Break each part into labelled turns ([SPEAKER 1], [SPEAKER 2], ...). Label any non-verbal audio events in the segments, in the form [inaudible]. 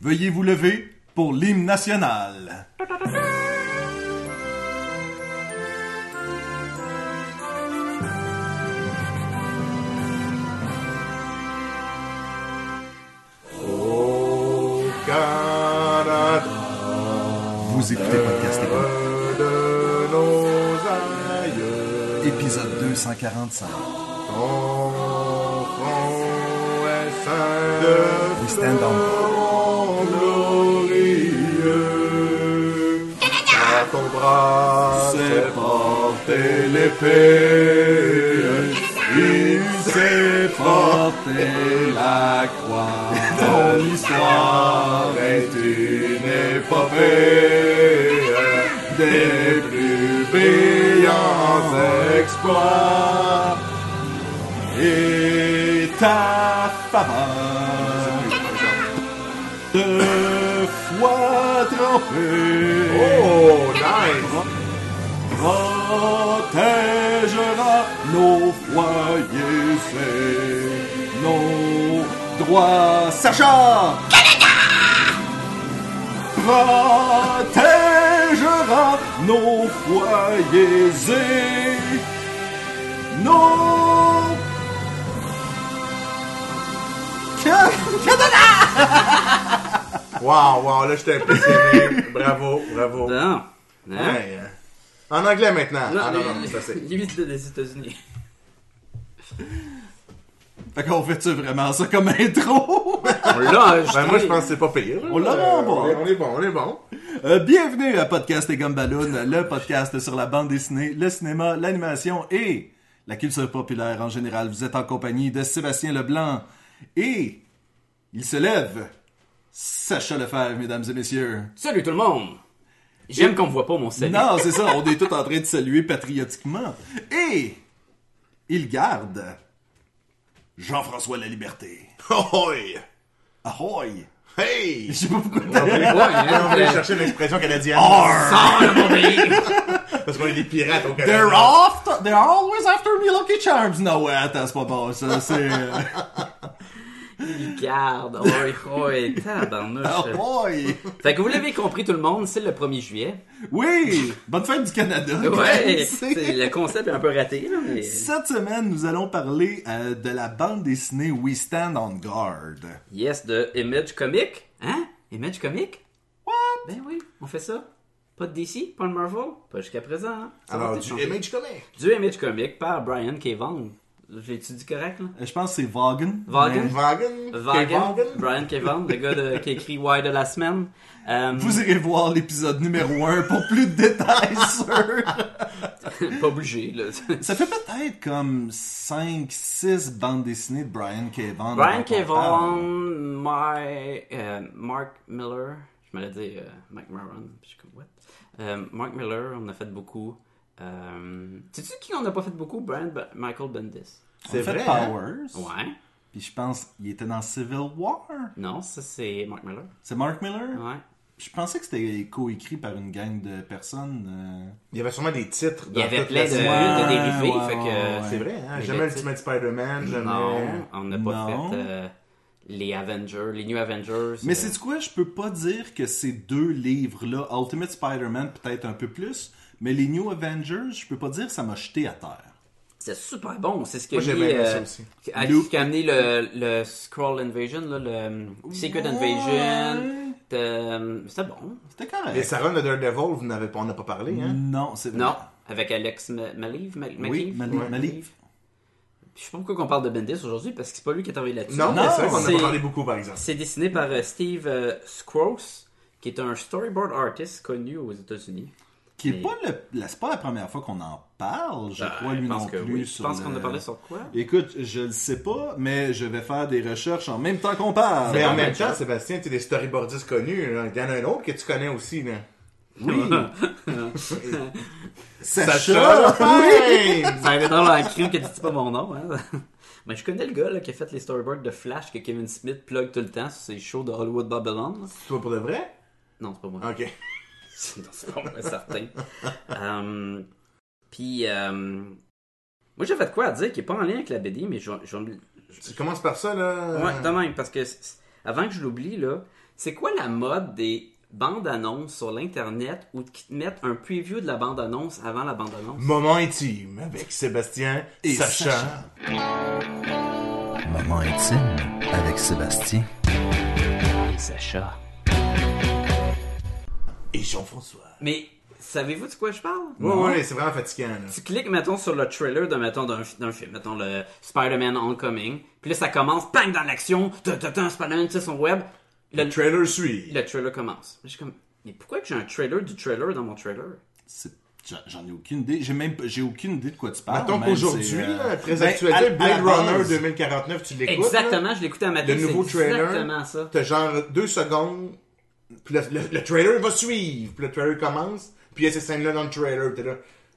[SPEAKER 1] Veuillez vous lever pour l'hymne national.
[SPEAKER 2] Au Canada,
[SPEAKER 1] Vous écoutez Podcast École,
[SPEAKER 2] de nos aïeux,
[SPEAKER 1] épisode 245.
[SPEAKER 2] ton front est ceint
[SPEAKER 1] We
[SPEAKER 2] de
[SPEAKER 1] stand on.
[SPEAKER 2] flammes glorieux. À ton bras s'est portée l'épée, il s'est porté la croix. Ton histoire est une épopée des plus brillants exploits
[SPEAKER 1] Et ta faveur de foi trempée
[SPEAKER 2] Oh, nice!
[SPEAKER 1] protégera nos foyers et nos droits. Sacha protégera nos foyers et nos...
[SPEAKER 2] Wow, wow, là, j'étais impressionné. bravo, bravo.
[SPEAKER 3] Non. Non.
[SPEAKER 2] Ouais, hein. En anglais maintenant. ah, non, non,
[SPEAKER 3] mais-
[SPEAKER 2] ça c'est.
[SPEAKER 3] Il visite les États-Unis.
[SPEAKER 1] Fait qu'on fait-tu vraiment ça comme intro? [laughs]
[SPEAKER 3] On l'a enregistré.
[SPEAKER 2] Ben, moi, je pense que c'est pas pire.
[SPEAKER 1] On l'a
[SPEAKER 2] Euh,
[SPEAKER 1] bon.
[SPEAKER 2] on est- On est bon, on est bon.
[SPEAKER 1] Euh, bienvenue à Podcast et Gumballoon, le podcast sur la bande dessinée, le cinéma, l'animation et la culture populaire en général. Vous êtes en compagnie de Sébastien Leblanc et il se lève, Sacha Lefebvre, mesdames et messieurs.
[SPEAKER 3] Salut tout le monde. J'aime qu'on me voit pas mon salut.
[SPEAKER 1] Non, c'est ça, on est tous en train de saluer patriotiquement. Et il garde Jean-François Laliberté.
[SPEAKER 2] Ahoy!
[SPEAKER 1] Ahoy!
[SPEAKER 2] Oh, Hey!
[SPEAKER 1] Je sais pas pourquoi
[SPEAKER 3] Ouais,
[SPEAKER 2] On voulait
[SPEAKER 3] hein,
[SPEAKER 2] chercher une expression canadienne.
[SPEAKER 3] Sors de mon pays.
[SPEAKER 2] Parce qu'on est des pirates au Canada.
[SPEAKER 1] They're off. they're always after me Lucky Charms. No way, attends, c'est pas bon, ça. C'est.
[SPEAKER 3] [laughs] Garde. oh, Oi, oi, tabarnouche.
[SPEAKER 1] Oh boy.
[SPEAKER 3] Fait que vous l'avez compris tout le monde, c'est le 1er juillet.
[SPEAKER 2] [laughs]
[SPEAKER 1] Oui! Bonne fête du Canada!
[SPEAKER 3] Ouais.
[SPEAKER 1] guys.
[SPEAKER 3] c'est- Le concept est un peu raté, là, mais...
[SPEAKER 1] Cette semaine, nous allons parler euh, de la bande dessinée We Stand on Guard. Euh,
[SPEAKER 3] Yes, de Image Comic. Hein? Image Comic?
[SPEAKER 1] What?
[SPEAKER 3] Ben oui, on fait ça. Pas de DC, pas de Marvel, pas jusqu'à présent. hein. Ça va
[SPEAKER 2] Alors,
[SPEAKER 3] peut-être
[SPEAKER 2] du
[SPEAKER 3] changer.
[SPEAKER 2] image comic.
[SPEAKER 3] Du Image Comic par Brian Kevon. J'ai-tu dit correct, là?
[SPEAKER 1] Je pense que c'est Vaughan.
[SPEAKER 3] Vaughan?
[SPEAKER 1] Mais
[SPEAKER 2] Vagan.
[SPEAKER 3] Vaughan,
[SPEAKER 2] Vagan.
[SPEAKER 3] Brian Kevon, le gars de- qui écrit Why de la semaine. Euh, [laughs]
[SPEAKER 1] Vous irez voir l'épisode numéro 1 pour plus de détails [laughs] sur...
[SPEAKER 3] pas obligé, là.
[SPEAKER 1] Ça fait peut-être comme 5-6 bandes dessinées de Brian Cavan.
[SPEAKER 3] Brian
[SPEAKER 1] dont on parle.
[SPEAKER 3] Kevon, my, euh, Mark Miller, je m'allais dire euh, Mike Maron, puis je suis comme, what? Euh, Mark Miller, on a fait beaucoup. Euh, Sais-tu qui on n'a pas fait beaucoup? Brian Ba- Michael Bendis.
[SPEAKER 1] On a
[SPEAKER 2] C'est
[SPEAKER 1] fait
[SPEAKER 2] vrai, hein?
[SPEAKER 1] Powers.
[SPEAKER 3] Ouais.
[SPEAKER 1] Puis je pense qu'il était dans Civil War.
[SPEAKER 3] Non, ça c'est Mark Miller.
[SPEAKER 1] C'est Mark Miller?
[SPEAKER 3] Ouais.
[SPEAKER 1] Je pensais que c'était coécrit par une gang de personnes. euh,
[SPEAKER 2] Il y avait sûrement des titres.
[SPEAKER 3] Il y
[SPEAKER 2] dans
[SPEAKER 3] avait
[SPEAKER 2] toute
[SPEAKER 3] plein
[SPEAKER 2] la
[SPEAKER 3] de,
[SPEAKER 2] série.
[SPEAKER 3] de dérivés,
[SPEAKER 1] ouais,
[SPEAKER 3] fait que...
[SPEAKER 1] ouais, ouais.
[SPEAKER 2] C'est vrai, hein?
[SPEAKER 3] Mais
[SPEAKER 2] Jamais
[SPEAKER 3] le
[SPEAKER 2] Ultimate Spider-Man, jamais.
[SPEAKER 3] Non, on n'a pas
[SPEAKER 1] Non.
[SPEAKER 3] fait euh, les Avengers, les New Avengers.
[SPEAKER 1] Mais
[SPEAKER 3] euh,
[SPEAKER 1] c'est quoi, je peux pas dire que ces deux livres-là, Ultimate Spider-Man peut-être un peu plus, mais les New Avengers, je peux pas dire que ça m'a jeté à terre.
[SPEAKER 3] c'est super bon. C'est ce que
[SPEAKER 2] Moi,
[SPEAKER 3] j'ai euh,
[SPEAKER 2] j'aimais ça aussi.
[SPEAKER 3] qui a amené le, le Scroll Invasion, là, le euh, Secret
[SPEAKER 1] Ouais.
[SPEAKER 3] Invasion. Euh, C'était bon.
[SPEAKER 1] C'était correct.
[SPEAKER 2] Les Sarah de Daredevil, vous n'avez pas, on n'a pas parlé, hein?
[SPEAKER 1] Non, c'est vrai.
[SPEAKER 3] Non, avec Alex Ma- Maliv. Ma-
[SPEAKER 1] Oui,
[SPEAKER 3] Maliv?
[SPEAKER 1] Maliv.
[SPEAKER 3] Ouais.
[SPEAKER 1] Maliv.
[SPEAKER 3] Puis je sais pas pourquoi on parle de Bendis aujourd'hui parce que c'est pas lui qui a travaillé là-dessus.
[SPEAKER 2] Non, mais c'est vrai qu'on en
[SPEAKER 3] c'est-
[SPEAKER 2] a parlé beaucoup, par exemple.
[SPEAKER 3] C'est dessiné par euh, Steve euh, Scrooge, qui est un storyboard artist connu aux États-Unis.
[SPEAKER 1] Qui est
[SPEAKER 3] Mais-
[SPEAKER 1] pas le, la- c'est pas la première fois qu'on en parle, je
[SPEAKER 3] Ben,
[SPEAKER 1] crois, lui
[SPEAKER 3] je pense
[SPEAKER 1] non
[SPEAKER 3] que
[SPEAKER 1] plus.
[SPEAKER 3] oui. Je
[SPEAKER 1] sur
[SPEAKER 3] pense
[SPEAKER 1] le-
[SPEAKER 3] qu'on a parlé sur quoi
[SPEAKER 1] Écoute, je le sais pas, mais je vais faire des recherches en même temps qu'on parle.
[SPEAKER 2] Mais en
[SPEAKER 3] bon,
[SPEAKER 2] même
[SPEAKER 3] ben,
[SPEAKER 2] temps,
[SPEAKER 3] ça.
[SPEAKER 2] Sébastien, tu es des storyboardistes connus. là. Il y en a un autre que tu connais aussi, là.
[SPEAKER 3] [laughs]
[SPEAKER 1] Oui. Sacha,
[SPEAKER 2] Sacha Lefebvre!
[SPEAKER 3] Ça avait dans la crime que tu dis pas mon nom. Hein? [laughs] Mais je connais le gars là, qui a fait les storyboards de Flash que Kevin Smith plug tout le temps sur ses shows de Hollywood Babylon. là.
[SPEAKER 2] [laughs] Toi, pour de vrai?
[SPEAKER 3] Non, c'est pas moi.
[SPEAKER 2] Ok.
[SPEAKER 3] [laughs] Non, c'est pas moi, certain. Hum, Puis, hum, moi j'avais de quoi à dire qui est pas en lien avec la BD, mais je vais- je vais me-
[SPEAKER 2] Tu commences par ça, là.
[SPEAKER 3] Ouais, de même, parce que c- avant que je l'oublie, là, C'est quoi la mode des bandes-annonces sur l'Internet où qui te mettent un preview de la bande-annonce avant la bande-annonce?
[SPEAKER 2] Moment intime avec Sébastien
[SPEAKER 1] Et
[SPEAKER 2] et Sacha.
[SPEAKER 1] Sacha.
[SPEAKER 4] Moment intime avec Sébastien.
[SPEAKER 3] Sacha.
[SPEAKER 2] et Jean-François.
[SPEAKER 3] Mais savez-vous de quoi je parle?
[SPEAKER 2] Ouais, ouais, c'est vraiment fatigant. Là.
[SPEAKER 3] Tu cliques, mettons, sur le trailer d'un, mettons, d'un, fi- d'un film, mettons, le Spider-Man Homecoming. Puis là, ça commence, bang, dans l'action, ta, ta, ta, Spider-Man, tu sais, son web. Le,
[SPEAKER 2] Le trailer suit.
[SPEAKER 3] le trailer commence. Je suis comme, mais pourquoi que j'ai un trailer du trailer dans mon trailer?
[SPEAKER 1] C'est- j'en- J'en ai aucune idée. J'ai même pas- j'ai aucune idée de quoi tu parles.
[SPEAKER 2] Mettons
[SPEAKER 1] même,
[SPEAKER 2] qu'aujourd'hui,
[SPEAKER 1] c'est, euh,
[SPEAKER 2] là, très
[SPEAKER 1] ben, à-
[SPEAKER 2] actualité, Blade
[SPEAKER 1] à la base,
[SPEAKER 2] Runner 2049, tu l'écoutes. là.
[SPEAKER 3] Exactement, je l'écoutais à ma
[SPEAKER 2] Le nouveau trailer.
[SPEAKER 3] Exactement ça.
[SPEAKER 2] T'as genre deux secondes, puis le, le- le trailer va suivre, puis le trailer commence, puis il y a ces scènes-là dans le trailer, puis t'es là.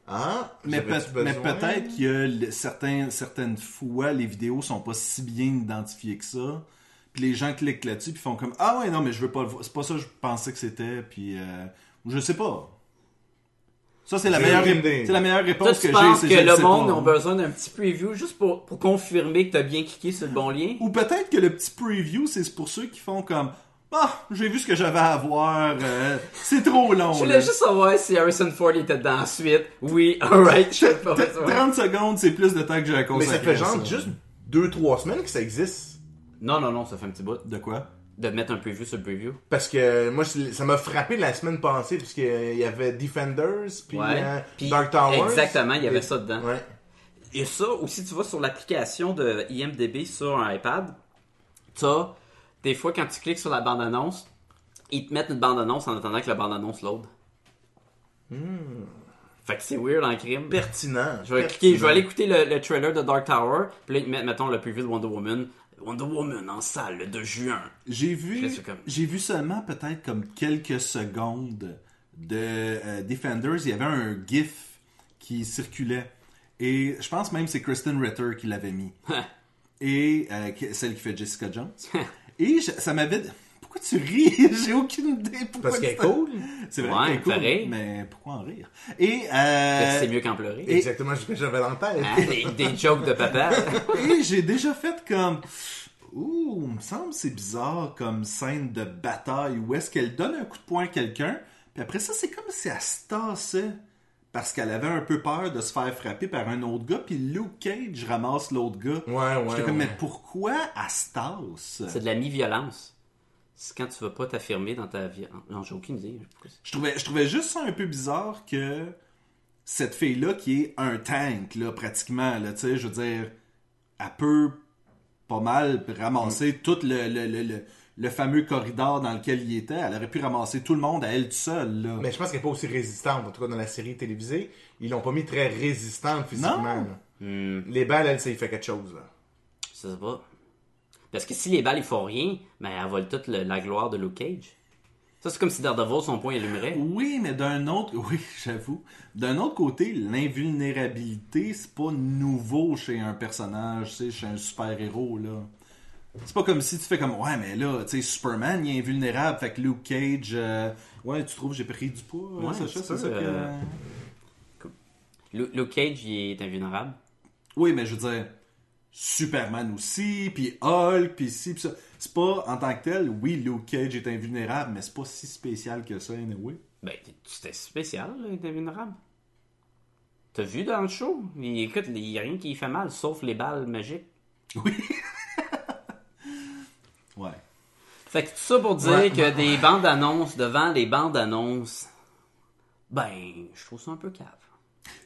[SPEAKER 2] Ah,
[SPEAKER 1] Mais, peut-
[SPEAKER 2] j'avais-tu
[SPEAKER 1] mais
[SPEAKER 2] besoin?
[SPEAKER 1] peut-être que le- certains, certaines fois, les vidéos sont pas si bien identifiées que ça. Puis les gens cliquent là-dessus puis font comme Ah ouais, non, mais je veux pas le voir. C'est pas ça que je pensais que c'était. Puis euh, je sais pas. Ça, c'est la,
[SPEAKER 2] J'ai
[SPEAKER 1] meilleure,
[SPEAKER 2] aucune
[SPEAKER 1] ré-
[SPEAKER 2] idée.
[SPEAKER 1] c'est la meilleure
[SPEAKER 3] Toi,
[SPEAKER 1] réponse que
[SPEAKER 3] tu
[SPEAKER 1] j'ai.
[SPEAKER 3] penses
[SPEAKER 1] c'est
[SPEAKER 3] que
[SPEAKER 1] je le
[SPEAKER 3] le
[SPEAKER 1] sais
[SPEAKER 3] monde
[SPEAKER 1] pas. hein.
[SPEAKER 3] a besoin d'un petit preview juste pour, pour confirmer que t'as bien cliqué sur le bon lien?
[SPEAKER 1] Ou peut-être que le petit preview, c'est pour ceux qui font comme Ah, j'ai vu ce que j'avais à voir. euh, c'est trop long.
[SPEAKER 3] Je
[SPEAKER 1] là.
[SPEAKER 3] voulais juste savoir si Harrison Ford était dedans ensuite. Oui, [laughs] alright, je sais
[SPEAKER 1] [laughs]
[SPEAKER 3] pas.
[SPEAKER 1] T- 30 secondes, c'est plus de temps que j'ai à
[SPEAKER 2] Mais
[SPEAKER 1] consacrer.
[SPEAKER 2] ça fait
[SPEAKER 1] à
[SPEAKER 2] genre
[SPEAKER 1] ça.
[SPEAKER 2] juste deux, trois semaines que ça existe.
[SPEAKER 3] Non, non, non, ça fait un petit bout
[SPEAKER 1] De quoi
[SPEAKER 3] de mettre un preview sur le preview.
[SPEAKER 2] Parce que moi, c'est- ça m'a frappé la semaine passée, parce qu'il y avait Defenders, puis
[SPEAKER 3] Ouais.
[SPEAKER 2] euh,
[SPEAKER 3] Puis,
[SPEAKER 2] Dark Towers.
[SPEAKER 3] exactement, il y avait
[SPEAKER 2] Et-
[SPEAKER 3] ça dedans.
[SPEAKER 2] Ouais.
[SPEAKER 3] Et ça, ou si tu vas sur l'application de IMDB sur un iPad, t'as, des fois, quand tu cliques sur la bande-annonce, ils te mettent une bande-annonce en attendant que la bande-annonce load. Fait que c'est weird en crime.
[SPEAKER 2] Pertinent.
[SPEAKER 3] Je vais,
[SPEAKER 2] Pertinent.
[SPEAKER 3] cliquer, je vais aller écouter le, le trailer de Dark Tower, puis là, ils te mettent, mettons, le preview de Wonder Woman. Wonder Woman en salle le 2 juin. [laughs]
[SPEAKER 1] J'ai vu,
[SPEAKER 3] Qu'est-ce que comme-
[SPEAKER 1] j'ai vu seulement peut-être comme quelques secondes de euh, Defenders. Il y avait un GIF qui circulait. Et je pense même que c'est Kristen Ritter qui l'avait
[SPEAKER 3] [laughs]
[SPEAKER 1] mis. Et euh, qui- celle qui fait Jessica Jones. Et je- ça m'avait. Pourquoi tu ris [laughs] J'ai aucune idée. Pourquoi
[SPEAKER 2] Parce qu'elle est
[SPEAKER 1] tu-
[SPEAKER 2] cool.
[SPEAKER 1] C'est vrai
[SPEAKER 3] Ouais,
[SPEAKER 1] qu'elle est cool.
[SPEAKER 3] pareil.
[SPEAKER 1] Mais pourquoi en rire Et.
[SPEAKER 3] c'est
[SPEAKER 1] Euh,
[SPEAKER 3] mieux qu'en pleurer.
[SPEAKER 2] Exactement ce que j'avais dans la tête.
[SPEAKER 3] Ah, [laughs] des, des jokes de papa.
[SPEAKER 1] Et j'ai déjà fait comme. Ouh, me semble que c'est bizarre comme scène de bataille où est-ce qu'elle donne un coup de poing à quelqu'un, puis après ça, c'est comme si elle se tassait parce qu'elle avait un peu peur de se faire frapper par un autre gars, puis Luke Cage ramasse l'autre gars.
[SPEAKER 2] Ouais, ouais,
[SPEAKER 1] J'étais comme,
[SPEAKER 2] ouais.
[SPEAKER 1] mais pourquoi elle se tasse
[SPEAKER 3] c'est de la mi-violence. C'est quand tu vas pas t'affirmer dans ta vie. Non, j'ai aucune idée. Pourquoi c'est-
[SPEAKER 1] Je trouvais, je trouvais juste ça un peu bizarre que cette fille-là, qui est un tank, là, pratiquement, là, tu sais, je veux dire, elle peut pas mal ramasser tout le, le, le, le, le fameux corridor dans lequel il était. Elle aurait pu ramasser tout le monde à elle toute seule, là.
[SPEAKER 2] Mais je pense qu'elle n'est pas aussi résistante, en tout cas dans la série télévisée. Ils l'ont pas mis très résistante physiquement.
[SPEAKER 1] Non.
[SPEAKER 2] là.
[SPEAKER 3] Hmm,
[SPEAKER 2] Les balles, elle, ça y fait quelque chose. Là.
[SPEAKER 3] je sais pas. Parce que si les balles, ils font rien, ben, elle vole toute le- la gloire de Luke Cage. Ça, c'est comme si Daredevil, son poing allumerait.
[SPEAKER 1] Oui, mais d'un autre, [laughs] oui, j'avoue. D'un autre côté, l'invulnérabilité, c'est pas nouveau chez un personnage, tu sais, chez un super-héros, là. C'est pas comme si tu fais comme, ouais, mais là, tu sais, Superman, il est invulnérable, fait que Luke Cage, euh, ouais, tu trouves, j'ai pris du poids,
[SPEAKER 3] Ouais,
[SPEAKER 1] Sacha,
[SPEAKER 3] un petit
[SPEAKER 1] c'est
[SPEAKER 3] peu,
[SPEAKER 1] ça que-
[SPEAKER 3] euh, Lu- Luke Cage, il est invulnérable.
[SPEAKER 1] Oui, mais je veux dire, Superman aussi, puis Hulk, puis ci, puis ça. C'est pas, en tant que tel, oui, Luke Cage est invulnérable, mais c'est pas si spécial que ça, anyway. [laughs]
[SPEAKER 3] Ben, c'était spécial, là, il était vulnérable. T'as vu dans le show? Il, écoute, il y a rien qui lui fait mal, sauf les balles magiques.
[SPEAKER 1] Ouais.
[SPEAKER 3] Fait que tout ça pour dire
[SPEAKER 2] Ouais,
[SPEAKER 3] que des bandes annonces devant les bandes annonces, ben, je trouve ça un peu cave.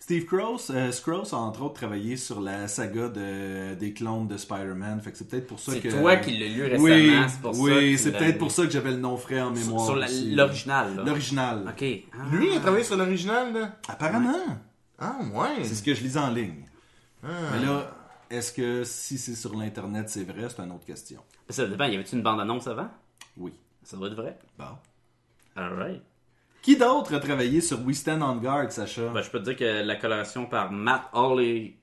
[SPEAKER 1] Steve Cross, euh, Scrooge a entre autres travaillé sur la saga de, des clones de Spider-Man. Fait que c'est peut-être pour ça
[SPEAKER 3] C'est
[SPEAKER 1] que.
[SPEAKER 3] toi qui l'as lu récemment,
[SPEAKER 1] Oui,
[SPEAKER 3] c'est pour ça que tu
[SPEAKER 1] oui, c'est
[SPEAKER 3] l'as
[SPEAKER 1] peut-être
[SPEAKER 3] lu.
[SPEAKER 1] pour ça que j'avais le nom frais en
[SPEAKER 3] Sur,
[SPEAKER 1] mémoire.
[SPEAKER 3] sur la-
[SPEAKER 1] aussi.
[SPEAKER 3] l'original, là.
[SPEAKER 1] L'original.
[SPEAKER 3] Ok. Ah.
[SPEAKER 2] Lui, il a travaillé sur l'original. là.
[SPEAKER 1] Apparemment,
[SPEAKER 2] Ah, ouais.
[SPEAKER 1] c'est ce que je lisais en ligne.
[SPEAKER 2] Ah.
[SPEAKER 1] Mais là, est-ce que si c'est sur l'internet, c'est vrai C'est une autre question.
[SPEAKER 3] Ça dépend, y avait-tu une bande annonce avant?
[SPEAKER 1] Oui.
[SPEAKER 3] Ça doit être vrai.
[SPEAKER 1] Bon.
[SPEAKER 3] Alright.
[SPEAKER 1] Qui d'autre a travaillé sur We Stand on Guard, Sacha
[SPEAKER 3] Ben, je peux te dire que la coloration par Matt Hawley-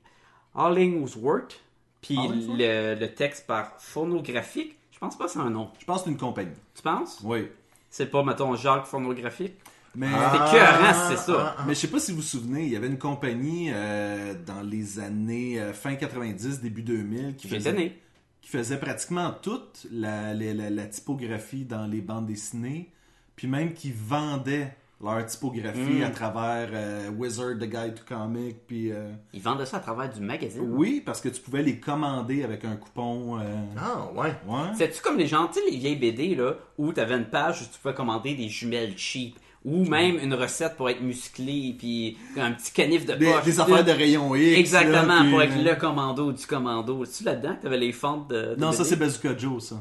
[SPEAKER 3] Hollingsworth, puis
[SPEAKER 1] Hollingsworth?
[SPEAKER 3] le, le texte par Phonographique, je pense pas que c'est un nom.
[SPEAKER 1] Je pense que c'est une compagnie.
[SPEAKER 3] Tu penses?
[SPEAKER 1] Oui.
[SPEAKER 3] C'est pas, mettons, Jacques Phonographique?
[SPEAKER 1] Mais.
[SPEAKER 3] C'est écœurant, c'est ça.
[SPEAKER 1] Mais je sais pas si vous vous souvenez, il y avait une compagnie euh, dans les années euh, fin 90, début 2000 qui
[SPEAKER 3] J'ai
[SPEAKER 1] faisait,
[SPEAKER 3] donné.
[SPEAKER 1] qui faisait pratiquement toute la, la- la- la typographie dans les bandes dessinées, puis même qui vendait leur typographie
[SPEAKER 3] Mm.
[SPEAKER 1] à travers euh, Wizard, The Guide to Comic, puis... euh,
[SPEAKER 3] Ils vendaient ça à travers du magazine.
[SPEAKER 1] Oui, parce que tu pouvais les commander avec un coupon... euh,
[SPEAKER 2] Ah, ouais.
[SPEAKER 1] Ouais.
[SPEAKER 3] C'est-tu comme les gens, tu sais, les vieilles BD, là, où t'avais une page où tu pouvais commander des jumelles cheap, ou même une recette pour être musclé, puis un petit canif de
[SPEAKER 1] Des,
[SPEAKER 3] poche.
[SPEAKER 1] des affaires de rayon X. là,
[SPEAKER 3] Exactement,
[SPEAKER 1] puis,
[SPEAKER 3] pour être
[SPEAKER 1] euh,
[SPEAKER 3] le commando du commando. C'est-tu là-dedans que t'avais les fontes de. de
[SPEAKER 1] Non, ça
[SPEAKER 3] BD?
[SPEAKER 1] c'est Bazooka Joe, ça.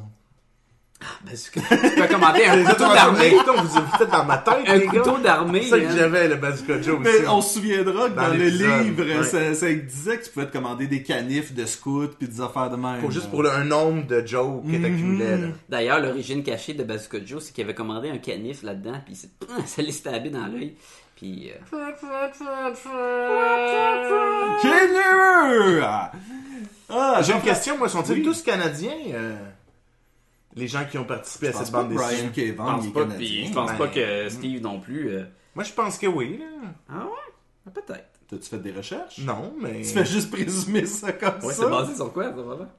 [SPEAKER 3] Parce que tu peux
[SPEAKER 1] Ah,
[SPEAKER 3] commander un
[SPEAKER 2] Les autres,
[SPEAKER 3] couteau
[SPEAKER 2] on va dire,
[SPEAKER 3] d'armée.
[SPEAKER 2] Hey, putain, vous êtes peut-être dans ma tête,
[SPEAKER 3] Un
[SPEAKER 2] les gars.
[SPEAKER 3] couteau d'armée.
[SPEAKER 2] C'est ça que
[SPEAKER 3] hein.
[SPEAKER 2] j'avais, le Bazooka Joe aussi.
[SPEAKER 1] Mais on se souviendra que dans,
[SPEAKER 2] Dans
[SPEAKER 1] le
[SPEAKER 2] l'épisode,
[SPEAKER 1] livre,
[SPEAKER 2] ouais.
[SPEAKER 1] ça, ça disait que tu pouvais te commander des canifs de scouts puis des affaires de même.
[SPEAKER 2] Pour- juste pour le, un nombre de Joe qui
[SPEAKER 1] Mm-hmm.
[SPEAKER 2] est accumulé, là.
[SPEAKER 3] D'ailleurs, l'origine cachée de Bazooka Joe, c'est qu'il avait commandé un canif là-dedans, puis il s'est- [laughs] ça l'est stabé dans l'œil. Puis. euh,
[SPEAKER 1] Kenner! Ah,
[SPEAKER 2] J'ai une
[SPEAKER 1] Jean-Pierre
[SPEAKER 2] question, moi, sont-ils
[SPEAKER 1] Oui.
[SPEAKER 2] tous canadiens, euh, les gens qui ont participé à
[SPEAKER 1] pense
[SPEAKER 2] cette
[SPEAKER 1] pas
[SPEAKER 2] bande
[SPEAKER 1] que
[SPEAKER 2] dessinée?
[SPEAKER 1] Brian Cavan,
[SPEAKER 3] Je pense
[SPEAKER 1] Ah, il est
[SPEAKER 3] pas,
[SPEAKER 1] canadien.
[SPEAKER 3] puis je pense
[SPEAKER 2] ben-
[SPEAKER 3] pas que Steve non plus. euh.
[SPEAKER 2] Moi, je pense que oui, là.
[SPEAKER 3] Ah ouais? Peut-être.
[SPEAKER 1] T'as-tu fait des recherches?
[SPEAKER 2] Non, mais...
[SPEAKER 1] Tu fais juste présumer ça comme
[SPEAKER 3] Ouais, c'est
[SPEAKER 1] ça.
[SPEAKER 3] basé sur quoi, ça, voilà?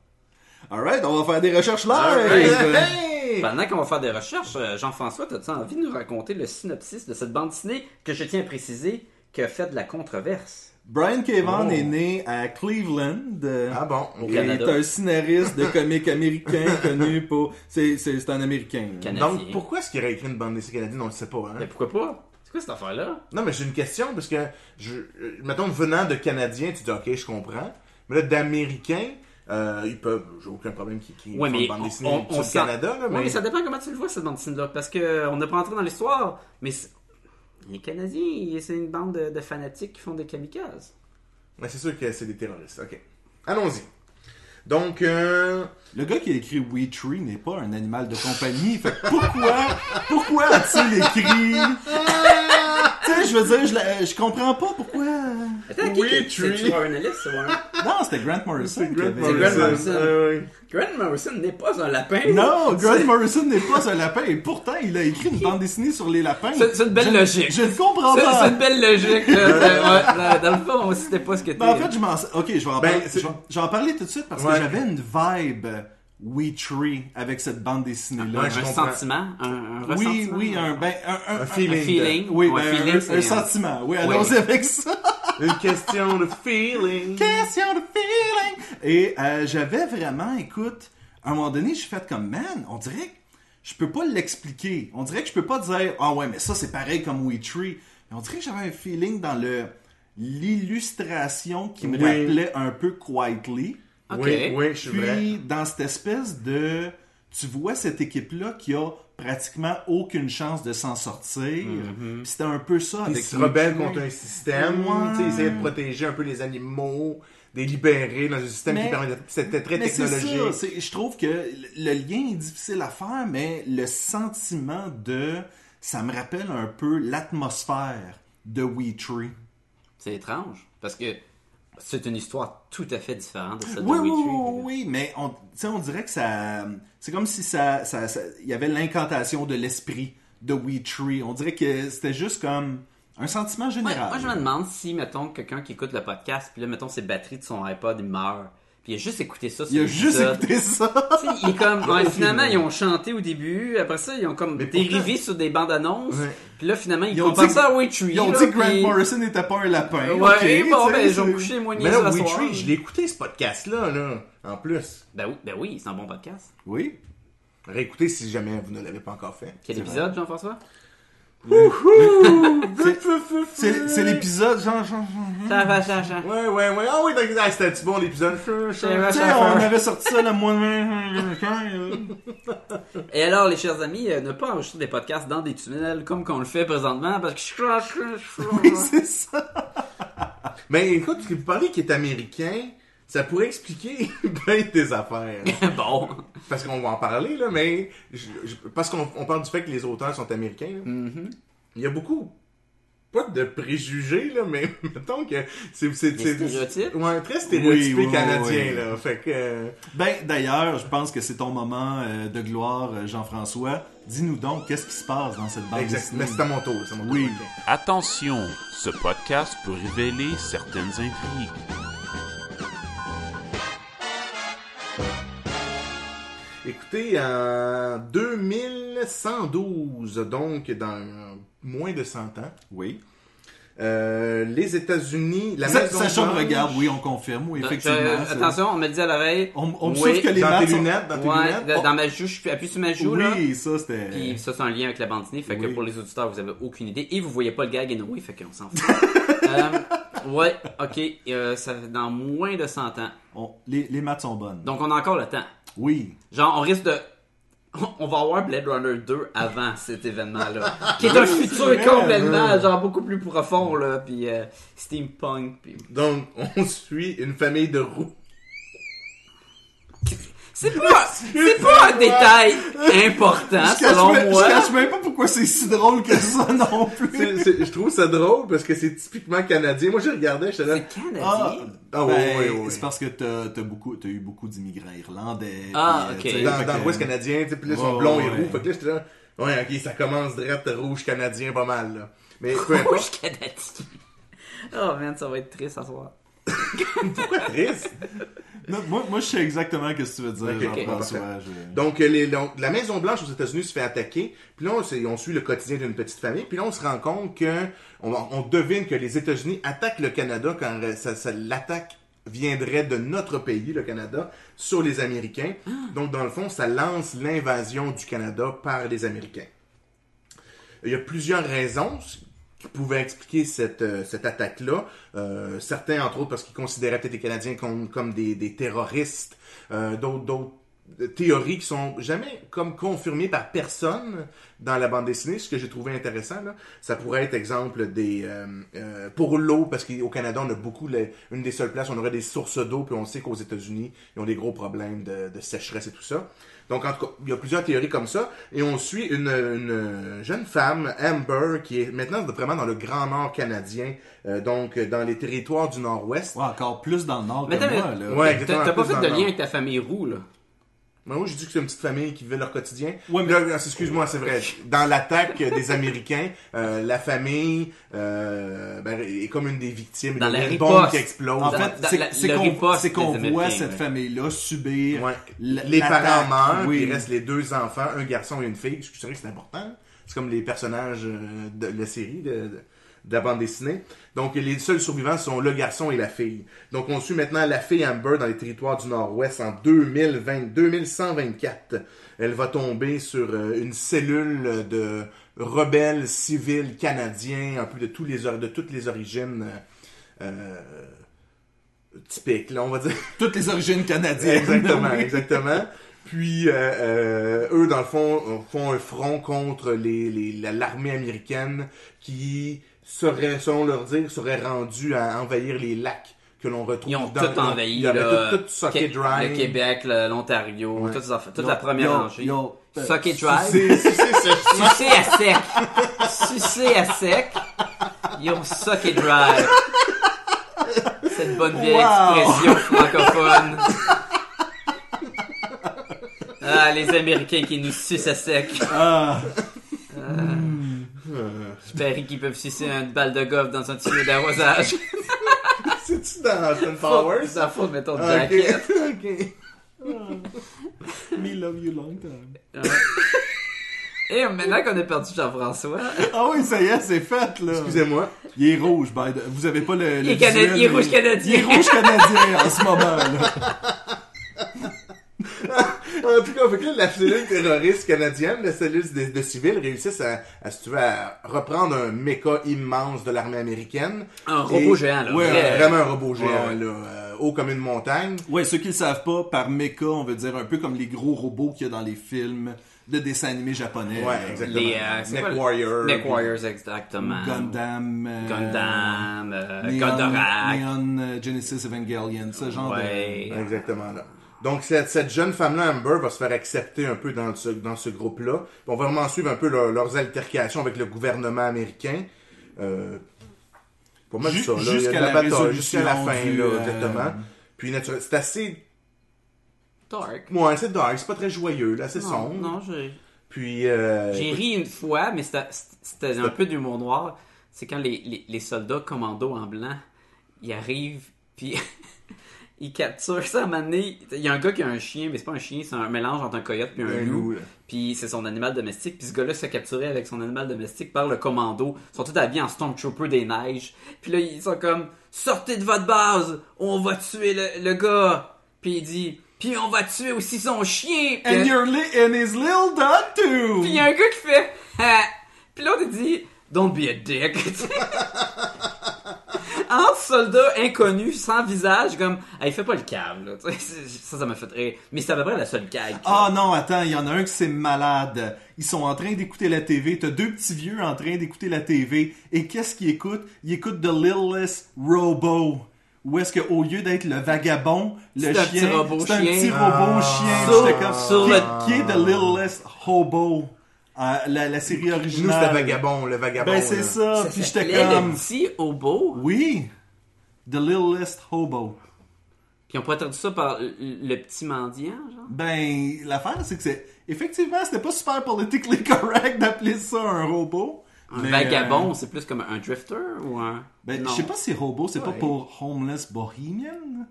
[SPEAKER 1] Alright, on va faire des recherches
[SPEAKER 2] Hey,
[SPEAKER 1] live!
[SPEAKER 2] hey!
[SPEAKER 3] Pendant qu'on va faire des recherches, euh, Jean-François, as-tu envie de nous raconter le synopsis de cette bande dessinée que je tiens à préciser qui a fait de la controverse?
[SPEAKER 1] [laughs] Brian Cavan
[SPEAKER 2] Oh.
[SPEAKER 1] est né à Cleveland. euh,
[SPEAKER 2] Ah bon,
[SPEAKER 1] Il
[SPEAKER 2] ok.
[SPEAKER 1] est
[SPEAKER 3] Canada.
[SPEAKER 1] un scénariste de comique
[SPEAKER 2] [laughs]
[SPEAKER 1] américain connu pour. C'est c'est- c'est un américain. là.
[SPEAKER 3] Canadien.
[SPEAKER 2] Donc, pourquoi est-ce qu'il aurait écrit une bande dessinée canadienne, on le sait pas, hein?
[SPEAKER 3] Mais Ben, pourquoi pas? C'est quoi cette affaire-là?
[SPEAKER 2] Non, mais j'ai une question, parce que, je, euh, mettons, venant de Canadiens, tu dis, ok, je comprends. Mais là, d'Américains, euh, ils peuvent, j'ai aucun problème qui, qui
[SPEAKER 3] Ouais,
[SPEAKER 2] font
[SPEAKER 3] mais
[SPEAKER 2] une bande
[SPEAKER 3] on-
[SPEAKER 2] dessinée
[SPEAKER 3] on-
[SPEAKER 2] sur
[SPEAKER 3] on
[SPEAKER 2] le
[SPEAKER 3] sent-
[SPEAKER 2] Canada, là,
[SPEAKER 3] Oui,
[SPEAKER 2] mais...
[SPEAKER 3] mais... ça dépend comment tu le vois, cette bande dessinée-là. Parce qu'on n'a pas entré dans l'histoire, mais c'est- les Canadiens, ils- c'est une bande de, de fanatiques qui font des kamikazes.
[SPEAKER 2] mais c'est sûr que c'est des terroristes, ok. Allons-y. Donc, euh,
[SPEAKER 1] Le gars qui a écrit We Tree n'est pas un animal de compagnie. Fait que pourquoi, pourquoi a-t-il écrit Tu sais, je veux dire, je, la- je comprends pas pourquoi.
[SPEAKER 3] Attends, qui-
[SPEAKER 2] Oui,
[SPEAKER 3] qui-
[SPEAKER 2] Tree.
[SPEAKER 3] c'est-tu Warren Ellis, c'est Warren-
[SPEAKER 1] Non, c'était Grant Morrison. qui avait-
[SPEAKER 3] Morrison. Grant
[SPEAKER 2] Ouais, ouais.
[SPEAKER 3] Grant Morrison n'est pas un lapin.
[SPEAKER 1] Non, Grant
[SPEAKER 3] C'est-
[SPEAKER 1] Morrison n'est pas un lapin et pourtant il a écrit une bande dessinée sur les lapins.
[SPEAKER 3] C'est c'est une belle logique.
[SPEAKER 1] Je ne comprends
[SPEAKER 3] C'est c'est
[SPEAKER 1] pas.
[SPEAKER 3] une belle logique. là. C'est- ouais, dans, dans le fond, c'était pas ce que t'es.
[SPEAKER 1] Ben, en fait, je m'en. Ok, je vais en,
[SPEAKER 2] Ben,
[SPEAKER 1] parler-
[SPEAKER 2] c'est-
[SPEAKER 1] je vais- je vais en parler tout de suite parce que
[SPEAKER 2] Ouais.
[SPEAKER 1] j'avais une vibe We Tree avec cette bande dessinée-là.
[SPEAKER 2] Ouais, je
[SPEAKER 3] un
[SPEAKER 2] comprends.
[SPEAKER 3] sentiment, un, un
[SPEAKER 1] oui,
[SPEAKER 3] ressentiment,
[SPEAKER 1] oui, un, ben, un, un-
[SPEAKER 2] Un
[SPEAKER 3] un
[SPEAKER 2] feeling.
[SPEAKER 3] feeling.
[SPEAKER 1] Oui,
[SPEAKER 3] un
[SPEAKER 1] ben, un-
[SPEAKER 3] feeling, c'est
[SPEAKER 1] un, sentiment. Oui, allons-y
[SPEAKER 3] Oui.
[SPEAKER 1] avec ça. [laughs]
[SPEAKER 2] Une question de feeling.
[SPEAKER 1] Question de feeling. Et euh, j'avais vraiment, écoute, à un moment donné, je suis fait comme man, on dirait que je peux pas l'expliquer. On dirait que je peux pas dire ah ouais, mais ça c'est pareil comme We Tree. Mais on dirait que j'avais un feeling dans le l'illustration qui me
[SPEAKER 2] Oui.
[SPEAKER 1] rappelait un peu Quietly.
[SPEAKER 3] Ok.
[SPEAKER 2] Oui, oui, je suis
[SPEAKER 1] Puis
[SPEAKER 2] vrai.
[SPEAKER 1] dans cette espèce de tu vois cette équipe là qui a pratiquement aucune chance de s'en sortir. Puis C'était un peu ça
[SPEAKER 2] Mm-hmm. Ils
[SPEAKER 1] avec
[SPEAKER 2] se
[SPEAKER 1] We
[SPEAKER 2] rebellent
[SPEAKER 1] Tree.
[SPEAKER 2] contre un système,
[SPEAKER 1] Ouais.
[SPEAKER 2] tu sais, ils essaient de protéger un peu les animaux, des libérer dans un système
[SPEAKER 1] Mais-
[SPEAKER 2] qui permet de... C'était très
[SPEAKER 1] Mais c'est ça,
[SPEAKER 2] technologique.
[SPEAKER 1] c'est- je trouve que le- le lien est difficile à faire, mais le sentiment de. Ça me rappelle un peu l'atmosphère de We Tree.
[SPEAKER 3] C'est étrange. Parce que c'est une histoire tout à fait différente de celle
[SPEAKER 1] Oui,
[SPEAKER 3] de
[SPEAKER 1] oui,
[SPEAKER 3] Witcher.
[SPEAKER 1] oui, oui, mais on, tu sais, on dirait que ça. C'est comme si ça. ça- ça- Il y avait l'incantation de l'esprit de We Tree. On dirait que c'était juste comme un sentiment
[SPEAKER 3] Ouais,
[SPEAKER 1] général.
[SPEAKER 3] moi, je me demande si, mettons, quelqu'un qui écoute le podcast, puis là, mettons, ses batteries de son iPod, il meurt. Puis il a juste écouté ça.
[SPEAKER 1] Il a
[SPEAKER 3] cet
[SPEAKER 1] juste
[SPEAKER 3] épisode.
[SPEAKER 1] écouté ça.
[SPEAKER 3] Tu sais, il est
[SPEAKER 1] [laughs]
[SPEAKER 3] comme, ouais, finalement, ils ont chanté au début, après ça, ils ont comme
[SPEAKER 2] Mais
[SPEAKER 3] dérivé
[SPEAKER 2] pourtant-
[SPEAKER 3] sur des bandes annonces,
[SPEAKER 2] Ouais.
[SPEAKER 3] puis là, finalement, ils,
[SPEAKER 1] Ils ont
[SPEAKER 3] ont
[SPEAKER 1] dit-
[SPEAKER 3] ça à Witchery.
[SPEAKER 1] Ils ont
[SPEAKER 3] là,
[SPEAKER 1] dit que Grant
[SPEAKER 3] puis-
[SPEAKER 1] Morrison n'était pas un lapin.
[SPEAKER 3] Ouais,
[SPEAKER 1] ok,
[SPEAKER 3] et bon,
[SPEAKER 1] tu sais,
[SPEAKER 3] ben, ils ont
[SPEAKER 1] c'est-
[SPEAKER 3] couché moins
[SPEAKER 2] Mais là,
[SPEAKER 3] la
[SPEAKER 2] We
[SPEAKER 3] soirée.
[SPEAKER 2] Tree, je l'ai écouté, ce podcast-là, là, en plus.
[SPEAKER 3] Ben oui, ben oui, c'est un bon podcast.
[SPEAKER 1] Oui.
[SPEAKER 2] Réécoutez si jamais vous ne l'avez pas encore fait.
[SPEAKER 3] Quel épisode, Jean-François?
[SPEAKER 1] C'est c'est l'épisode. Genre, genre, genre,
[SPEAKER 3] Ça va, ça va.
[SPEAKER 2] Ouais, ouais, ouais. Ah oui, donc, ah, c'était-tu bon, l'épisode?
[SPEAKER 3] va.
[SPEAKER 1] Tu sais, on avait sorti ça le mois de mai. quand, euh,
[SPEAKER 3] Et alors, les chers amis, euh, ne pas enregistrer des podcasts dans des tunnels comme qu'on le fait présentement, parce que
[SPEAKER 1] Oui,
[SPEAKER 2] [laughs]
[SPEAKER 1] c'est ça.
[SPEAKER 2] Mais écoute, vous parlez qu'il est américain, ça pourrait expliquer [laughs] ben des affaires.
[SPEAKER 3] [laughs] bon.
[SPEAKER 2] Parce qu'on va en parler, là, mais. je- je- parce qu'on on parle du fait que les auteurs sont américains. là.
[SPEAKER 1] Mm. Mhm.
[SPEAKER 2] Il y a beaucoup. Pas de préjugés, là, mais [laughs] mettons que. C'est. c'est- c'est-
[SPEAKER 3] stéréotypes?
[SPEAKER 2] Ouais, très stéréotypé
[SPEAKER 1] Oui, oui,
[SPEAKER 2] canadien,
[SPEAKER 1] oui.
[SPEAKER 2] là. Fait que. euh,
[SPEAKER 1] Ben, d'ailleurs, je pense que c'est ton moment euh, de gloire, euh, Jean-François. Dis-nous donc, qu'est-ce qui se passe dans cette bande
[SPEAKER 2] exact.
[SPEAKER 1] dessinée?
[SPEAKER 2] Mais c'est à mon tour, c'est à mon tour.
[SPEAKER 1] Ah, Oui.
[SPEAKER 2] ok.
[SPEAKER 5] Attention, ce podcast peut révéler certaines intrigues.
[SPEAKER 2] adapté en 2112, donc dans moins de 100 ans.
[SPEAKER 1] Oui.
[SPEAKER 2] Euh, les États-Unis, la
[SPEAKER 1] Sa-
[SPEAKER 2] Maison
[SPEAKER 1] Sacha me
[SPEAKER 2] Blanche-
[SPEAKER 1] regarde, oui, on confirme, oui,
[SPEAKER 3] Donc,
[SPEAKER 1] effectivement.
[SPEAKER 3] euh,
[SPEAKER 1] c'est-
[SPEAKER 3] attention, on me dit à l'oreille.
[SPEAKER 1] On, on me
[SPEAKER 3] oui,
[SPEAKER 1] souffle que les
[SPEAKER 2] dans
[SPEAKER 1] maths
[SPEAKER 2] tes
[SPEAKER 1] sont-
[SPEAKER 2] lunettes, dans tes
[SPEAKER 3] ouais,
[SPEAKER 2] lunettes.
[SPEAKER 3] dans-
[SPEAKER 2] Oh,
[SPEAKER 3] dans ma joue, je appuie sur ma joue, là.
[SPEAKER 1] Oui, ça, c'était...
[SPEAKER 3] Puis ça, c'est en lien avec la bande dessinée. Fait que
[SPEAKER 1] Oui.
[SPEAKER 3] pour les auditeurs, vous avez aucune idée. Et vous voyez pas le gag et oui, fait qu'on s'en fout. Euh, ouais, ok. euh, ça fait dans moins de 100 ans.
[SPEAKER 1] on- les, les maths sont bonnes.
[SPEAKER 3] Donc on a encore le temps.
[SPEAKER 1] oui.
[SPEAKER 3] Genre, on risque de. [laughs] On va avoir Blade Runner 2 avant cet événement-là. qui est un futur
[SPEAKER 1] vrai,
[SPEAKER 3] complètement, genre, beaucoup plus profond, là. Puis euh, steampunk. Puis...
[SPEAKER 2] Donc, [laughs] on suit une famille de roux. [laughs]
[SPEAKER 3] [laughs] C'est pas, c'est pas un détail important,
[SPEAKER 1] Je cache
[SPEAKER 3] hein, selon
[SPEAKER 1] même-
[SPEAKER 3] moi.
[SPEAKER 1] je cache même pas pourquoi c'est si drôle que ça [laughs] non plus.
[SPEAKER 2] C'est- c'est- je trouve ça drôle parce que c'est typiquement canadien. Moi, je regardais, j'étais là.
[SPEAKER 3] C'est canadien.
[SPEAKER 1] Ah,
[SPEAKER 2] Ah,
[SPEAKER 1] ben,
[SPEAKER 2] ouais, ouais, ouais.
[SPEAKER 1] C'est parce que t'as as beaucoup, t'as eu beaucoup d'immigrants irlandais.
[SPEAKER 3] Ah,
[SPEAKER 1] puis,
[SPEAKER 3] ok.
[SPEAKER 1] euh, tu sais, fait
[SPEAKER 2] Dans, dans
[SPEAKER 1] que-
[SPEAKER 2] l'Ouest canadien, tu sais, puis là, ils
[SPEAKER 1] Ouais,
[SPEAKER 2] sont blonds et
[SPEAKER 1] ouais.
[SPEAKER 2] roux. Fait que là, j'étais là. Ouais, ok, ça commence direct rouge canadien, pas mal, là.
[SPEAKER 1] [laughs]
[SPEAKER 2] Mais peu
[SPEAKER 3] Rouge
[SPEAKER 2] importe.
[SPEAKER 3] canadien. Oh man, ça va être triste à soir.
[SPEAKER 2] Pourquoi triste?
[SPEAKER 1] Non, moi, moi, je sais exactement ce que tu veux dire,
[SPEAKER 2] Ok, ok,
[SPEAKER 1] Jean-François. je-
[SPEAKER 2] Donc, euh, les- donc, la Maison Blanche aux États-Unis se fait attaquer. Puis là, on, s'est- on suit le quotidien d'une petite famille. Puis là, on se rend compte que on, va- on devine que les États-Unis attaquent le Canada quand euh, ça, ça- l'attaque viendrait de notre pays, le Canada, sur les Américains. Donc, dans le fond, ça lance l'invasion du Canada par les Américains. Il y a plusieurs raisons qui pouvaient expliquer cette, euh, cette attaque-là. Euh, certains, entre autres, parce qu'ils considéraient peut-être les Canadiens comme, comme des, des terroristes. Euh, d'autres, d'autres euh, théories qui sont jamais comme confirmées par personne dans la bande dessinée. Ce que j'ai trouvé intéressant, là, ça pourrait être exemple des euh, euh, pour l'eau, parce qu'au Canada, on a beaucoup, les- une des seules places, on aurait des sources d'eau, puis on sait qu'aux États-Unis, ils ont des gros problèmes de, de sécheresse et tout ça. Donc, en tout cas, il y a plusieurs théories comme ça. Et on suit une, une jeune femme, Amber, qui est maintenant vraiment dans le grand nord canadien, euh, donc euh, dans les territoires du nord-ouest.
[SPEAKER 1] Ouais, encore plus dans le nord
[SPEAKER 3] Mais
[SPEAKER 1] que
[SPEAKER 3] t'as-
[SPEAKER 1] moi, là.
[SPEAKER 2] Ouais,
[SPEAKER 3] T'as t'as pas fait de
[SPEAKER 2] exactement.
[SPEAKER 3] lien avec ta famille roux, là.
[SPEAKER 2] Moi, moi, je dis que c'est une petite famille qui vit leur quotidien.
[SPEAKER 1] Ouais, mais-
[SPEAKER 2] Là, excuse-moi, c'est vrai. Dans l'attaque [laughs] des Américains, euh, la famille euh, ben, est comme une des victimes.
[SPEAKER 3] Dans
[SPEAKER 2] Il y a
[SPEAKER 3] la
[SPEAKER 2] une
[SPEAKER 3] riposte.
[SPEAKER 2] bombe qui explose.
[SPEAKER 1] En
[SPEAKER 3] Dans-
[SPEAKER 1] fait,
[SPEAKER 3] dans-
[SPEAKER 1] c'est-
[SPEAKER 3] la-
[SPEAKER 1] c'est
[SPEAKER 3] le
[SPEAKER 1] qu'on
[SPEAKER 3] riposte
[SPEAKER 1] c'est qu'on
[SPEAKER 3] des
[SPEAKER 1] voit
[SPEAKER 3] Américains,
[SPEAKER 1] cette
[SPEAKER 3] ouais.
[SPEAKER 1] famille-là subir
[SPEAKER 2] Ouais.
[SPEAKER 1] l-
[SPEAKER 2] les parents
[SPEAKER 1] l'attaque.
[SPEAKER 2] meurent,
[SPEAKER 1] Oui.
[SPEAKER 2] puis il reste les deux enfants, un garçon et une fille. Je suis sûr que c'est important. C'est comme les personnages euh, de la série, de, de- de la bande dessinée. Donc, les seuls survivants sont le garçon et la fille. Donc, on suit maintenant la fille Amber dans les territoires du Nord-Ouest en 2020, 2124. Elle va tomber sur euh, une cellule de rebelles civils canadiens, un peu de, tous les, or- de toutes les origines euh, euh, typiques, là, on va dire.
[SPEAKER 1] Toutes les origines canadiennes.
[SPEAKER 2] Exactement,
[SPEAKER 1] Oui.
[SPEAKER 2] exactement. Puis, euh, euh, eux, dans le fond, euh, font un front contre les, les- la- l'armée américaine qui serait, selon leur dire, serait rendue à envahir les lacs que l'on retrouve
[SPEAKER 3] Ils ont
[SPEAKER 2] dans
[SPEAKER 3] tout envahi,
[SPEAKER 2] Ils avaient
[SPEAKER 3] là.
[SPEAKER 2] tout, tout socké
[SPEAKER 3] Qué-
[SPEAKER 2] dry.
[SPEAKER 3] Le Québec, le- l'Ontario, toutes ces affaires- toute
[SPEAKER 2] Yo,
[SPEAKER 3] la première
[SPEAKER 1] yo,
[SPEAKER 3] rangée.
[SPEAKER 1] yo, euh,
[SPEAKER 3] Socket Drive.
[SPEAKER 2] C'est, c'est, c'est,
[SPEAKER 3] [laughs]
[SPEAKER 2] c'est-
[SPEAKER 3] Sucé à sec. Sucé à sec. Ils ont Socket Drive. Cette bonne vieille
[SPEAKER 1] Wow.
[SPEAKER 3] expression francophone. Ah, les Américains qui nous sucent à sec.
[SPEAKER 2] [laughs]
[SPEAKER 1] Ah,
[SPEAKER 3] Je parie qu'ils peuvent sucer une balle de golf dans un tuyau d'arrosage.
[SPEAKER 2] c'est-tu dans Austin Powers?
[SPEAKER 3] Ça faut mettons, de
[SPEAKER 2] Ah,
[SPEAKER 3] jacket.
[SPEAKER 2] ok. [laughs] ok.
[SPEAKER 1] me love you long time.
[SPEAKER 3] Et Eh, maintenant qu'on a perdu Jean-François,
[SPEAKER 1] [laughs] Ah oui, ça y est, c'est fait, là.
[SPEAKER 2] Excusez-moi.
[SPEAKER 1] Il est rouge, Biden. Vous avez pas le.
[SPEAKER 3] il
[SPEAKER 1] le
[SPEAKER 3] est, cana-
[SPEAKER 1] visuel,
[SPEAKER 3] il est
[SPEAKER 1] mais-
[SPEAKER 3] rouge
[SPEAKER 1] Il est
[SPEAKER 3] canadien.
[SPEAKER 1] rouge canadien en ce moment, là.
[SPEAKER 2] En tout cas, fait que là, la cellule terroriste canadienne, la cellule de, de civils, réussissent à, à, si tu veux, à reprendre un méca immense de l'armée américaine.
[SPEAKER 3] Un robot géant, là.
[SPEAKER 2] Ouais,
[SPEAKER 3] Vrai.
[SPEAKER 2] vraiment un robot géant,
[SPEAKER 1] Ouais, ouais.
[SPEAKER 2] là, euh, haut comme une montagne.
[SPEAKER 1] Ouais, ceux qui le savent pas, par mecha, on veut dire un peu comme les gros robots qu'il y a dans les films de dessins animés japonais.
[SPEAKER 2] Ouais,
[SPEAKER 1] Euh,
[SPEAKER 2] exactement.
[SPEAKER 3] Les, euh, c'est quoi le-
[SPEAKER 2] Neck Warrior.
[SPEAKER 3] Neck Warriors, exactement.
[SPEAKER 1] Gundam. euh,
[SPEAKER 3] Gundam, euh,
[SPEAKER 1] Neon-
[SPEAKER 3] Goldorak.
[SPEAKER 1] Neon euh, Genesis Evangelion, ce genre
[SPEAKER 3] Ouais.
[SPEAKER 2] Ouais, Exactement, là. Donc, cette, cette jeune femme-là, Amber, va se faire accepter un peu dans ce, dans ce groupe-là. Puis On va vraiment suivre un peu leur- leurs altercations avec le gouvernement américain. Euh, pour moi,
[SPEAKER 1] Ju-
[SPEAKER 2] c'est ça, là. Il y a de
[SPEAKER 1] jusqu'à la
[SPEAKER 2] bataille,
[SPEAKER 1] résolution
[SPEAKER 2] jusqu'à la fin,
[SPEAKER 1] du,
[SPEAKER 2] là,
[SPEAKER 1] euh,
[SPEAKER 2] exactement. Puis, naturellement, c'est assez
[SPEAKER 3] Dark.
[SPEAKER 2] Ouais, c'est dark, c'est pas très joyeux, là, c'est
[SPEAKER 3] Non,
[SPEAKER 2] sombre.
[SPEAKER 3] non, j'ai
[SPEAKER 2] Puis, euh,
[SPEAKER 3] j'ai ri une fois, mais c'était- c'était un peu d'humour noir. C'est quand les, les, les soldats commando en blanc, [laughs] ils arrivent, puis il capture ça à un moment donné. Il y a un gars qui a un chien, mais c'est pas un chien, c'est un mélange entre un coyote puis un,
[SPEAKER 2] Un
[SPEAKER 3] loup.
[SPEAKER 2] loup, là.
[SPEAKER 3] Puis c'est son animal domestique. Puis ce gars-là se fait capturer avec son animal domestique par le commando. Ils sont tous habillés en Stormtrooper des neiges. Puis là, ils sont comme Sortez de votre base, on va tuer le, le gars. Puis il dit Puis on va tuer aussi son chien. Puis-
[SPEAKER 1] And, your li- and his little dog too!
[SPEAKER 3] puis il y a un gars qui fait. Ah. Puis l'autre il dit Don't be a
[SPEAKER 1] [laughs]
[SPEAKER 3] dick. Tu sais. Entre soldats inconnus, sans visage, comme. Hey, fais pas le cave, là. Tu sais, c'est- Ça, ça m'a fait rire. Mais c'est à peu près la seule gag.
[SPEAKER 1] Ah non, attends, il y en a un qui c'est malade. Ils sont en train d'écouter la TV. T'as deux petits vieux en train d'écouter la TV. Et qu'est-ce qu'ils écoutent? Ils écoutent The Littlest Robo. Où est-ce qu'au lieu d'être le vagabond, le
[SPEAKER 3] C'est un
[SPEAKER 1] chien,
[SPEAKER 3] petit robot
[SPEAKER 1] c'est un
[SPEAKER 3] chien.
[SPEAKER 1] petit
[SPEAKER 2] Ah.
[SPEAKER 1] robot chien.
[SPEAKER 3] Sur-
[SPEAKER 1] J'étais comme,
[SPEAKER 3] sur
[SPEAKER 1] qui,
[SPEAKER 3] le-
[SPEAKER 1] qui est The Littlest Hobo? Euh, la, la série
[SPEAKER 2] Nous, c'était
[SPEAKER 1] originale.
[SPEAKER 2] Vagabond, le Vagabond.
[SPEAKER 1] Ben c'est
[SPEAKER 2] là.
[SPEAKER 1] ça.
[SPEAKER 3] Ça
[SPEAKER 1] Puis j'étais
[SPEAKER 3] s'appelait le
[SPEAKER 1] comme,
[SPEAKER 3] petit hobo.
[SPEAKER 1] oui, The Littlest Hobo.
[SPEAKER 3] Puis on pourrait traduire ça par le- le petit mendiant, genre.
[SPEAKER 1] Ben, l'affaire, c'est que c'est. Effectivement, c'était pas super politically [laughs] correct d'appeler ça un robot.
[SPEAKER 3] Un
[SPEAKER 1] mais,
[SPEAKER 3] vagabond,
[SPEAKER 1] euh,
[SPEAKER 3] c'est plus comme un drifter ou un.
[SPEAKER 1] ben,
[SPEAKER 3] Non.
[SPEAKER 1] je sais pas si robot, c'est pas
[SPEAKER 2] Ouais.
[SPEAKER 1] pour homeless bohemian.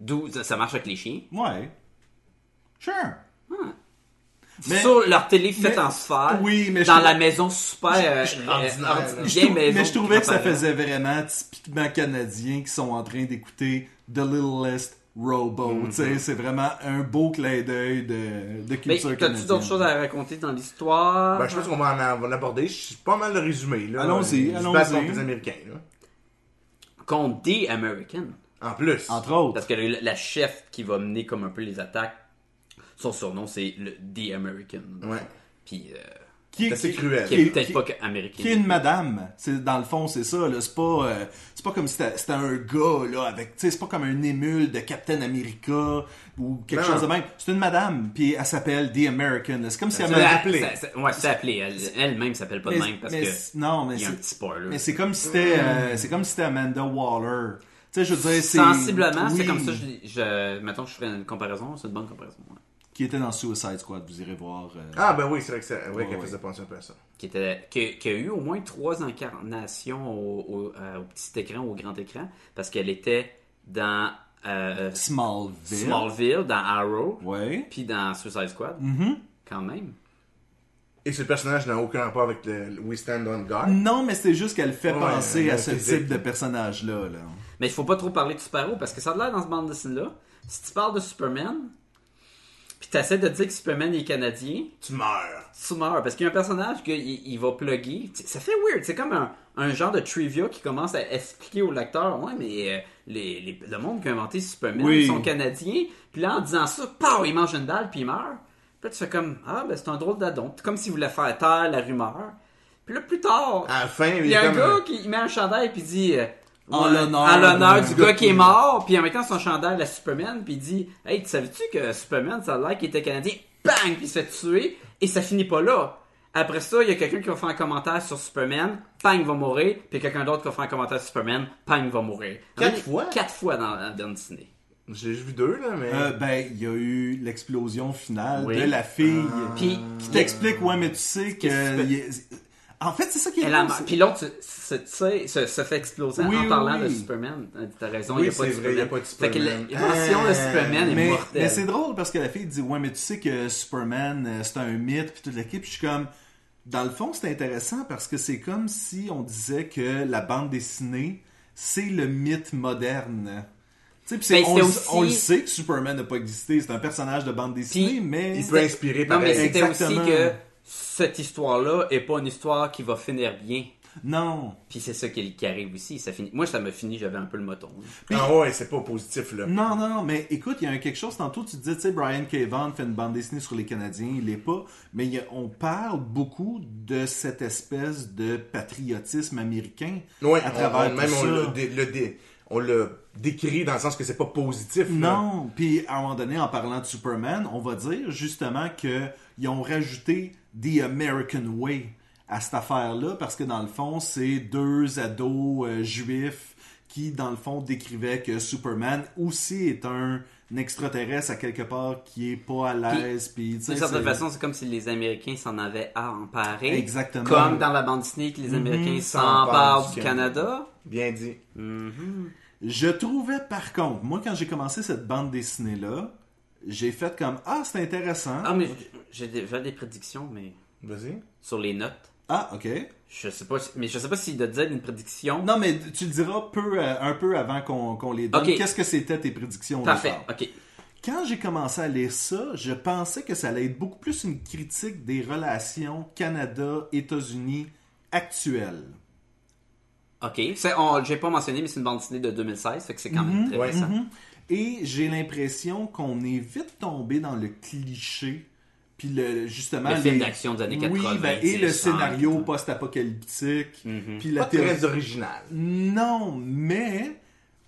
[SPEAKER 3] D'où ça, ça marche avec les chiens.
[SPEAKER 1] Ouais. Sure. Mais-
[SPEAKER 3] Sur leur télé faite
[SPEAKER 1] mais-
[SPEAKER 3] en sphère.
[SPEAKER 1] Oui, mais je
[SPEAKER 3] Dans
[SPEAKER 1] trouve-
[SPEAKER 3] la maison super.
[SPEAKER 1] [laughs]
[SPEAKER 3] euh, euh,
[SPEAKER 2] ordinaire,
[SPEAKER 3] ordi-
[SPEAKER 2] là.
[SPEAKER 1] Je
[SPEAKER 3] vieille
[SPEAKER 1] trou-
[SPEAKER 3] maison
[SPEAKER 1] mais je trouvais que ça
[SPEAKER 3] apparente.
[SPEAKER 1] faisait vraiment typiquement canadien qui sont en train d'écouter The Littlest Robo. Tu sais, c'est vraiment un beau clin d'œil de, de
[SPEAKER 3] Mhm. Mais
[SPEAKER 1] culture
[SPEAKER 3] Ben, t'as-tu
[SPEAKER 1] canadienne.
[SPEAKER 3] d'autres choses à raconter dans l'histoire?
[SPEAKER 2] Ben, je pense qu'on va en av- va l'aborder. Je suis pas mal le résumé. là. Euh,
[SPEAKER 1] Allons-y,
[SPEAKER 2] Ils se
[SPEAKER 1] allons-y.
[SPEAKER 2] battent contre les Américains. Là.
[SPEAKER 3] Contre des Americans.
[SPEAKER 2] En plus.
[SPEAKER 1] Entre autres.
[SPEAKER 3] Parce que le- la chef qui va mener comme un peu les attaques, son surnom c'est le The American.
[SPEAKER 2] Ouais.
[SPEAKER 3] Puis, euh,
[SPEAKER 1] Qui,
[SPEAKER 2] C'est assez
[SPEAKER 1] qui-
[SPEAKER 2] cruel.
[SPEAKER 3] qui
[SPEAKER 1] qui-
[SPEAKER 3] est peut-être
[SPEAKER 1] qui-
[SPEAKER 3] pas que- américain.
[SPEAKER 1] qui est une madame. C'est dans le fond, c'est ça. là. C'est pas, euh, c'est pas comme si c'était c'était un gars là avec, tu sais, c'est pas comme un émule de Captain America ou quelque
[SPEAKER 2] Non.
[SPEAKER 1] chose de même. C'est une madame, puis elle s'appelle The American. là. C'est comme si elle
[SPEAKER 3] Ça-
[SPEAKER 1] m'avait-
[SPEAKER 2] l'a appelé.
[SPEAKER 3] ça- ça- ouais, c'est appelé. Elle- Elle-même s'appelle pas de
[SPEAKER 1] Mais-
[SPEAKER 3] même parce
[SPEAKER 1] mais
[SPEAKER 3] que
[SPEAKER 1] c'est- non, mais
[SPEAKER 3] il y a un
[SPEAKER 1] c'est-
[SPEAKER 3] petit spoiler. Mm.
[SPEAKER 1] mais c'est comme si c'était, euh, c'est comme si c'était Amanda Waller. Tu sais, je veux dire, c'est
[SPEAKER 3] Sensiblement, c'est
[SPEAKER 1] oui,
[SPEAKER 3] comme ça. Je, je, mettons, que je ferais une comparaison. C'est une bonne comparaison. ouais.
[SPEAKER 1] Qui était dans Suicide Squad, vous irez voir. euh,
[SPEAKER 2] Ah, ben oui, c'est vrai que c'est vrai
[SPEAKER 1] Ouais,
[SPEAKER 2] qu'elle
[SPEAKER 1] ouais.
[SPEAKER 2] faisait penser un peu à ça.
[SPEAKER 3] qui, était, qui, qui a eu au moins trois incarnations au, au- euh, au petit écran, au grand écran, parce qu'elle était dans euh,
[SPEAKER 1] Smallville.
[SPEAKER 3] Smallville, dans Arrow,
[SPEAKER 1] Ouais.
[SPEAKER 3] puis dans Suicide Squad,
[SPEAKER 1] Mhm.
[SPEAKER 3] quand même.
[SPEAKER 2] Et ce personnage n'a aucun rapport avec le We Stand on Guard.
[SPEAKER 1] Non, mais c'est juste qu'elle fait
[SPEAKER 2] Ouais,
[SPEAKER 1] penser à
[SPEAKER 2] la
[SPEAKER 1] ce
[SPEAKER 2] physique.
[SPEAKER 1] type de personnage-là. Là.
[SPEAKER 3] Mais il faut pas trop parler de Super-Héros, parce que ça a l'air dans ce bande dessinée-là. Si tu parles de Superman, puis tu essaies de dire que Superman est canadien,
[SPEAKER 2] Tu meurs.
[SPEAKER 3] tu meurs, parce qu'il y a un personnage qu'il il va plugger. Tu sais, Ça fait weird, c'est comme un, un genre de trivia qui commence à expliquer au lecteur, ouais, mais euh, les, les- le monde qui a inventé Superman,
[SPEAKER 1] Oui.
[SPEAKER 3] ils sont canadiens, puis là, en disant ça, pow, il mange une dalle, puis il meurt. Puis là, tu fais comme, ah, ben c'est un drôle d'adon. Comme s'il voulait faire taire la rumeur. Puis là, plus tard,
[SPEAKER 2] À la fin,
[SPEAKER 3] il y a un
[SPEAKER 2] comme euh,
[SPEAKER 3] gars qui il met un chandail, puis il dit... euh,
[SPEAKER 1] En
[SPEAKER 3] ouais,
[SPEAKER 1] l'honneur
[SPEAKER 3] en l'honneur
[SPEAKER 1] de-
[SPEAKER 3] du gars qui est mort, puis en mettant son chandail à Superman, puis il dit Hey, tu savais-tu que Superman, ça a l'air qu'il était canadien Bang Puis il se fait tuer, et ça finit pas là. Après ça, il y a quelqu'un qui va faire un commentaire sur Superman, Bang va mourir, puis quelqu'un d'autre qui va faire un commentaire sur Superman, Bang va mourir.
[SPEAKER 2] Quatre
[SPEAKER 3] On est-
[SPEAKER 2] fois?
[SPEAKER 3] Quatre fois dans la bande dessinée.
[SPEAKER 2] J'ai vu deux, là, mais.
[SPEAKER 1] Euh, ben, il y a eu l'explosion finale
[SPEAKER 3] Oui. Ah.
[SPEAKER 1] de la fille.
[SPEAKER 3] Puis,
[SPEAKER 1] Qui t'explique, ouais, Euh, mais tu sais que.
[SPEAKER 3] Qu'est-ce que tu
[SPEAKER 1] il est- En fait, c'est ça qui est
[SPEAKER 3] elle a
[SPEAKER 1] drôle,
[SPEAKER 3] mar-
[SPEAKER 1] c'est-
[SPEAKER 3] Puis l'autre se, se, se- se- se fait exploser
[SPEAKER 1] Oui,
[SPEAKER 3] en
[SPEAKER 1] oui,
[SPEAKER 3] parlant
[SPEAKER 1] oui.
[SPEAKER 3] de Superman. Euh, T'as raison,
[SPEAKER 2] Oui,
[SPEAKER 3] il n'y a, pas de
[SPEAKER 2] c'est vrai, il y a pas de
[SPEAKER 3] Fait que la
[SPEAKER 2] Superman.
[SPEAKER 3] la mention de
[SPEAKER 2] Ah,
[SPEAKER 3] Superman est
[SPEAKER 1] mais,
[SPEAKER 3] mortelle.
[SPEAKER 1] mais c'est drôle parce que la fille dit ouais mais tu sais que Superman euh, c'est un mythe puis toute l'équipe je suis comme dans le fond c'est intéressant parce que c'est comme si on disait que la bande dessinée c'est le mythe moderne tu sais puis c'est-
[SPEAKER 3] Ben,
[SPEAKER 1] on,
[SPEAKER 3] c'est
[SPEAKER 1] le-
[SPEAKER 3] aussi-
[SPEAKER 1] on le sait que Superman n'a pas existé c'est un personnage de bande dessinée
[SPEAKER 3] Puis,
[SPEAKER 1] mais
[SPEAKER 2] il peut inspirer
[SPEAKER 3] Non,
[SPEAKER 2] par
[SPEAKER 3] mais
[SPEAKER 2] elle.
[SPEAKER 3] c'était aussi
[SPEAKER 1] Exactement.
[SPEAKER 3] que cette histoire-là est pas une histoire qui va finir bien.
[SPEAKER 1] non
[SPEAKER 3] Puis c'est ça qui, qui arrive aussi. Ça finit... Moi, ça m'a fini, j'avais un peu le moton.
[SPEAKER 2] Ah ouais, c'est pas positif, là.
[SPEAKER 1] Non, non, non, mais écoute, il y a un quelque chose. Tantôt, tu disais, tu sais, Brian K. Vaughan fait une bande dessinée sur les Canadiens, il l'est pas. Mais il y a- on parle beaucoup de cette espèce de patriotisme américain
[SPEAKER 2] Ouais,
[SPEAKER 1] à
[SPEAKER 2] on-
[SPEAKER 1] travers
[SPEAKER 2] on- même
[SPEAKER 1] tout
[SPEAKER 2] on
[SPEAKER 1] ça.
[SPEAKER 2] le, dé- le dé- on le décrit dans le sens que c'est pas positif. Là.
[SPEAKER 1] Non, puis à un moment donné, en parlant de Superman, on va dire justement que ils ont rajouté The American Way à cette affaire-là, parce que dans le fond, c'est deux ados euh, juifs qui, dans le fond, décrivaient que Superman aussi est un extraterrestre à quelque part qui est pas à l'aise. Puis, tu sais,
[SPEAKER 3] D'une certaine
[SPEAKER 1] c'est-
[SPEAKER 3] façon, c'est comme si les Américains s'en avaient à emparer.
[SPEAKER 1] Exactement. Mhm.
[SPEAKER 3] Comme dans la bande dessinée que les Américains
[SPEAKER 2] S'emparent
[SPEAKER 3] s'emparent
[SPEAKER 2] du
[SPEAKER 3] du Canada.
[SPEAKER 2] Bien dit.
[SPEAKER 1] Je trouvais par contre, moi quand j'ai commencé cette bande dessinée-là, j'ai fait comme Ah, c'est intéressant.
[SPEAKER 3] Ah, mais j- j'ai déjà des prédictions, mais
[SPEAKER 2] Vas-y.
[SPEAKER 3] sur les notes.
[SPEAKER 1] Ah, ok.
[SPEAKER 3] Je sais pas, si- mais je sais pas si de dire une prédiction.
[SPEAKER 1] Non, mais tu le diras peu, euh, un peu avant qu'on qu'on les donne.
[SPEAKER 3] Ok.
[SPEAKER 1] Qu'est-ce que c'était tes prédictions au
[SPEAKER 3] Parfait,
[SPEAKER 1] départ?
[SPEAKER 3] ok.
[SPEAKER 1] Quand j'ai commencé à lire ça, je pensais que ça allait être beaucoup plus une critique des relations Canada-États-Unis actuelles.
[SPEAKER 3] Ok. C'est- on- J'ai pas mentionné, mais c'est une bande dessinée de 2016, fait que c'est quand
[SPEAKER 1] Mhm.
[SPEAKER 3] même
[SPEAKER 1] Mm.
[SPEAKER 3] très
[SPEAKER 2] Ouais.
[SPEAKER 3] récent.
[SPEAKER 1] Et j'ai l'impression qu'on est vite tombé dans le cliché. Puis le, justement,
[SPEAKER 3] Le film
[SPEAKER 1] les-
[SPEAKER 3] d'action des années
[SPEAKER 1] Oui,
[SPEAKER 3] 90,
[SPEAKER 1] ben, et le
[SPEAKER 3] 100,
[SPEAKER 1] scénario
[SPEAKER 3] ouais.
[SPEAKER 1] post-apocalyptique.
[SPEAKER 3] Mhm.
[SPEAKER 1] Puis la
[SPEAKER 2] Pas
[SPEAKER 1] théorie.
[SPEAKER 2] très original.
[SPEAKER 1] Non, mais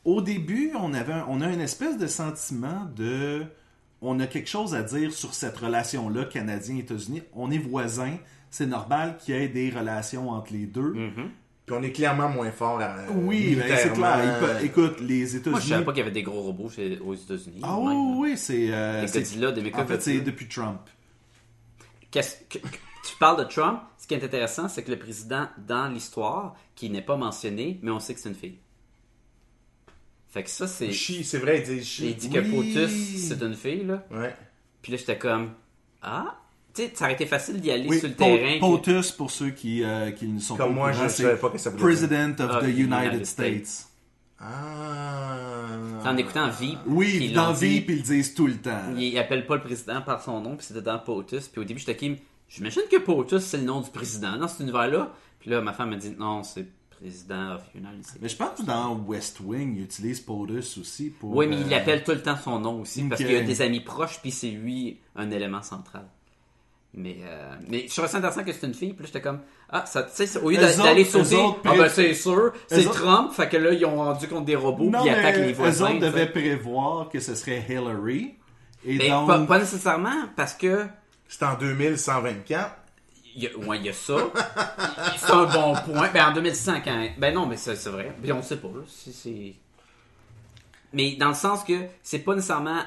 [SPEAKER 1] au début, on, avait un- on a une espèce de sentiment de. On a quelque chose à dire sur cette relation-là, Canadien-États-Unis. On est voisins. C'est normal qu'il y ait des relations entre les deux.
[SPEAKER 3] Mm-hmm.
[SPEAKER 2] Puis on est clairement moins fort. euh,
[SPEAKER 1] Oui, ben, c'est clair.
[SPEAKER 2] militairement.
[SPEAKER 1] Il peut- Écoute, les
[SPEAKER 3] Moi, je
[SPEAKER 1] États-Unis.
[SPEAKER 3] savais pas qu'il y avait des gros robots chez- aux États-Unis.
[SPEAKER 1] Ah
[SPEAKER 3] même.
[SPEAKER 1] oui, oui, c'est. euh,
[SPEAKER 3] Les
[SPEAKER 1] c'est-
[SPEAKER 3] Godzilla, des mecs
[SPEAKER 1] En fait, c'est
[SPEAKER 3] Godzilla.
[SPEAKER 1] depuis Trump.
[SPEAKER 3] Qu'est-ce que- que- tu parles de Trump. Ce qui est intéressant, c'est que le président dans l'histoire, qui n'est pas mentionné, mais on sait que c'est une fille. Fait que ça, c'est.
[SPEAKER 2] Chi, c'est vrai, ils disent chi.
[SPEAKER 3] Il dit que
[SPEAKER 1] Oui.
[SPEAKER 3] Potus, c'est une fille, là.
[SPEAKER 2] Ouais.
[SPEAKER 3] Puis là, j'étais comme. Ah! Tu sais, ça aurait été facile d'y aller
[SPEAKER 1] Oui,
[SPEAKER 3] sur le
[SPEAKER 1] Po-
[SPEAKER 3] terrain.
[SPEAKER 1] POTUS, pour ceux qui, euh, qui ne sont
[SPEAKER 2] Comme
[SPEAKER 1] pas
[SPEAKER 2] moi,
[SPEAKER 1] au
[SPEAKER 2] je
[SPEAKER 1] courant,
[SPEAKER 2] savais
[SPEAKER 1] c'est
[SPEAKER 2] pas que ça voulait dire.
[SPEAKER 1] President of
[SPEAKER 3] Ah,
[SPEAKER 1] the
[SPEAKER 3] United
[SPEAKER 1] United
[SPEAKER 3] States.
[SPEAKER 1] States.
[SPEAKER 2] Ah.
[SPEAKER 3] En écoutant Vie.
[SPEAKER 1] Oui,
[SPEAKER 3] puis
[SPEAKER 1] dans
[SPEAKER 3] l'ont
[SPEAKER 1] vie,
[SPEAKER 3] dit-
[SPEAKER 1] puis ils le disent tout le temps.
[SPEAKER 3] Il il appelle pas le président par son nom, puis c'est dedans POTUS. Puis au début, j'étais comme, j'imagine que POTUS, c'est le nom du président dans cet univers-là. Puis là, ma femme m'a dit, non, c'est président of United States.
[SPEAKER 1] Mais je pense que dans West Wing, ils utilisent POTUS aussi pour.
[SPEAKER 3] Oui, mais il
[SPEAKER 1] euh,
[SPEAKER 3] appelle tout le temps son nom aussi, parce
[SPEAKER 1] ok.
[SPEAKER 3] qu'il a des amis proches, puis c'est lui un élément central. Mais, euh, mais je trouvais ça intéressant que c'est une fille, puis là, j'étais comme, ah, ça, tu sais, ça- au lieu
[SPEAKER 1] Eux
[SPEAKER 3] d'a- d'aller
[SPEAKER 1] autres- eux
[SPEAKER 3] sauter,
[SPEAKER 1] autres
[SPEAKER 3] ah ben
[SPEAKER 1] pré-
[SPEAKER 3] c'est sûr, c'est
[SPEAKER 1] autres-
[SPEAKER 3] Trump, fait que là, ils ont rendu contre des robots,
[SPEAKER 1] Non,
[SPEAKER 3] puis ils
[SPEAKER 1] mais
[SPEAKER 3] attaquent les voisins.
[SPEAKER 1] Eux autres
[SPEAKER 3] tu sais.
[SPEAKER 1] devaient prévoir que ce serait Hillary. Et
[SPEAKER 3] Mais
[SPEAKER 1] donc.
[SPEAKER 3] Ben, pas, pas nécessairement, parce que,
[SPEAKER 2] C'est en 2124.
[SPEAKER 3] Il y a, ouais, il y a ça. c'est un bon point. Ben, en 2100, quand... Ben non, mais c'est c'est vrai. Ben, on sait pas, là, si c'est... Mais dans le sens que c'est pas nécessairement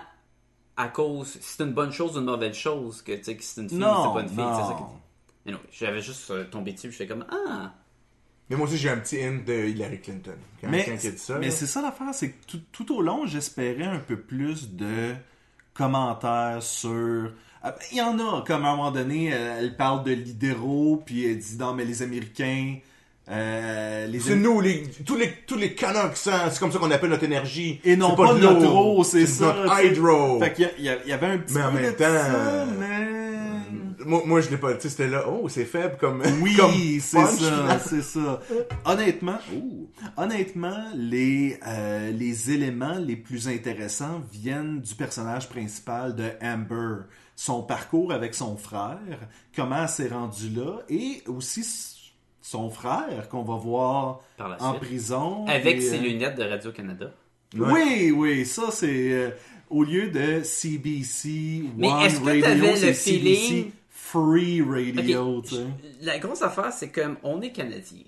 [SPEAKER 3] à cause... Si c'est une bonne chose ou une mauvaise chose que, tu sais, que c'est une fille ou c'est
[SPEAKER 1] non,
[SPEAKER 3] pas une fille.
[SPEAKER 1] non.
[SPEAKER 3] c'est ça que- Mais non, j'avais juste euh, tombé dessus, j'étais comme, ah...
[SPEAKER 2] Mais moi aussi, j'ai un petit hint de Hillary Clinton. Quand
[SPEAKER 1] Mais,
[SPEAKER 2] quelqu'un qui a dit ça.
[SPEAKER 1] mais
[SPEAKER 2] là.
[SPEAKER 1] c'est ça l'affaire, c'est que tout, tout au long, j'espérais un peu plus de commentaires sur. Ah, ben, Il y en a, comme à un moment donné, euh, elle parle de libéraux, puis elle dit non, mais les Américains. euh, les
[SPEAKER 2] C'est
[SPEAKER 1] Am-
[SPEAKER 2] nous, les, tous les, tous les Canucks, hein, c'est comme ça qu'on appelle notre énergie.
[SPEAKER 1] Et non
[SPEAKER 2] C'est
[SPEAKER 1] pas,
[SPEAKER 2] de
[SPEAKER 1] notre
[SPEAKER 2] l'eau,
[SPEAKER 1] eau, c'est ça.
[SPEAKER 2] Notre
[SPEAKER 1] tu sais.
[SPEAKER 2] hydro.
[SPEAKER 1] Fait qu'il y a- il y, a- il y avait un petit
[SPEAKER 2] Mais en
[SPEAKER 1] peu
[SPEAKER 2] même
[SPEAKER 1] de
[SPEAKER 2] temps,
[SPEAKER 1] ça,
[SPEAKER 2] euh,
[SPEAKER 1] mais.
[SPEAKER 2] Moi, moi, je l'ai pas, tu sais, c'était là, oh, c'est faible comme. [laughs] comme
[SPEAKER 1] Oui, c'est
[SPEAKER 2] punch,
[SPEAKER 1] ça,
[SPEAKER 2] là.
[SPEAKER 1] c'est ça. Honnêtement, ouh, honnêtement, les euh, les éléments les plus intéressants viennent du personnage principal de Amber, son parcours avec son frère, comment elle s'est rendue là, et aussi s- son frère qu'on va voir
[SPEAKER 3] Par la
[SPEAKER 1] en
[SPEAKER 3] suite.
[SPEAKER 1] prison
[SPEAKER 3] Avec
[SPEAKER 1] et,
[SPEAKER 3] ses
[SPEAKER 1] euh,
[SPEAKER 3] lunettes de Radio-Canada.
[SPEAKER 1] Oui, oui, ça c'est euh, au lieu de CBC
[SPEAKER 3] Mais
[SPEAKER 1] One
[SPEAKER 3] est-ce que
[SPEAKER 1] Radio,
[SPEAKER 3] t'avais
[SPEAKER 1] c'est
[SPEAKER 3] le
[SPEAKER 1] CBC
[SPEAKER 3] feeling-
[SPEAKER 1] Free Radio,
[SPEAKER 3] Ok,
[SPEAKER 1] tu sais.
[SPEAKER 3] je- La grosse affaire, c'est comme on est Canadien.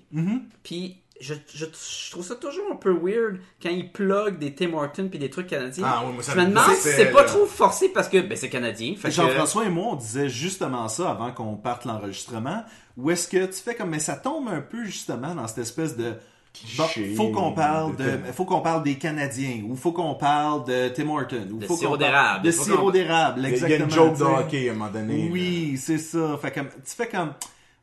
[SPEAKER 3] Puis je, je- je trouve ça toujours un peu weird quand ils pluguent des Tim Hortons puis des trucs canadiens.
[SPEAKER 2] Ah oui, moi, ça
[SPEAKER 3] je me
[SPEAKER 2] me
[SPEAKER 3] demande si
[SPEAKER 2] défait,
[SPEAKER 3] c'est pas
[SPEAKER 2] là.
[SPEAKER 3] trop forcé parce que ben, c'est canadien. Fait que-
[SPEAKER 1] Jean-François et moi, on disait justement ça avant qu'on parte l'enregistrement. Où est-ce que tu fais comme mais ça tombe un peu justement dans cette espèce de Bon,
[SPEAKER 2] Cliché
[SPEAKER 1] faut qu'on parle
[SPEAKER 2] de
[SPEAKER 1] de
[SPEAKER 2] Tim-
[SPEAKER 1] faut qu'on parle des Canadiens ou faut qu'on parle de Tim Horton ou
[SPEAKER 3] De
[SPEAKER 1] faut
[SPEAKER 3] sirop
[SPEAKER 1] qu'on parle-
[SPEAKER 3] d'érable.
[SPEAKER 1] de
[SPEAKER 3] Faut
[SPEAKER 1] sirop
[SPEAKER 3] qu'on-
[SPEAKER 1] d'érable
[SPEAKER 2] Il y a- il y a
[SPEAKER 1] exactement.
[SPEAKER 2] une joke de
[SPEAKER 1] tu sais.
[SPEAKER 2] hockey à un moment donné.
[SPEAKER 1] Oui, c'est ça. Fait comme, tu fais comme.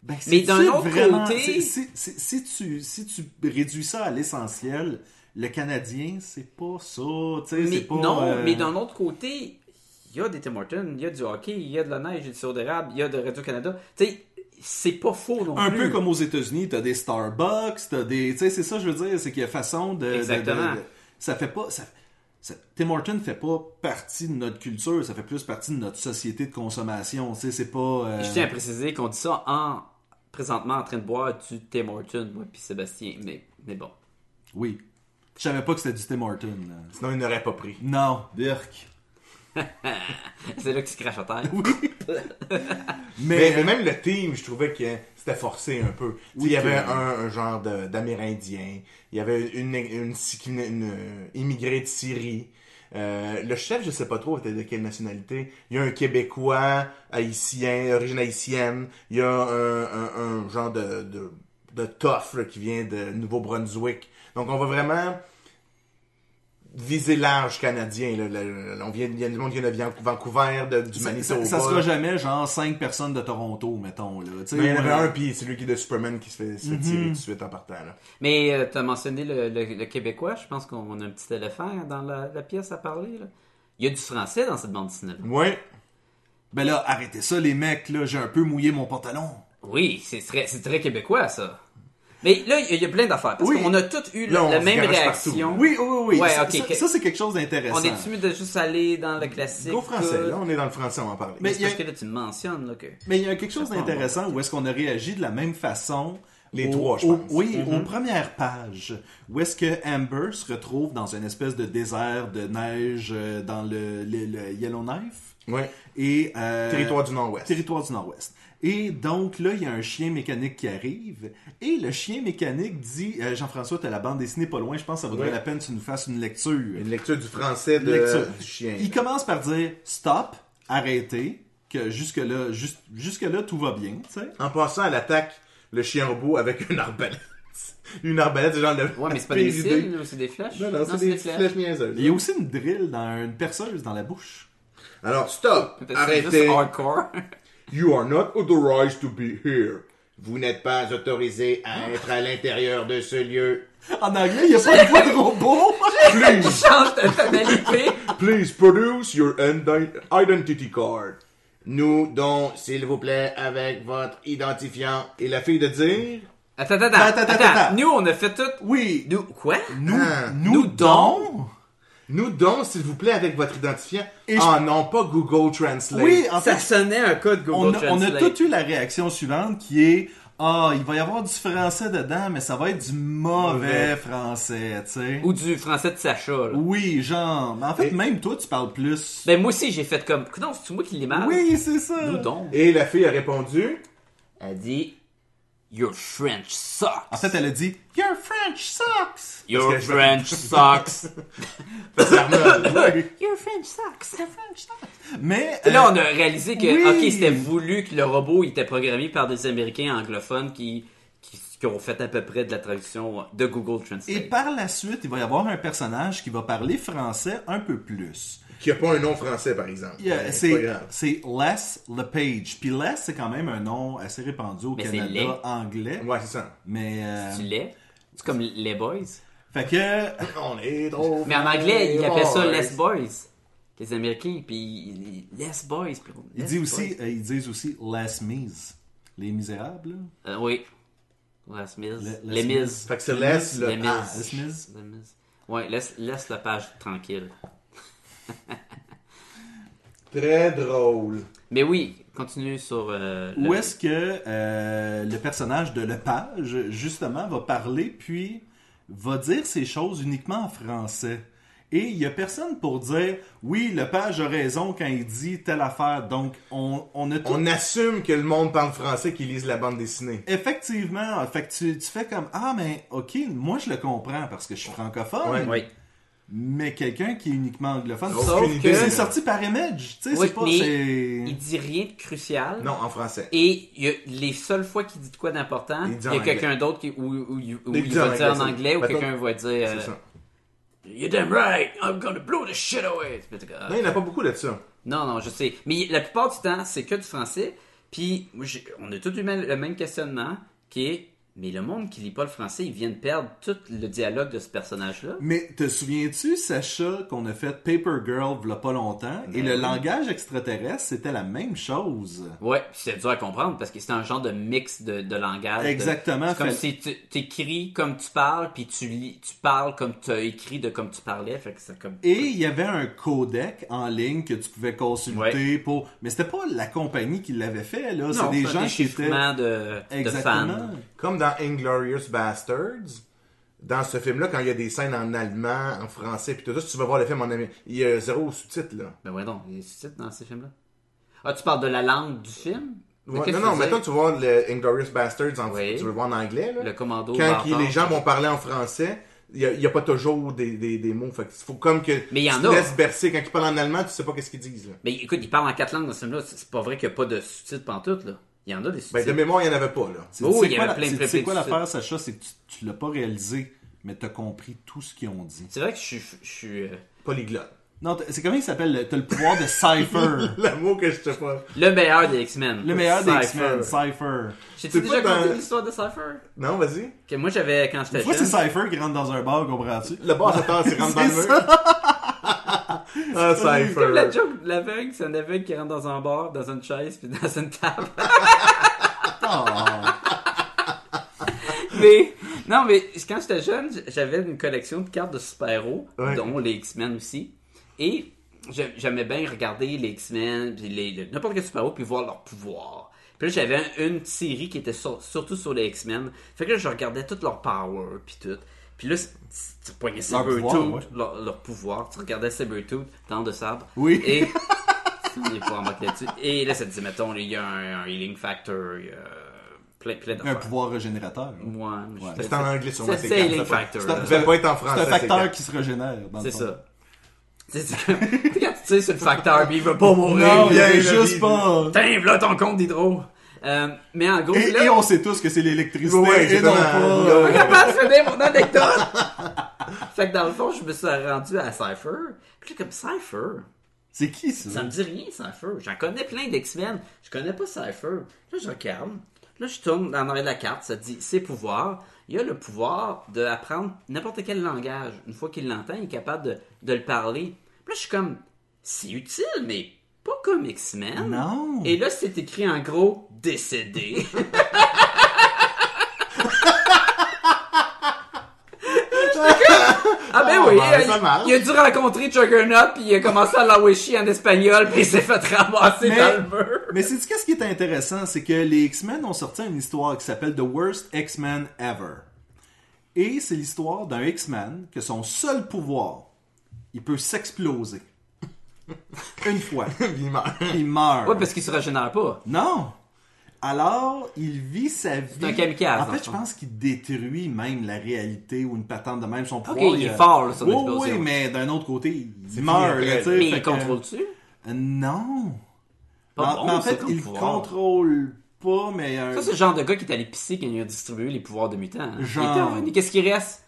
[SPEAKER 1] Ben,
[SPEAKER 3] Mais
[SPEAKER 1] c'est-tu
[SPEAKER 3] d'un autre
[SPEAKER 1] vraiment-
[SPEAKER 3] côté-
[SPEAKER 1] c'est- c'est- c'est- Si, tu, si tu réduis ça à l'essentiel, le Canadien, c'est pas ça. tu sais,
[SPEAKER 3] Mais
[SPEAKER 1] c'est pas,
[SPEAKER 3] non,
[SPEAKER 1] euh,
[SPEAKER 3] mais d'un autre côté, il y a des Tim Hortons, il y a du hockey, il y a de la neige, il y a du sirop d'érable, il y a de Radio-Canada. Tu sais, c'est pas faux non
[SPEAKER 1] Un
[SPEAKER 3] plus.
[SPEAKER 1] peu comme aux États-Unis, t'as des Starbucks, t'as des. Tu sais, c'est ça, je veux dire, c'est qu'il y a façon de. de- de-
[SPEAKER 3] Exactement.
[SPEAKER 1] de- ça fait pas. Ça, ça- Tim Horton fait pas partie de notre culture, ça fait plus partie de notre société de consommation. Tu sais, c'est pas. euh,
[SPEAKER 3] Je tiens à préciser qu'on dit ça en présentement en train de boire du Tim Hortons, moi puis Sébastien. Mais, mais bon. [laughs]
[SPEAKER 1] Oui. Je savais pas que c'était du Tim Horton. là.
[SPEAKER 2] Sinon, il n'aurait pas pris.
[SPEAKER 1] Non, Dirk.
[SPEAKER 3] C'est là que tu craches à terre.
[SPEAKER 1] euh,
[SPEAKER 2] Mais, mais même le team, je trouvais que c'était forcé un peu. Tu sais, il y avait
[SPEAKER 1] que-
[SPEAKER 2] un, un genre de- d'Amérindien, il y avait une, une, une- une, euh, immigrée de Syrie. Euh, le chef, je sais pas trop, était de quelle nationalité. Il y a un Québécois, haïtien, origine haïtienne. Il y a un, un- un genre de, de, de tough là, qui vient de Nouveau-Brunswick. Donc on va vraiment viser large canadien. Là, Là, là, là, on vient, il y a du monde qui vient de Van- Vancouver, de- du
[SPEAKER 1] Ça,
[SPEAKER 2] Manitoba.
[SPEAKER 1] ça- ça sera jamais genre 5 personnes de Toronto, mettons. Là. Tu sais,
[SPEAKER 2] Mais il y en avait
[SPEAKER 1] ouais.
[SPEAKER 2] un, puis c'est lui qui est de Superman qui se fait,
[SPEAKER 3] Mhm.
[SPEAKER 2] se fait tirer tout de suite en partant. Là.
[SPEAKER 3] Mais euh, t'as mentionné le, le- le Québécois, je pense qu'on a un petit éléphant dans la, la pièce à parler. Là. Il y a du français dans cette bande dessinée.
[SPEAKER 2] Ouais.
[SPEAKER 1] Ben là, arrêtez ça, les mecs, là, j'ai un peu mouillé mon pantalon.
[SPEAKER 3] Oui, c'est très, c'est très québécois, ça. Mais là, il y a- il y a plein d'affaires. Parce
[SPEAKER 1] Oui.
[SPEAKER 3] qu'on a toutes eu
[SPEAKER 2] Là,
[SPEAKER 3] la,
[SPEAKER 2] on
[SPEAKER 3] la
[SPEAKER 2] se
[SPEAKER 3] même
[SPEAKER 2] garoche
[SPEAKER 3] réaction.
[SPEAKER 2] partout.
[SPEAKER 1] Oui, oui, oui.
[SPEAKER 3] Ouais,
[SPEAKER 1] ça,
[SPEAKER 3] ok,
[SPEAKER 1] ça-
[SPEAKER 3] ok.
[SPEAKER 1] ça, c'est quelque chose d'intéressant.
[SPEAKER 3] On est-tu mieux de juste aller dans le classique?
[SPEAKER 2] Go français,
[SPEAKER 3] tout?
[SPEAKER 2] là, on est dans le français, on va en parler.
[SPEAKER 1] Mais
[SPEAKER 3] Mais
[SPEAKER 1] il y a-
[SPEAKER 3] parce que là, tu me mentionnes là, que...
[SPEAKER 1] Mais il y a quelque chose
[SPEAKER 3] Ça prend
[SPEAKER 1] d'intéressant où est-ce qu'on a réagi de la même façon.
[SPEAKER 2] Les
[SPEAKER 1] aux-
[SPEAKER 2] trois, je
[SPEAKER 1] aux-
[SPEAKER 2] pense.
[SPEAKER 1] Oui, aux premières pages. Où est-ce que Amber se retrouve dans une espèce de désert de neige euh, dans le, le- le Yellowknife
[SPEAKER 2] Ouais.
[SPEAKER 1] et euh,
[SPEAKER 2] Territoire du Nord-Ouest.
[SPEAKER 1] territoire du Nord-Ouest. Et donc là, il y a un chien mécanique qui arrive. Et le chien mécanique dit euh, Jean-François, t'as la bande dessinée pas loin, je pense que ça vaudrait
[SPEAKER 2] Ouais.
[SPEAKER 1] la peine que tu nous fasses une lecture.
[SPEAKER 2] Une lecture du français de,
[SPEAKER 1] Lecture.
[SPEAKER 2] du chien.
[SPEAKER 1] Il commence par dire Stop, arrêtez, que jusque-là, jus- jusque-là tout va bien, tu sais.
[SPEAKER 2] En passant, elle attaque le chien robot avec une arbalète. [laughs] une arbalète, c'est genre le.
[SPEAKER 3] Ouais, mais c'est pas
[SPEAKER 2] la
[SPEAKER 3] des
[SPEAKER 2] pire idée.
[SPEAKER 3] missiles ou c'est des flèches?
[SPEAKER 2] Non, non, c'est des petites flèches
[SPEAKER 1] Il y a
[SPEAKER 2] niaiseuses.
[SPEAKER 1] aussi une drill dans une perceuse dans la bouche.
[SPEAKER 2] Alors, stop!
[SPEAKER 3] Parce que C'est
[SPEAKER 2] Arrêtez!
[SPEAKER 3] juste hardcore. [laughs]
[SPEAKER 2] You are not authorized to be here. Vous n'êtes pas autorisé à être à l'intérieur de ce lieu.
[SPEAKER 1] En anglais, il n'y a pas de voix de robot.
[SPEAKER 2] Please,
[SPEAKER 3] Change de tonalité.
[SPEAKER 2] please produce your indi- identity card. Nous donc, s'il vous plaît, avec votre identifiant. Et la fille de dire,
[SPEAKER 3] Attends, attends, attends,
[SPEAKER 1] attends,
[SPEAKER 3] attends,
[SPEAKER 1] attends.
[SPEAKER 3] Nous, on a fait tout...
[SPEAKER 1] Oui.
[SPEAKER 3] Nous, quoi?
[SPEAKER 1] Nous,
[SPEAKER 2] Ah.
[SPEAKER 1] nous,
[SPEAKER 3] Nous
[SPEAKER 1] donc.
[SPEAKER 2] nous donc, s'il vous plaît, avec votre identifiant.
[SPEAKER 1] Et je-
[SPEAKER 2] Ah non, pas Google Translate.
[SPEAKER 1] Oui, en
[SPEAKER 3] Ça
[SPEAKER 1] fait,
[SPEAKER 3] sonnait un code
[SPEAKER 1] on
[SPEAKER 3] Google
[SPEAKER 1] a, on a
[SPEAKER 3] Translate.
[SPEAKER 1] tout eu la réaction suivante qui est Ah, il va y avoir du français dedans, mais ça va être du mauvais
[SPEAKER 2] Mauvais.
[SPEAKER 1] français, tu sais.
[SPEAKER 3] Ou du français de Sacha, là.
[SPEAKER 1] Oui, genre. Mais en fait,
[SPEAKER 2] Et-
[SPEAKER 1] même toi, tu parles plus.
[SPEAKER 3] Ben, moi aussi, j'ai fait comme... Non, c'est moi qui l'ai mal?
[SPEAKER 1] Oui, c'est ça.
[SPEAKER 3] Ben, Nous donc.
[SPEAKER 2] Et la fille a répondu,
[SPEAKER 3] Elle dit... Your French
[SPEAKER 1] En
[SPEAKER 3] sucks.
[SPEAKER 1] fait, elle a dit Your French sucks.
[SPEAKER 3] Your
[SPEAKER 2] Parce que je-
[SPEAKER 3] French sucks.
[SPEAKER 2] [laughs] Arnold,
[SPEAKER 3] [laughs] Your French sucks.
[SPEAKER 1] Mais
[SPEAKER 3] Là,
[SPEAKER 1] euh,
[SPEAKER 3] on a réalisé que,
[SPEAKER 1] oui.
[SPEAKER 3] ok, c'était voulu que le robot il était programmé par des Américains anglophones qui, qui, qui ont fait à peu près de la traduction de Google Translate.
[SPEAKER 1] Et par la suite, il va y avoir un personnage qui va parler français un peu plus.
[SPEAKER 2] qui a pas un nom français, par exemple.
[SPEAKER 1] Il y a-
[SPEAKER 2] Ouais, pas
[SPEAKER 1] c'est
[SPEAKER 2] grave.
[SPEAKER 1] c'est Les LePage. Puis Les, c'est quand même un nom assez répandu au
[SPEAKER 3] Mais c'est Les.
[SPEAKER 1] Canada anglais.
[SPEAKER 2] Ouais, c'est ça.
[SPEAKER 1] Mais euh,
[SPEAKER 3] Tu l'es? C'est comme les boys.
[SPEAKER 1] fait que euh,
[SPEAKER 2] On est trop.
[SPEAKER 3] Mais en anglais, ils
[SPEAKER 2] fort,
[SPEAKER 3] appellent ça
[SPEAKER 2] hein.
[SPEAKER 3] les boys. Les Américains, puis ils- ils- les boys. puis on-
[SPEAKER 1] il
[SPEAKER 3] les
[SPEAKER 1] dit aussi,
[SPEAKER 3] boys.
[SPEAKER 1] euh, ils disent aussi Les Mis, les Misérables. là.
[SPEAKER 3] Euh, oui. Les Mills.
[SPEAKER 1] Les-
[SPEAKER 3] Les
[SPEAKER 1] Les
[SPEAKER 3] Mills.
[SPEAKER 2] Fait que c'est les,
[SPEAKER 3] Les
[SPEAKER 2] le
[SPEAKER 3] Mills.
[SPEAKER 2] H.
[SPEAKER 1] Les Mills.
[SPEAKER 3] Les Mills. Ouais, laisse, laisse la page tranquille.
[SPEAKER 2] Très drôle.
[SPEAKER 3] Mais oui, continue sur. euh, le-
[SPEAKER 1] Où est-ce que euh, le personnage de Lepage, justement, va parler, puis va dire ces choses uniquement en français? Et il n'y a personne pour dire oui, Lepage a raison quand il dit telle affaire. Donc, on, on a tout.
[SPEAKER 2] On assume que le monde parle français qui lise la bande dessinée.
[SPEAKER 1] Effectivement, fait que tu, tu fais comme Ah, mais ok, moi je le comprends parce que je suis francophone,
[SPEAKER 2] Ouais.
[SPEAKER 3] Oui.
[SPEAKER 1] mais quelqu'un qui est uniquement anglophone.
[SPEAKER 2] Aucune
[SPEAKER 3] Sauf
[SPEAKER 2] idée.
[SPEAKER 3] que-
[SPEAKER 1] C'est sorti par Image, tu sais,
[SPEAKER 3] Oui,
[SPEAKER 1] c'est pas.
[SPEAKER 3] mais
[SPEAKER 1] c'est-
[SPEAKER 3] Il dit rien de crucial.
[SPEAKER 2] Non, en français.
[SPEAKER 3] Et il y a les seules fois qu'il dit de quoi d'important,
[SPEAKER 2] Il dit
[SPEAKER 3] il
[SPEAKER 2] en
[SPEAKER 3] y a
[SPEAKER 2] anglais.
[SPEAKER 3] quelqu'un d'autre qui, où, où- où
[SPEAKER 2] Il
[SPEAKER 3] il
[SPEAKER 2] dit en
[SPEAKER 3] va dire
[SPEAKER 2] anglais,
[SPEAKER 3] en
[SPEAKER 2] c'est-
[SPEAKER 3] anglais, ou
[SPEAKER 2] Mettons-
[SPEAKER 3] quelqu'un va dire
[SPEAKER 2] C'est
[SPEAKER 3] euh,
[SPEAKER 2] ça.
[SPEAKER 3] You're damn right, I'm gonna blow the shit away. Puis t'es comme, ah.
[SPEAKER 2] Non, il n'y en a pas beaucoup de ça.
[SPEAKER 3] Non, non, je sais. Mais la plupart du temps, c'est que du français. Puis moi, j'ai- on a tous eu le même questionnement qui est Mais le monde qui lit pas le français, il vient de perdre tout le dialogue de ce personnage-là.
[SPEAKER 1] Mais te souviens-tu, Sacha, qu'on a fait Paper Girl v'là pas longtemps et
[SPEAKER 3] Ben
[SPEAKER 1] le langage extraterrestre, c'était la même chose.
[SPEAKER 3] Ouais, puis c'est dur à comprendre parce que c'est un genre de mix de, de langage. de-
[SPEAKER 1] Exactement,
[SPEAKER 3] c'est comme
[SPEAKER 1] fait-
[SPEAKER 3] si tu t'écris comme tu parles, puis tu lis, tu parles comme tu as écrit de comme tu parlais. Fait que c'est comme.
[SPEAKER 1] Et il y avait un codec en ligne que tu pouvais consulter pour. Mais c'était pas la compagnie qui l'avait fait, là. C'est
[SPEAKER 3] Non,
[SPEAKER 1] des
[SPEAKER 3] un
[SPEAKER 1] gens qui étaient.
[SPEAKER 3] déchiffrement de, de
[SPEAKER 1] Exactement.
[SPEAKER 3] fans. Oh,
[SPEAKER 2] Comme dans Inglorious Bastards, dans ce film-là, quand il y a des scènes en allemand, en français, puis tout ça, si tu vas voir le film en américain, il y a zéro sous-titre, là.
[SPEAKER 3] Ben ouais, donc, il y a des sous-titres dans ces films-là. Ah, tu parles de la langue du film? De
[SPEAKER 2] Ouais,
[SPEAKER 3] qu'est-ce
[SPEAKER 2] non,
[SPEAKER 3] que
[SPEAKER 2] non,
[SPEAKER 3] tu
[SPEAKER 2] maintenant
[SPEAKER 3] disais?
[SPEAKER 2] tu vois le Inglorious Bastards, en,
[SPEAKER 3] Oui.
[SPEAKER 2] tu veux le voir en anglais, là.
[SPEAKER 3] Le commando
[SPEAKER 2] Quand
[SPEAKER 3] barbare.
[SPEAKER 2] il- les gens vont parler en français, il n'y a, pas toujours des, des, des mots. Fait que faut comme que
[SPEAKER 3] Mais il y
[SPEAKER 2] tu
[SPEAKER 3] en
[SPEAKER 2] te
[SPEAKER 3] a.
[SPEAKER 2] laisses bercer. Quand ils parlent en allemand, tu sais pas qu'est-ce qu'ils disent, là.
[SPEAKER 3] Mais écoute, ils parlent en quatre langues dans ce film-là. C'est c'est pas vrai qu'il n'y a pas de sous-titres pantoute, là. Il y en a des
[SPEAKER 2] Ben,
[SPEAKER 3] sous-titres.
[SPEAKER 2] de mémoire, il n'y en avait pas, là.
[SPEAKER 1] C'est
[SPEAKER 3] Oh,
[SPEAKER 1] c'est
[SPEAKER 3] il y
[SPEAKER 1] quoi,
[SPEAKER 3] avait
[SPEAKER 1] la-
[SPEAKER 3] plein de
[SPEAKER 1] c'est-
[SPEAKER 3] plein,
[SPEAKER 1] c'est
[SPEAKER 3] plein
[SPEAKER 1] quoi
[SPEAKER 3] de
[SPEAKER 1] l'affaire, Sacha, c'est que tu, tu l'as pas réalisé. mais t'as compris tout ce qu'ils ont dit.
[SPEAKER 3] C'est vrai que je suis. Je suis euh,
[SPEAKER 2] Polyglotte. [laughs]
[SPEAKER 1] Non, t'as- c'est comment il s'appelle le- T'as le pouvoir de Cypher.
[SPEAKER 3] [laughs]
[SPEAKER 2] L'amour que je te pas.
[SPEAKER 3] le meilleur des X-Men.
[SPEAKER 1] le meilleur des
[SPEAKER 3] Cypher.
[SPEAKER 1] X-Men, Cypher.
[SPEAKER 3] J'ai-tu
[SPEAKER 2] C'est
[SPEAKER 3] déjà
[SPEAKER 2] pas
[SPEAKER 3] conté
[SPEAKER 2] dans-
[SPEAKER 3] l'histoire de Cypher
[SPEAKER 2] Non, vas-y.
[SPEAKER 3] Que moi j'avais quand j'étais
[SPEAKER 1] Moi, c'est
[SPEAKER 3] jeune.
[SPEAKER 1] Cypher qui rentre dans un bar, comprends-tu
[SPEAKER 2] Le
[SPEAKER 3] [laughs]
[SPEAKER 2] boss attend, c'est rentre dans le
[SPEAKER 1] C'est
[SPEAKER 2] mur. [laughs] Ah,
[SPEAKER 3] C'est comme la
[SPEAKER 2] Cypher.
[SPEAKER 3] joke de l'aveugle, c'est un aveugle qui rentre dans un bar, dans une chaise, puis dans une table. mais, non, mais quand j'étais jeune, j'avais une collection de cartes de super-héros,
[SPEAKER 2] Ouais.
[SPEAKER 3] dont les X-Men aussi. Et j'a- j'aimais bien regarder les X-Men, puis les, le- n'importe quel super-héros, puis voir leur pouvoir. Puis là, j'avais un- une série qui était sur- surtout sur les X-Men. Fait que là, je regardais tout leur power, puis tout. Puis là, c- c- tu poignais
[SPEAKER 1] Leur
[SPEAKER 3] Sabretooth,
[SPEAKER 1] pouvoir, ouais.
[SPEAKER 3] leur, leur pouvoir. Tu regardais Sabretooth, dent de sabre.
[SPEAKER 1] Oui.
[SPEAKER 3] Et.
[SPEAKER 1] [laughs]
[SPEAKER 3] Il est pas en mode là-dessus. Et là, ça te dit, mettons, il y a un, un healing factor, il y a plein, plein
[SPEAKER 1] Un
[SPEAKER 3] d'affaires.
[SPEAKER 1] pouvoir régénérateur.
[SPEAKER 3] Moi, je-
[SPEAKER 2] C'est en anglais sûrement. ces
[SPEAKER 3] C'est- C'est
[SPEAKER 2] cartes,
[SPEAKER 3] healing
[SPEAKER 2] ça va-
[SPEAKER 3] factor.
[SPEAKER 1] C'est un-
[SPEAKER 3] là.
[SPEAKER 2] Ça va pas être en
[SPEAKER 1] C'est
[SPEAKER 2] français.
[SPEAKER 1] un
[SPEAKER 2] ces
[SPEAKER 1] facteur
[SPEAKER 2] cartes.
[SPEAKER 1] qui se régénère. dans le
[SPEAKER 3] C'est
[SPEAKER 1] fond.
[SPEAKER 3] ça. C'est c'est comme. [laughs] Tu sais, quand tu tires sur le facteur, puis il veut pas mourir.
[SPEAKER 1] Non, il y
[SPEAKER 2] Bien,
[SPEAKER 1] a
[SPEAKER 2] le
[SPEAKER 1] juste
[SPEAKER 2] vide.
[SPEAKER 1] pas.
[SPEAKER 3] Tiens, là ton compte d'hydro. Euh, mais en gros,
[SPEAKER 1] Et,
[SPEAKER 3] là.
[SPEAKER 1] et
[SPEAKER 3] [laughs]
[SPEAKER 1] on sait tous que c'est l'électricité
[SPEAKER 2] Ouais,
[SPEAKER 1] et non pas.
[SPEAKER 2] exactement.
[SPEAKER 1] euh,
[SPEAKER 3] Comment je finis mon anecdote? fait que dans le fond, je me suis rendu à Cypher. Puis là, comme Cypher.
[SPEAKER 1] C'est qui ça?
[SPEAKER 3] Ça me dit rien, Cypher. J'en connais plein d'X-Men. Je connais pas Cypher. Là, je regarde. Là, je tourne dans l'arrêt de la carte. Ça dit ses pouvoirs. Il a le pouvoir d'apprendre n'importe quel langage. Une fois qu'il l'entend, il est capable de, de le parler. Puis là, je suis comme, c'est utile, mais pas comme X-Men.
[SPEAKER 1] Non.
[SPEAKER 3] Et là, c'est écrit en gros, décédé. Ah ben oui,
[SPEAKER 2] Ah,
[SPEAKER 3] il,
[SPEAKER 2] ça marche.
[SPEAKER 3] il a dû rencontrer Juggernaut, puis il a commencé à la wishi en espagnol, puis il s'est fait ramasser
[SPEAKER 1] Mais-
[SPEAKER 3] dans le mur.
[SPEAKER 1] Mais c'est qu'est-ce qui est intéressant, c'est que les X-Men ont sorti une histoire qui s'appelle The Worst X-Men Ever. Et c'est l'histoire d'un X-Man que son seul pouvoir, il peut s'exploser. [laughs] Une fois,
[SPEAKER 2] Il meurt.
[SPEAKER 1] il meurt.
[SPEAKER 3] Ouais, parce qu'il se régénère pas.
[SPEAKER 1] Non. Alors, il vit sa vie.
[SPEAKER 3] un kamikaze,
[SPEAKER 1] En fait, je
[SPEAKER 3] dans le fond.
[SPEAKER 1] pense qu'il détruit même la réalité ou une patente de même son pouvoir.
[SPEAKER 3] il est fort, là, sur
[SPEAKER 1] Oui,
[SPEAKER 3] l'explosion.
[SPEAKER 1] Oui, mais d'un autre côté, il meurt.
[SPEAKER 2] après.
[SPEAKER 1] là, tu sais,
[SPEAKER 3] Mais
[SPEAKER 1] fait
[SPEAKER 3] il
[SPEAKER 1] que-
[SPEAKER 3] contrôle-tu?
[SPEAKER 1] Euh, Non.
[SPEAKER 3] Pas
[SPEAKER 1] Mais en-
[SPEAKER 3] bon,
[SPEAKER 1] mais en
[SPEAKER 3] ça,
[SPEAKER 1] fait,
[SPEAKER 3] comme
[SPEAKER 1] il
[SPEAKER 3] pouvoir.
[SPEAKER 1] contrôle pas, mais un-
[SPEAKER 3] Ça, c'est le genre de gars qui est allé pisser quand il a distribué les pouvoirs de mutants. hein.
[SPEAKER 1] Genre.
[SPEAKER 3] Il était revenu. Qu'est-ce qui reste?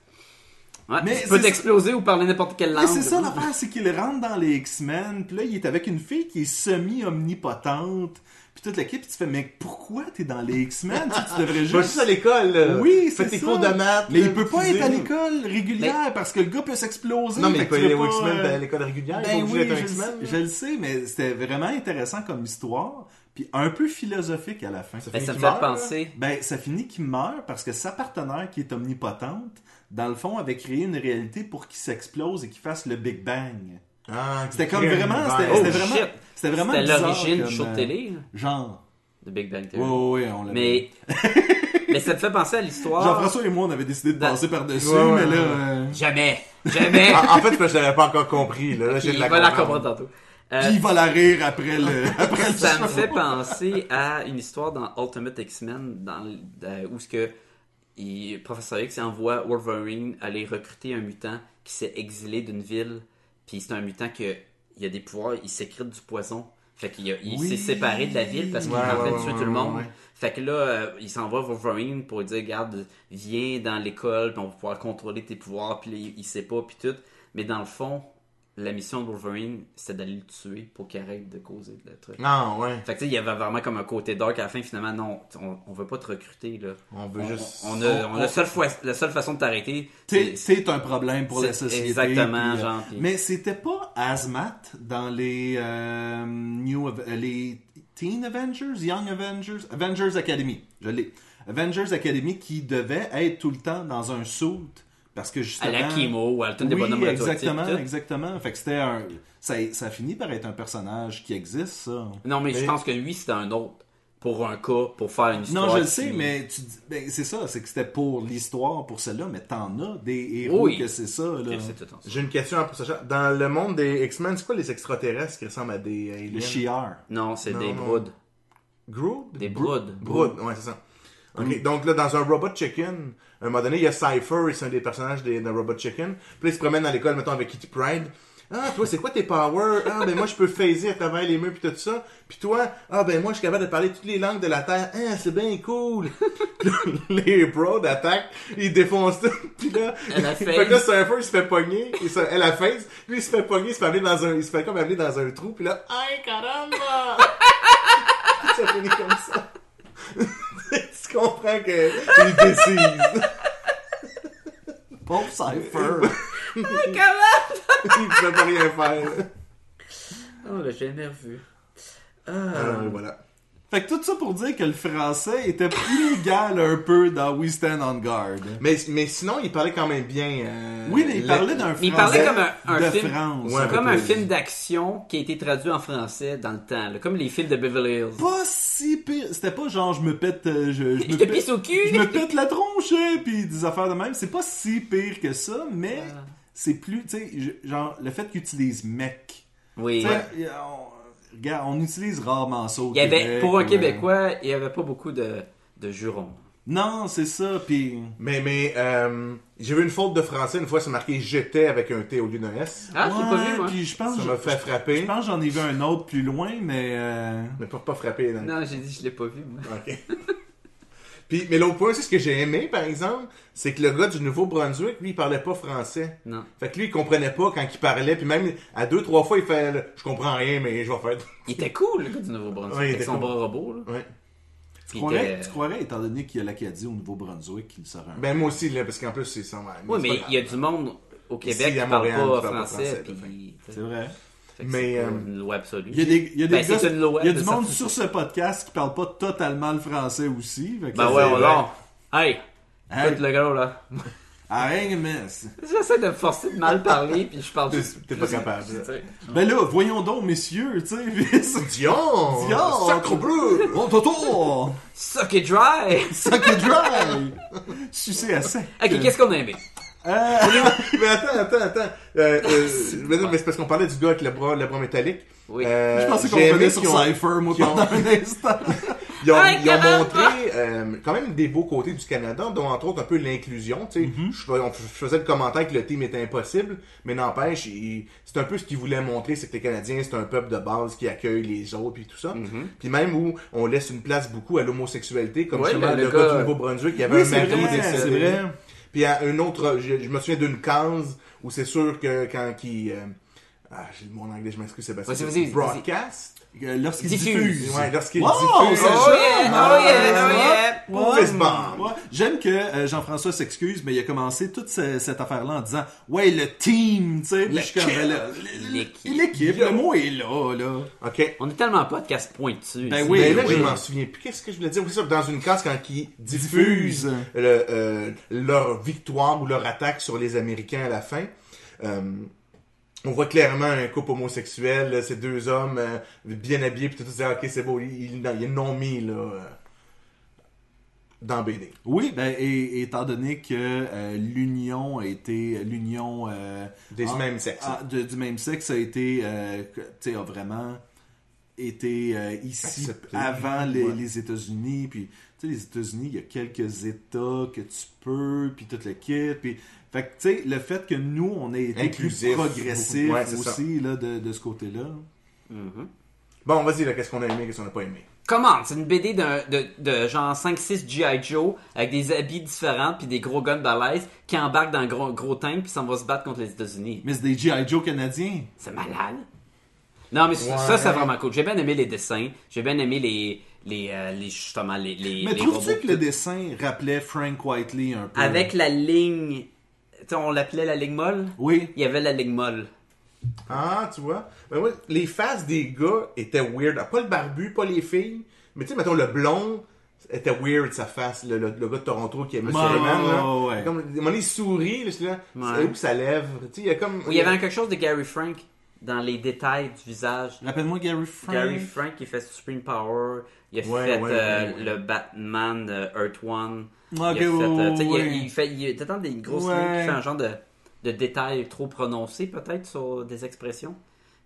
[SPEAKER 3] Ouais,
[SPEAKER 1] Mais
[SPEAKER 3] tu peux
[SPEAKER 1] c'est ça-
[SPEAKER 3] t'exploser ou parler n'importe quelle langue.
[SPEAKER 1] Mais c'est ça l'affaire, c'est qu'il rentre dans les X-Men, puis là, il est avec une fille qui est semi-omnipotente, puis toute l'équipe, puis tu fais, mais pourquoi t'es dans les X-Men? tu, sais, tu
[SPEAKER 3] [laughs]
[SPEAKER 1] devrais
[SPEAKER 2] Je vais juste
[SPEAKER 1] juste...
[SPEAKER 2] à l'école. là.
[SPEAKER 1] Oui, c'est
[SPEAKER 2] Fais tes
[SPEAKER 1] ça.
[SPEAKER 2] Euh, cours de maths.
[SPEAKER 1] Mais
[SPEAKER 2] là,
[SPEAKER 1] il peut pas
[SPEAKER 2] cuisine.
[SPEAKER 1] être à l'école régulière, parce que le gars peut s'exploser.
[SPEAKER 2] Non, mais
[SPEAKER 1] fait
[SPEAKER 2] il
[SPEAKER 1] que
[SPEAKER 2] peut
[SPEAKER 1] tu
[SPEAKER 2] aller
[SPEAKER 1] veux
[SPEAKER 2] aux
[SPEAKER 1] pas,
[SPEAKER 2] X-Men
[SPEAKER 1] euh,
[SPEAKER 2] à l'école régulière.
[SPEAKER 1] Ben
[SPEAKER 2] il
[SPEAKER 1] oui,
[SPEAKER 2] est
[SPEAKER 1] je,
[SPEAKER 2] pas obligé d'être un
[SPEAKER 1] le
[SPEAKER 2] X-Men.
[SPEAKER 1] sais- je le sais, mais c'était vraiment intéressant comme histoire, puis un peu philosophique à la fin.
[SPEAKER 2] Ça
[SPEAKER 3] Ben, ça me
[SPEAKER 2] Qui
[SPEAKER 3] fait
[SPEAKER 2] meurt,
[SPEAKER 3] penser.
[SPEAKER 1] Ben, ça finit qu'il meurt parce que sa partenaire qui est omnipotente, dans le fond, avait créé une réalité pour qu'il s'explose et qu'il fasse le Big Bang.
[SPEAKER 2] Ah,
[SPEAKER 1] C'était
[SPEAKER 2] qui
[SPEAKER 1] comme
[SPEAKER 2] crée un
[SPEAKER 1] vraiment,
[SPEAKER 2] univers.
[SPEAKER 1] c'était
[SPEAKER 3] Oh,
[SPEAKER 1] c'était
[SPEAKER 3] shit.
[SPEAKER 1] vraiment, c'était vraiment
[SPEAKER 3] C'était
[SPEAKER 1] bizarre
[SPEAKER 3] l'origine du
[SPEAKER 1] comme,
[SPEAKER 3] show de
[SPEAKER 1] euh,
[SPEAKER 3] télé, là,
[SPEAKER 1] Genre.
[SPEAKER 3] de Big Bang
[SPEAKER 2] Euh,
[SPEAKER 1] Ouais,
[SPEAKER 3] Theory.
[SPEAKER 1] ouais, ouais, on l'a.
[SPEAKER 3] Mais... [laughs] mais ça te fait penser à l'histoire.
[SPEAKER 1] Jean-François et moi, on avait décidé de
[SPEAKER 3] Dans-
[SPEAKER 1] passer par-dessus,
[SPEAKER 2] Ah! Ben, Ouais, ouais,
[SPEAKER 1] mais là,
[SPEAKER 2] ouais.
[SPEAKER 1] euh,
[SPEAKER 3] Jamais!
[SPEAKER 1] Ah,
[SPEAKER 3] Jamais!
[SPEAKER 2] En en fait, c'est parce que je l'avais pas encore compris. Là, Là, j'ai
[SPEAKER 3] il
[SPEAKER 2] de la
[SPEAKER 3] va la comprendre
[SPEAKER 2] comprendre.
[SPEAKER 3] tantôt. Euh,
[SPEAKER 1] qui va la rire après
[SPEAKER 2] [laughs]
[SPEAKER 1] le, après le
[SPEAKER 3] ça
[SPEAKER 1] show?
[SPEAKER 3] me fait penser à une histoire dans Ultimate X-Men dans le- euh, où ce que il, Professeur X envoie Wolverine aller recruter un mutant qui s'est exilé d'une ville puis c'est un mutant qui a, il a des pouvoirs il sécrète du poison fait qu'il a- il
[SPEAKER 1] Oui.
[SPEAKER 3] s'est séparé de la ville parce qu'il
[SPEAKER 2] Ouais,
[SPEAKER 3] est en train
[SPEAKER 2] ouais,
[SPEAKER 3] de
[SPEAKER 2] ouais,
[SPEAKER 3] tuer
[SPEAKER 2] ouais,
[SPEAKER 3] tout le
[SPEAKER 2] ouais,
[SPEAKER 3] monde
[SPEAKER 2] ouais.
[SPEAKER 3] fait que là euh, il s'envoie Wolverine pour lui dire garde viens dans l'école puis on va pouvoir contrôler tes pouvoirs puis là, il, il sait pas puis tout mais dans le fond la mission de Wolverine c'était d'aller le tuer pour qu'il arrête de causer de la truc
[SPEAKER 2] Non, ouais.
[SPEAKER 3] fait que tu sais, il y avait vraiment comme un côté dark à la fin, finalement, non, on, on veut pas te recruter, là.
[SPEAKER 2] On veut juste. Oh,
[SPEAKER 3] On, on a,
[SPEAKER 1] on-
[SPEAKER 3] on a seule fois, la seule façon de t'arrêter,
[SPEAKER 1] T'es-
[SPEAKER 3] c'est...
[SPEAKER 1] C'est un problème pour la
[SPEAKER 3] c'est
[SPEAKER 1] société.
[SPEAKER 3] exactement,
[SPEAKER 1] puis, euh,
[SPEAKER 3] genre, puis-
[SPEAKER 1] Mais c'était pas Azmat dans les euh, New Av- euh, les Teen Avengers, Young Avengers, Avengers Academy. Je l'ai. Avengers Academy qui devait être tout le temps dans un suit parce que justement.
[SPEAKER 3] À la chimo, ou à tout des
[SPEAKER 1] oui,
[SPEAKER 3] bonhommes radioactifs,
[SPEAKER 1] exactement,
[SPEAKER 3] tout.
[SPEAKER 1] exactement. Fait que c'était un. Ça, ça finit par être un personnage qui existe, ça.
[SPEAKER 3] Non, mais, je
[SPEAKER 2] Mais-
[SPEAKER 3] pense que lui, c'était un autre. Pour un cas, pour faire une histoire.
[SPEAKER 1] Non, je le
[SPEAKER 3] qui-
[SPEAKER 1] sais, mais tu dis- ben, c'est ça, c'est que c'était pour l'histoire, pour celle-là, mais t'en as des héros
[SPEAKER 3] Oui.
[SPEAKER 1] que c'est ça. Là.
[SPEAKER 3] C'est tout ensemble.
[SPEAKER 2] J'ai une question à poser. Dans le monde des X-Men, c'est quoi les extraterrestres qui ressemblent à des aliens?
[SPEAKER 1] Le Shiar.
[SPEAKER 3] Non, c'est
[SPEAKER 2] Non,
[SPEAKER 3] des
[SPEAKER 2] non.
[SPEAKER 3] broods.
[SPEAKER 2] Groot?
[SPEAKER 3] Des broods.
[SPEAKER 2] Brood, ouais, c'est ça. Ok, donc là, dans un Robot Chicken, à un moment donné, il y a Cypher, c'est un des personnages des- d'un Robot Chicken. Puis là, il se promène dans l'école, mettons, avec Kitty Pride. Ah, toi, c'est quoi tes powers? Ah, ben moi, je peux phaser à travers les murs puis tout ça. Puis toi, ah, ben moi, je suis capable de parler toutes les langues de la Terre. Ah, c'est bien cool. [laughs] Puis là, les bros d'attaque, ils défoncent tout. Puis là,
[SPEAKER 3] Elle
[SPEAKER 2] [laughs]
[SPEAKER 3] a
[SPEAKER 2] fait
[SPEAKER 3] phase.
[SPEAKER 2] que là, Surfer, il se fait pogner. Il se- elle a phase. Lui, il se fait pogner, il se fait amener dans un, il se fait comme amener dans un trou. Puis là, hey, caramba! [laughs] ça finit comme ça. tu comprends que il décise. [laughs]
[SPEAKER 1] Pauvre Cypher.
[SPEAKER 3] Comment?
[SPEAKER 2] il pouvait pas rien faire.
[SPEAKER 3] On l'a Oh, jamais revu. Ah.
[SPEAKER 1] Euh,
[SPEAKER 3] Euh,
[SPEAKER 2] Alors, Euh, voilà.
[SPEAKER 1] [laughs] fait que tout ça pour dire que le français était inégal un peu dans We Stand on Guard.
[SPEAKER 2] Mais, mais sinon, il parlait quand même bien. euh,
[SPEAKER 1] Oui, mais il
[SPEAKER 2] le-
[SPEAKER 1] parlait d'un français
[SPEAKER 3] Mais il parlait comme un, un
[SPEAKER 1] de
[SPEAKER 3] film,
[SPEAKER 1] France.
[SPEAKER 2] Ouais,
[SPEAKER 3] c'est comme
[SPEAKER 2] un
[SPEAKER 3] un
[SPEAKER 2] peu.
[SPEAKER 3] film d'action qui a été traduit en français dans le temps, là, comme les films de Beverly Hills.
[SPEAKER 1] Pas si pire. C'était pas genre je me pète, euh, je, je
[SPEAKER 3] Je
[SPEAKER 1] me
[SPEAKER 3] te
[SPEAKER 1] pète,
[SPEAKER 3] pisse au cul.
[SPEAKER 1] je me pète la tronche, hein, puis des affaires de même. C'est pas si pire que ça, mais
[SPEAKER 3] Ah.
[SPEAKER 1] c'est plus, tu sais, je- genre le fait qu'ils utilisent mec.
[SPEAKER 3] Oui.
[SPEAKER 1] Tu sais, on- Regarde, on utilise rarement ça. au
[SPEAKER 3] Il y avait,
[SPEAKER 1] Québec, euh,
[SPEAKER 3] pour un
[SPEAKER 1] ouais.
[SPEAKER 3] Québécois, il n'y avait pas beaucoup de, de jurons.
[SPEAKER 1] Non, c'est ça, puis.
[SPEAKER 2] Mais, mais euh, j'ai vu une faute de français une fois, c'est marqué j'étais avec un T au lieu d'un S.
[SPEAKER 3] Ah, je l'ai pas
[SPEAKER 1] Ouais,
[SPEAKER 3] vu, moi.
[SPEAKER 1] Puis je pense,
[SPEAKER 2] Ça
[SPEAKER 1] je,
[SPEAKER 2] m'a fait
[SPEAKER 1] je
[SPEAKER 2] frapper.
[SPEAKER 1] pense que j'en ai vu un autre plus loin, mais. euh,
[SPEAKER 2] Mais pour pas frapper. dans le-
[SPEAKER 3] Non, j'ai dit, je l'ai pas vu, moi.
[SPEAKER 2] Ok. [laughs] Puis, mais l'autre point, c'est ce que j'ai aimé, par exemple, c'est que le gars du Nouveau-Brunswick, lui, il parlait pas français.
[SPEAKER 3] Non.
[SPEAKER 2] Fait que lui, il comprenait pas quand il parlait, puis même à deux, trois fois, il fait le, Je comprends rien, mais je vais faire.
[SPEAKER 3] Il était cool, le gars du Nouveau-Brunswick,
[SPEAKER 2] Ouais, il
[SPEAKER 3] avec
[SPEAKER 2] était
[SPEAKER 3] son
[SPEAKER 2] cool.
[SPEAKER 3] bras robot. Là.
[SPEAKER 2] Ouais.
[SPEAKER 1] Tu
[SPEAKER 3] Il
[SPEAKER 1] croirais,
[SPEAKER 3] était-
[SPEAKER 1] tu croirais, étant donné qu'il y a l'Acadie au Nouveau-Brunswick, qu'il serait un.
[SPEAKER 2] Ben, moi aussi, là, parce qu'en plus, c'est ça. ouais,
[SPEAKER 3] Oui,
[SPEAKER 2] c'est pas
[SPEAKER 3] mais
[SPEAKER 2] grave.
[SPEAKER 3] il y a du monde au Québec
[SPEAKER 2] à
[SPEAKER 3] qui parle
[SPEAKER 2] Montréal,
[SPEAKER 3] pas
[SPEAKER 2] qui parle pas français,
[SPEAKER 3] français,
[SPEAKER 2] tout
[SPEAKER 3] puis... tu sais,
[SPEAKER 1] c'est vrai.
[SPEAKER 3] fait que
[SPEAKER 2] Mais,
[SPEAKER 3] c'est pas
[SPEAKER 2] euh,
[SPEAKER 3] une loi absolue.
[SPEAKER 1] Il y a des, il y a des
[SPEAKER 3] Ben,
[SPEAKER 1] gars-
[SPEAKER 3] c'est une loi,
[SPEAKER 1] il y a
[SPEAKER 3] mais
[SPEAKER 1] du
[SPEAKER 3] ça
[SPEAKER 1] monde
[SPEAKER 3] fout-
[SPEAKER 1] sur ce podcast qui parle pas totalement le français aussi. Fait que
[SPEAKER 3] Ben
[SPEAKER 1] c'est- Hein?
[SPEAKER 3] ouais, on l'a. Hey,
[SPEAKER 1] Hey.
[SPEAKER 3] écoute le gars, là. [laughs]
[SPEAKER 1] Ah, rien, mais c'est-
[SPEAKER 3] J'essaie de me forcer de mal parler, puis je parle
[SPEAKER 2] T'es-
[SPEAKER 3] juste...
[SPEAKER 2] t'es pas
[SPEAKER 3] juste-
[SPEAKER 2] capable.
[SPEAKER 3] tu sais.
[SPEAKER 1] Ben là, voyons donc, messieurs, tu sais. [laughs] c'est-
[SPEAKER 2] Dion!
[SPEAKER 1] Dion!
[SPEAKER 2] Sacre Oh, bleu!
[SPEAKER 1] Bon, Toto!
[SPEAKER 3] Suck it dry!
[SPEAKER 1] Suck it dry! Sucé à sec.
[SPEAKER 3] Ok,
[SPEAKER 1] [laughs]
[SPEAKER 3] qu'est-ce qu'on a aimé?
[SPEAKER 2] [laughs] mais attends, attends, attends. Euh,
[SPEAKER 3] [laughs]
[SPEAKER 2] euh, mais non, mais c'est parce qu'on parlait du gars avec le bras, le bras métallique.
[SPEAKER 3] Oui.
[SPEAKER 2] Euh,
[SPEAKER 1] Je pensais qu'on
[SPEAKER 2] j'ai aimé
[SPEAKER 1] revenait sur
[SPEAKER 2] qu'ils ont-
[SPEAKER 1] Cypher, moi,
[SPEAKER 2] qu'ils ont-
[SPEAKER 1] pendant un instant.
[SPEAKER 2] Ils ont,
[SPEAKER 3] Hey,
[SPEAKER 2] ils ont
[SPEAKER 3] comment
[SPEAKER 2] montré euh, quand même des beaux côtés du Canada, dont entre autres un peu l'inclusion. tu sais.
[SPEAKER 3] Mm-hmm.
[SPEAKER 2] je, fais- on- je faisais le commentaire que le team était impossible, mais n'empêche, il- c'est un peu ce qu'ils voulaient montrer, c'est que les Canadiens, c'est un peuple de base qui accueille les autres et tout ça.
[SPEAKER 3] Mm-hmm.
[SPEAKER 2] Puis même où on laisse une place beaucoup à l'homosexualité, comme
[SPEAKER 3] Ouais,
[SPEAKER 2] justement
[SPEAKER 3] ben, le-
[SPEAKER 2] le,
[SPEAKER 3] le
[SPEAKER 2] gars
[SPEAKER 3] gars-
[SPEAKER 2] du Nouveau-Brunswick, il y avait
[SPEAKER 1] Oui,
[SPEAKER 2] un
[SPEAKER 1] c'est
[SPEAKER 2] mari
[SPEAKER 1] vrai,
[SPEAKER 2] décédé.
[SPEAKER 1] c'est vrai.
[SPEAKER 2] Puis à un autre, je, je me souviens d'une case où c'est sûr que quand qui ah, j'ai mon anglais, je m'excuse, Sébastien.
[SPEAKER 3] Vas-y, vas-y, vas-y.
[SPEAKER 2] Broadcast.
[SPEAKER 1] Euh, Lorsqu'il
[SPEAKER 3] Diffuse.
[SPEAKER 1] diffuse.
[SPEAKER 2] Ouais, lorsqu'il
[SPEAKER 1] Wow,
[SPEAKER 2] diffuse.
[SPEAKER 1] ça
[SPEAKER 2] Oh
[SPEAKER 1] joue.
[SPEAKER 3] yeah,
[SPEAKER 1] Ah,
[SPEAKER 3] oh yeah,
[SPEAKER 1] ouais.
[SPEAKER 3] oh yeah.
[SPEAKER 1] Ouais.
[SPEAKER 2] Fist bump.
[SPEAKER 1] Ouais. J'aime que euh, Jean-François s'excuse, mais il a commencé toute ce- cette affaire-là en disant Ouais, le team, tu sais. Puis je suis comme,
[SPEAKER 2] L'équipe.
[SPEAKER 1] ben là, le- le-
[SPEAKER 3] L'équipe.
[SPEAKER 1] L'équipe, le mot est là, là.
[SPEAKER 2] OK.
[SPEAKER 3] On est tellement pas de casse pointu.
[SPEAKER 1] Ben
[SPEAKER 3] ici.
[SPEAKER 1] oui,
[SPEAKER 2] Mais là,
[SPEAKER 1] oui.
[SPEAKER 2] je m'en souviens plus. Qu'est-ce que je voulais dire? Oui, ça, dans une case, quand ils diffusent
[SPEAKER 1] Diffuse.
[SPEAKER 2] le, euh, leur victoire ou leur attaque sur les Américains à la fin, euh, on voit clairement un couple homosexuel, là, ces deux hommes euh, bien habillés, puis tout ça, OK, c'est beau, ils, ils, ils l'ont mis, là, euh, dans BD.
[SPEAKER 1] Oui, ben, et, et étant donné que euh, l'union a été. L'union. euh,
[SPEAKER 2] Des
[SPEAKER 1] en-
[SPEAKER 2] mêmes sexes.
[SPEAKER 1] ah, de- du même sexe a été. euh, que- tu sais, a vraiment été euh, ici
[SPEAKER 2] Accepté.
[SPEAKER 1] avant les,
[SPEAKER 2] Ouais.
[SPEAKER 1] les États-Unis. Puis, tu sais, les États-Unis, il y a quelques États que tu peux, puis toute le kit. Puis, fait que, tu sais, le fait que nous, on ait été
[SPEAKER 2] Inclusif,
[SPEAKER 1] plus progressif
[SPEAKER 2] beaucoup. Ouais, c'est
[SPEAKER 1] aussi, là, de, de ce côté-là.
[SPEAKER 2] Bon, vas-y, là, qu'est-ce qu'on a aimé, qu'est-ce qu'on n'a pas aimé?
[SPEAKER 3] Comment? C'est une BD d'un- de, de genre 5-6 G.I. Joe avec des habits différents puis des gros guns balèzes qui embarquent dans un gros, gros tank puis s'en va se battre contre les États-Unis.
[SPEAKER 1] Mais c'est des G.I. Joe canadiens.
[SPEAKER 3] C'est malade. Non, mais
[SPEAKER 2] Ouais.
[SPEAKER 3] ça, c'est vraiment cool. J'ai bien aimé les dessins. J'ai bien aimé les, les, euh, les- justement, les, les,
[SPEAKER 1] Mais
[SPEAKER 3] les
[SPEAKER 1] trouves-tu
[SPEAKER 3] robots
[SPEAKER 1] que le
[SPEAKER 3] tout.
[SPEAKER 1] dessin rappelait Frank Whiteley un peu?
[SPEAKER 3] Avec la ligne... Tu sais, on l'appelait la ligne molle?
[SPEAKER 1] Oui.
[SPEAKER 3] Il y avait la ligne molle.
[SPEAKER 2] Ah, tu vois. Ben ouais, les faces des gars étaient weird. Pas le barbu, pas les filles. Mais tu sais, mettons, le blond était weird, sa face. Le, le- le gars de Toronto qui aimait
[SPEAKER 1] Ouais,
[SPEAKER 2] Superman,
[SPEAKER 1] ouais,
[SPEAKER 2] là.
[SPEAKER 1] ouais.
[SPEAKER 2] Comme, à un moment donné, il sourit, là, c'est là.
[SPEAKER 3] Ouais.
[SPEAKER 2] C'est où sa lèvre? Tu sais, il y a comme...
[SPEAKER 3] Ou il y avait quelque chose de Gary Frank dans les détails du visage.
[SPEAKER 1] Rappelle-moi Gary Frank.
[SPEAKER 3] Gary Frank, il fait Supreme Power, il a
[SPEAKER 2] Ouais,
[SPEAKER 3] fait
[SPEAKER 2] ouais,
[SPEAKER 3] euh,
[SPEAKER 2] ouais, ouais.
[SPEAKER 3] le Batman de Earth One.
[SPEAKER 1] Ok,
[SPEAKER 3] il a
[SPEAKER 1] ouais,
[SPEAKER 3] fait, euh, tu sais, il a-
[SPEAKER 1] ouais.
[SPEAKER 3] il fait, il est dans des grosses
[SPEAKER 1] Ouais.
[SPEAKER 3] lignes qui fait un genre de, de détails trop prononcés peut-être sur des expressions.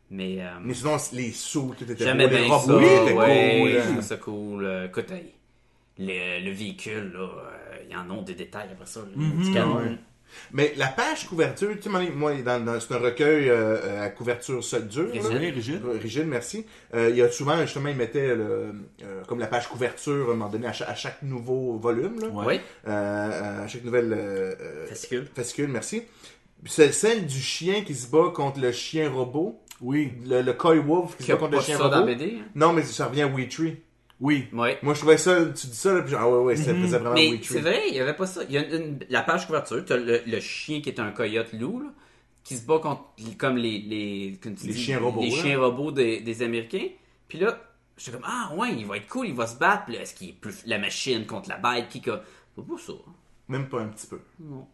[SPEAKER 3] Mais euh,
[SPEAKER 2] Mais sinon, les sauts, tout était
[SPEAKER 3] j'aimais
[SPEAKER 2] beau, les
[SPEAKER 3] bien
[SPEAKER 2] robots,
[SPEAKER 3] ça.
[SPEAKER 2] c'était
[SPEAKER 3] ouais,
[SPEAKER 2] cool,
[SPEAKER 3] je
[SPEAKER 2] là.
[SPEAKER 3] trouve ça cool. Euh, Écoute,
[SPEAKER 1] Mm-hmm.
[SPEAKER 3] hey, le, le véhicule, là, euh, il y en a des détails après ça. là, du canon.
[SPEAKER 2] Mais la page couverture, tu sais, moi, moi, dans- dans- c'est un recueil euh, à couverture solide dure. là.
[SPEAKER 1] Oui, Rigide.
[SPEAKER 2] Euh, Rigide, merci. Euh, il y a souvent, justement, ils mettaient le, euh, comme la page couverture à un moment donné à cha- à chaque, nouveau volume. là.
[SPEAKER 1] Ouais.
[SPEAKER 3] Oui,
[SPEAKER 2] Euh, à chaque nouvelle euh, euh,
[SPEAKER 3] fascicule.
[SPEAKER 2] fascicule, merci. C'est celle du chien qui se bat contre le chien robot.
[SPEAKER 1] Oui,
[SPEAKER 2] Le, le Coy Wolf qui
[SPEAKER 3] Il
[SPEAKER 2] se
[SPEAKER 3] n'y a
[SPEAKER 2] bat contre
[SPEAKER 3] pas
[SPEAKER 2] le chien
[SPEAKER 3] ça dans
[SPEAKER 2] robot.
[SPEAKER 3] BD. hein.
[SPEAKER 2] Non, mais ça revient à Wheatree.
[SPEAKER 1] oui.
[SPEAKER 3] Oui.
[SPEAKER 2] Moi, je trouvais ça, tu dis ça, là, puis genre, ah ouais, ouais, ça faisait vraiment
[SPEAKER 3] Mhm. Mais
[SPEAKER 2] Wheatree.
[SPEAKER 3] c'est vrai, il n'y avait pas ça. Il y a une- la page couverture, tu as le, le chien qui est un coyote loup, là, qui se bat contre comme les, les, comme tu
[SPEAKER 2] Les chiens robots,
[SPEAKER 3] les
[SPEAKER 2] là.
[SPEAKER 3] chiens robots des, des Américains. Puis là, j'étais comme, ah ouais, il va être cool, il va se battre. Puis là, est-ce qu'il est plus la machine contre la bête? Qui, qu'a- Pas pour ça.
[SPEAKER 2] Même pas un petit peu.
[SPEAKER 3] Non.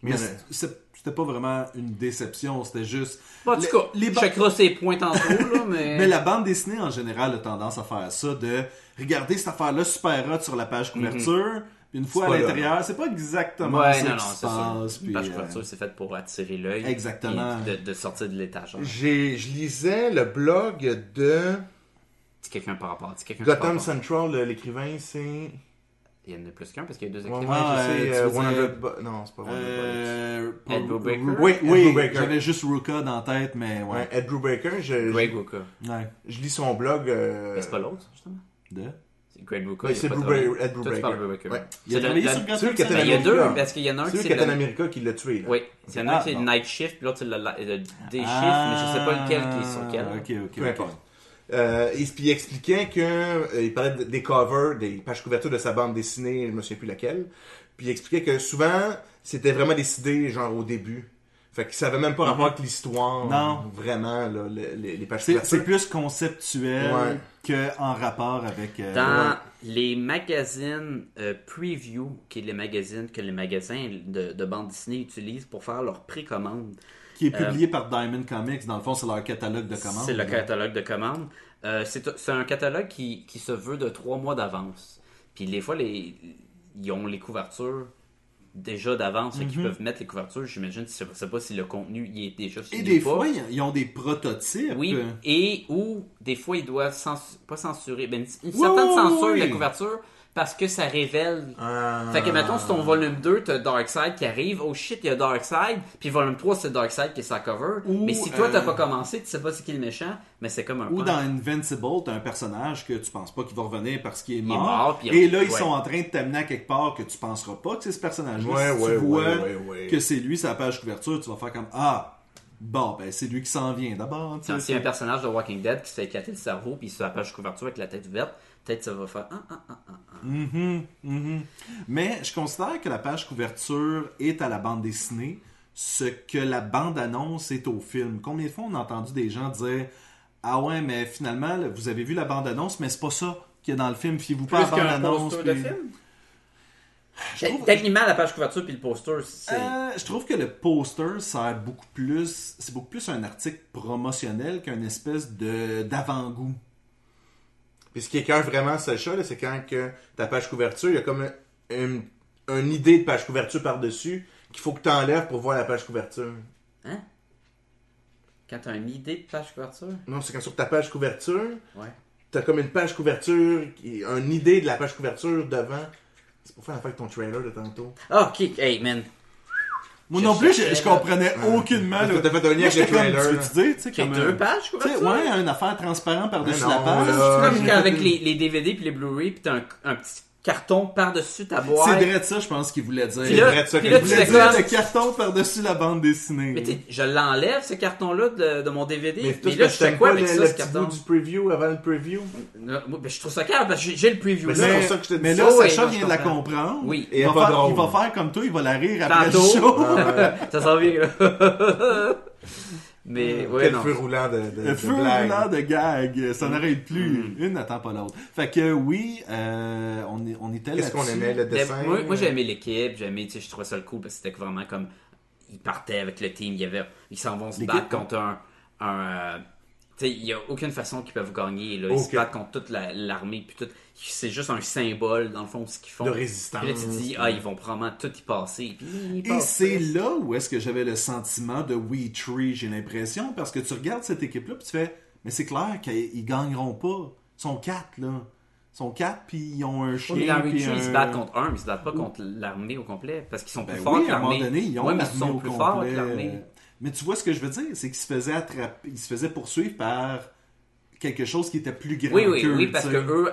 [SPEAKER 2] Mais
[SPEAKER 1] Mais c'est- c'est- c'était pas vraiment une déception, c'était juste.
[SPEAKER 3] Bon, en
[SPEAKER 1] Le-
[SPEAKER 3] tout cas,
[SPEAKER 1] les
[SPEAKER 3] les
[SPEAKER 1] ba-
[SPEAKER 3] checkera ses points tantôt, là,
[SPEAKER 2] [laughs]
[SPEAKER 3] mais...
[SPEAKER 1] Mais la bande dessinée en général a tendance à faire ça de regarder cette affaire-là super hot sur la
[SPEAKER 3] Mhm.
[SPEAKER 1] page couverture, puis une fois à
[SPEAKER 2] pas là,
[SPEAKER 1] l'intérieur, c'est pas exactement
[SPEAKER 3] Ouais,
[SPEAKER 1] ça
[SPEAKER 3] non, non,
[SPEAKER 1] qui se
[SPEAKER 3] c'est
[SPEAKER 1] passe.
[SPEAKER 3] sûr.
[SPEAKER 1] puis,
[SPEAKER 3] Une page
[SPEAKER 1] euh,
[SPEAKER 3] couverture, c'est faite pour attirer l'œil.
[SPEAKER 1] Exactement.
[SPEAKER 3] et De, de sortir de l'étagère.
[SPEAKER 2] J'ai, je lisais le blog de
[SPEAKER 3] Dis quelqu'un par rapport. Dis quelqu'un par
[SPEAKER 2] Gotham
[SPEAKER 3] rapport.
[SPEAKER 2] Central, le- l'écrivain, c'est.
[SPEAKER 3] Il y en a plus qu'un parce qu'il y a deux
[SPEAKER 2] Ouais, ouais,
[SPEAKER 3] écrivains.
[SPEAKER 2] je
[SPEAKER 1] euh,
[SPEAKER 2] sais,
[SPEAKER 1] tu
[SPEAKER 2] euh,
[SPEAKER 1] veux
[SPEAKER 2] 100
[SPEAKER 1] dire-
[SPEAKER 2] bo- Non, c'est pas 100 bullets.
[SPEAKER 1] Euh,
[SPEAKER 3] Ed
[SPEAKER 1] pour-
[SPEAKER 3] Brubaker.
[SPEAKER 1] Ru-
[SPEAKER 2] Oui,
[SPEAKER 1] Oui,
[SPEAKER 2] Ed
[SPEAKER 1] oui,
[SPEAKER 2] Brubaker.
[SPEAKER 1] j'avais juste Ruka dans la tête, mais
[SPEAKER 2] Ouais,
[SPEAKER 1] ouais.
[SPEAKER 2] Ed Brubaker, je,
[SPEAKER 3] Greg Rucka.
[SPEAKER 1] ouais.
[SPEAKER 2] je lis son blog. euh,
[SPEAKER 3] Mais C'est pas l'autre, justement.
[SPEAKER 1] De-
[SPEAKER 3] C'est Greg Rucka.
[SPEAKER 2] Ouais,
[SPEAKER 3] il a
[SPEAKER 2] c'est
[SPEAKER 3] pas
[SPEAKER 2] Bruba-
[SPEAKER 3] travaillé.
[SPEAKER 2] Ed
[SPEAKER 3] Toi,
[SPEAKER 2] Brubaker.
[SPEAKER 3] tu parles de Brubaker.
[SPEAKER 1] Il
[SPEAKER 2] Ouais.
[SPEAKER 1] a
[SPEAKER 3] C'est
[SPEAKER 1] travaillé
[SPEAKER 3] le-
[SPEAKER 1] sur
[SPEAKER 3] le-
[SPEAKER 1] Gotham
[SPEAKER 2] Celui qui a
[SPEAKER 1] Central.
[SPEAKER 3] Mais il y a
[SPEAKER 2] Captain
[SPEAKER 3] deux,
[SPEAKER 2] America.
[SPEAKER 3] parce qu'il y en a un qui
[SPEAKER 2] Celui
[SPEAKER 3] c'est
[SPEAKER 2] de Captain
[SPEAKER 3] le-
[SPEAKER 2] America qui l'a tué. là.
[SPEAKER 3] Oui, il y en a un
[SPEAKER 1] Ah,
[SPEAKER 3] qui est
[SPEAKER 1] bon.
[SPEAKER 3] night shift, puis l'autre c'est le, la- le day shift,
[SPEAKER 1] Ah,
[SPEAKER 3] mais je sais pas lequel qui est sur quel.
[SPEAKER 1] Ok, ok,
[SPEAKER 2] Peu
[SPEAKER 1] ok.
[SPEAKER 2] importe. Euh, et puis il expliquait que euh, il parlait de- des covers, des pages couvertures de sa bande dessinée, je me souviens plus laquelle. Puis il expliquait que souvent c'était vraiment décidé genre au début. Fait qu'il savait même pas
[SPEAKER 1] Mhm.
[SPEAKER 2] rapport avec l'histoire.
[SPEAKER 1] Non.
[SPEAKER 2] Vraiment là, le- les, les pages
[SPEAKER 1] C'est
[SPEAKER 2] couvertures.
[SPEAKER 1] c'est plus conceptuel
[SPEAKER 2] Ben, Ouais.
[SPEAKER 1] que en rapport avec. euh,
[SPEAKER 3] Dans
[SPEAKER 1] ouais.
[SPEAKER 3] les magazines euh, preview, qui est les magazines que les magasins de, de bande dessinée utilisent pour faire leur précommande,
[SPEAKER 1] Qui est publié par Diamond Comics. Dans le fond, c'est leur catalogue de commandes.
[SPEAKER 3] euh, C'est le
[SPEAKER 1] là.
[SPEAKER 3] catalogue de commandes. Euh, c'est c'est un catalogue qui, qui se veut de trois mois d'avance. Puis des fois, les, ils ont les couvertures déjà d'avance, et qu'ils peuvent mettre les couvertures. J'imagine, je ne sais pas si le contenu il est déjà
[SPEAKER 1] Mhm. Et
[SPEAKER 3] signé
[SPEAKER 1] des
[SPEAKER 3] ou pas.
[SPEAKER 1] fois, ils ils ont des prototypes.
[SPEAKER 3] Oui,
[SPEAKER 1] Euh,
[SPEAKER 3] et ou des fois ils doivent censu- pas censurer, ben, une
[SPEAKER 1] Oui,
[SPEAKER 3] certaine
[SPEAKER 1] oui,
[SPEAKER 3] censure
[SPEAKER 1] oui.
[SPEAKER 3] de la couverture parce que ça révèle.
[SPEAKER 1] Euh.
[SPEAKER 2] Ah.
[SPEAKER 3] Fait que mettons, c'est ton volume 2, t'as Darkseid qui arrive, oh shit, il y a Darkseid, puis volume 3, c'est Darkseid qui est sa cover.
[SPEAKER 1] Ou,
[SPEAKER 3] mais si toi, t'as
[SPEAKER 1] euh,
[SPEAKER 3] pas commencé, tu sais pas c'est qui le méchant, mais c'est comme un
[SPEAKER 1] Ou
[SPEAKER 3] punch.
[SPEAKER 1] dans Invincible, t'as un personnage que tu penses pas qu'il va revenir parce qu'il est mort.
[SPEAKER 3] mort, puis-
[SPEAKER 1] et là, ils
[SPEAKER 3] ouais.
[SPEAKER 1] sont en train de t'amener à quelque part que tu penseras pas que c'est ce personnage-là.
[SPEAKER 2] Ouais,
[SPEAKER 1] si
[SPEAKER 2] ouais,
[SPEAKER 1] tu vois
[SPEAKER 2] ouais, ouais, ouais.
[SPEAKER 1] que c'est lui, sa page couverture, tu vas faire comme Ah, bon, ben c'est lui qui s'en vient d'abord. tu sais.
[SPEAKER 3] Tiens, s'il y a un personnage de Walking Dead qui se fait éclater le cerveau puis sur la page couverture avec la tête ouverte, peut-être ça va faire ah, ah, ah, ah.
[SPEAKER 1] Mhm, mhm. Mais je considère que la page couverture est à la bande dessinée ce que la bande-annonce est au film. Combien de fois on a entendu des gens dire Ah ouais, mais finalement, là, vous avez vu la bande-annonce, mais c'est pas ça qu'il y a dans le film. Fiez-vous pas à la bande-annonce. puis- Je trouve-
[SPEAKER 3] Techniquement, la page couverture puis le poster, c'est.
[SPEAKER 1] Euh, je trouve que le poster sert beaucoup plus. C'est beaucoup plus un article promotionnel qu'un espèce de d'avant-goût.
[SPEAKER 2] Puis ce qui écœure vraiment ce chat, là, c'est quand que ta page couverture, il y a comme un- une une idée de page couverture par-dessus qu'il faut que tu enlèves pour voir la page couverture.
[SPEAKER 3] Hein? Quand t'as une idée de page couverture?
[SPEAKER 2] Non, c'est quand sur ta page couverture,
[SPEAKER 3] Ouais.
[SPEAKER 2] T'as comme une page couverture, qui- une idée de la page couverture devant. C'est pour faire affaire avec ton trailer de tantôt.
[SPEAKER 3] Ah, ok, hey man.
[SPEAKER 1] Moi
[SPEAKER 3] Je
[SPEAKER 1] non plus, je,
[SPEAKER 3] cherchais,
[SPEAKER 1] je
[SPEAKER 3] là.
[SPEAKER 1] comprenais aucunement.
[SPEAKER 2] Parce que
[SPEAKER 1] là.
[SPEAKER 2] t'as fait un lien
[SPEAKER 1] Moi,
[SPEAKER 2] avec
[SPEAKER 1] j'étais
[SPEAKER 2] le
[SPEAKER 1] comme,
[SPEAKER 2] trailer,
[SPEAKER 1] tu
[SPEAKER 2] là.
[SPEAKER 1] veux-tu dire, tu sais,
[SPEAKER 3] Qui
[SPEAKER 1] comme
[SPEAKER 3] deux
[SPEAKER 1] un- Tu
[SPEAKER 3] pages
[SPEAKER 1] sais,
[SPEAKER 3] couverture?
[SPEAKER 1] ouais, une affaire transparente par-dessus
[SPEAKER 2] Mais
[SPEAKER 1] la
[SPEAKER 2] non,
[SPEAKER 1] page.
[SPEAKER 2] là.
[SPEAKER 3] C'est
[SPEAKER 2] Euh,
[SPEAKER 3] comme quand avec
[SPEAKER 2] j'ai-
[SPEAKER 3] les, les DVD puis les Blu-ray puis t'as un, un petit carton par-dessus ta boîte.
[SPEAKER 1] C'est vrai de ça, je pense qu'il voulait dire.
[SPEAKER 3] Puis
[SPEAKER 2] C'est
[SPEAKER 3] là,
[SPEAKER 2] vrai de ça
[SPEAKER 3] puis
[SPEAKER 2] que
[SPEAKER 3] là,
[SPEAKER 2] je
[SPEAKER 3] tu
[SPEAKER 1] Il voulait
[SPEAKER 2] voulais
[SPEAKER 3] fais
[SPEAKER 1] dire
[SPEAKER 3] comme-
[SPEAKER 1] le carton par-dessus la bande dessinée.
[SPEAKER 3] Mais tu sais, je l'enlève ce carton-là de, de mon DVD.
[SPEAKER 2] Mais
[SPEAKER 3] Mais,
[SPEAKER 2] tout
[SPEAKER 3] là,
[SPEAKER 2] ce
[SPEAKER 3] je
[SPEAKER 2] que t'aimes
[SPEAKER 3] fais quoi
[SPEAKER 2] pas,
[SPEAKER 3] avec
[SPEAKER 2] le,
[SPEAKER 3] ça,
[SPEAKER 2] le
[SPEAKER 3] ce
[SPEAKER 2] petit
[SPEAKER 3] carton?
[SPEAKER 2] bout du preview avant le
[SPEAKER 3] [laughs]
[SPEAKER 2] preview.
[SPEAKER 3] Non, moi, ben, je trouve ça calme parce que j'ai- j'ai le preview
[SPEAKER 2] Mais
[SPEAKER 3] là.
[SPEAKER 2] c'est
[SPEAKER 1] mais,
[SPEAKER 2] pour ça que je te dis
[SPEAKER 1] mais
[SPEAKER 2] ça.
[SPEAKER 1] là,
[SPEAKER 3] Oh, Ouais,
[SPEAKER 1] Sacha
[SPEAKER 3] non, je
[SPEAKER 1] vient de la
[SPEAKER 3] comprends.
[SPEAKER 1] comprendre.
[SPEAKER 3] Oui.
[SPEAKER 1] Il
[SPEAKER 2] Et elle
[SPEAKER 1] va,
[SPEAKER 2] est pas
[SPEAKER 1] faire, il
[SPEAKER 2] drôle.
[SPEAKER 1] va faire comme toi, il va la rire après le
[SPEAKER 3] Tantôt,
[SPEAKER 1] show.
[SPEAKER 2] Ah, euh,
[SPEAKER 3] ça s'en vient là. [laughs] Mais ouais,
[SPEAKER 2] Quel
[SPEAKER 3] non.
[SPEAKER 2] feu roulant de, de,
[SPEAKER 1] [laughs] Le
[SPEAKER 2] de
[SPEAKER 1] feu
[SPEAKER 2] blague. Mm.
[SPEAKER 1] roulant de gag, ça n'arrête plus. Une n'attend pas l'autre. Fait que oui, euh, on, est, on était
[SPEAKER 2] Qu'est-ce qu'on
[SPEAKER 1] là-dessus.
[SPEAKER 2] aimait, le
[SPEAKER 3] Mais
[SPEAKER 2] dessin?
[SPEAKER 3] moi, moi, j'ai aimé l'équipe, j'ai aimé, tu sais, je trouvais ça le cool parce que c'était vraiment comme. Ils partaient avec le team, il y avait, ils s'en vont se
[SPEAKER 1] L'équipe,
[SPEAKER 3] battre contre un. un, euh, tu sais, il n'y a aucune façon qu'ils peuvent gagner. Là. Ils
[SPEAKER 2] Ok.
[SPEAKER 3] se battent contre toute la- l'armée. puis tout. C'est juste un symbole, dans le fond, de ce qu'ils font.
[SPEAKER 2] De résistance.
[SPEAKER 3] Puis là, tu te dis, ah, ils vont probablement tout y passer. Puis, ils
[SPEAKER 1] Et
[SPEAKER 3] passent.
[SPEAKER 1] c'est là où est-ce que j'avais le sentiment de We Tree, j'ai l'impression, parce que tu regardes cette équipe-là puis tu fais Mais c'est clair qu'ils ils gagneront pas. Ils sont quatre, là. Ils sont quatre, puis ils ont un chien.
[SPEAKER 3] mais dans
[SPEAKER 1] puis
[SPEAKER 3] Reacher, ils se
[SPEAKER 1] un-
[SPEAKER 3] battent contre un, mais ils se battent pas contre l'armée au complet parce qu'ils sont plus
[SPEAKER 1] Ben
[SPEAKER 3] forts
[SPEAKER 1] oui,
[SPEAKER 3] que
[SPEAKER 1] à un moment
[SPEAKER 3] l'armée.
[SPEAKER 1] donné, ils ont
[SPEAKER 3] Ouais, mais
[SPEAKER 1] l'armée
[SPEAKER 3] ils sont
[SPEAKER 1] au
[SPEAKER 3] plus
[SPEAKER 1] complet.
[SPEAKER 3] forts que l'armée.
[SPEAKER 1] Mais tu vois ce que je veux dire, c'est qu'ils se faisaient attraper, ils se faisaient poursuivre par quelque chose qui était plus grand
[SPEAKER 3] Oui, oui,
[SPEAKER 1] qu'eux,
[SPEAKER 3] oui, parce
[SPEAKER 1] tu
[SPEAKER 3] que
[SPEAKER 1] sais.
[SPEAKER 3] eux,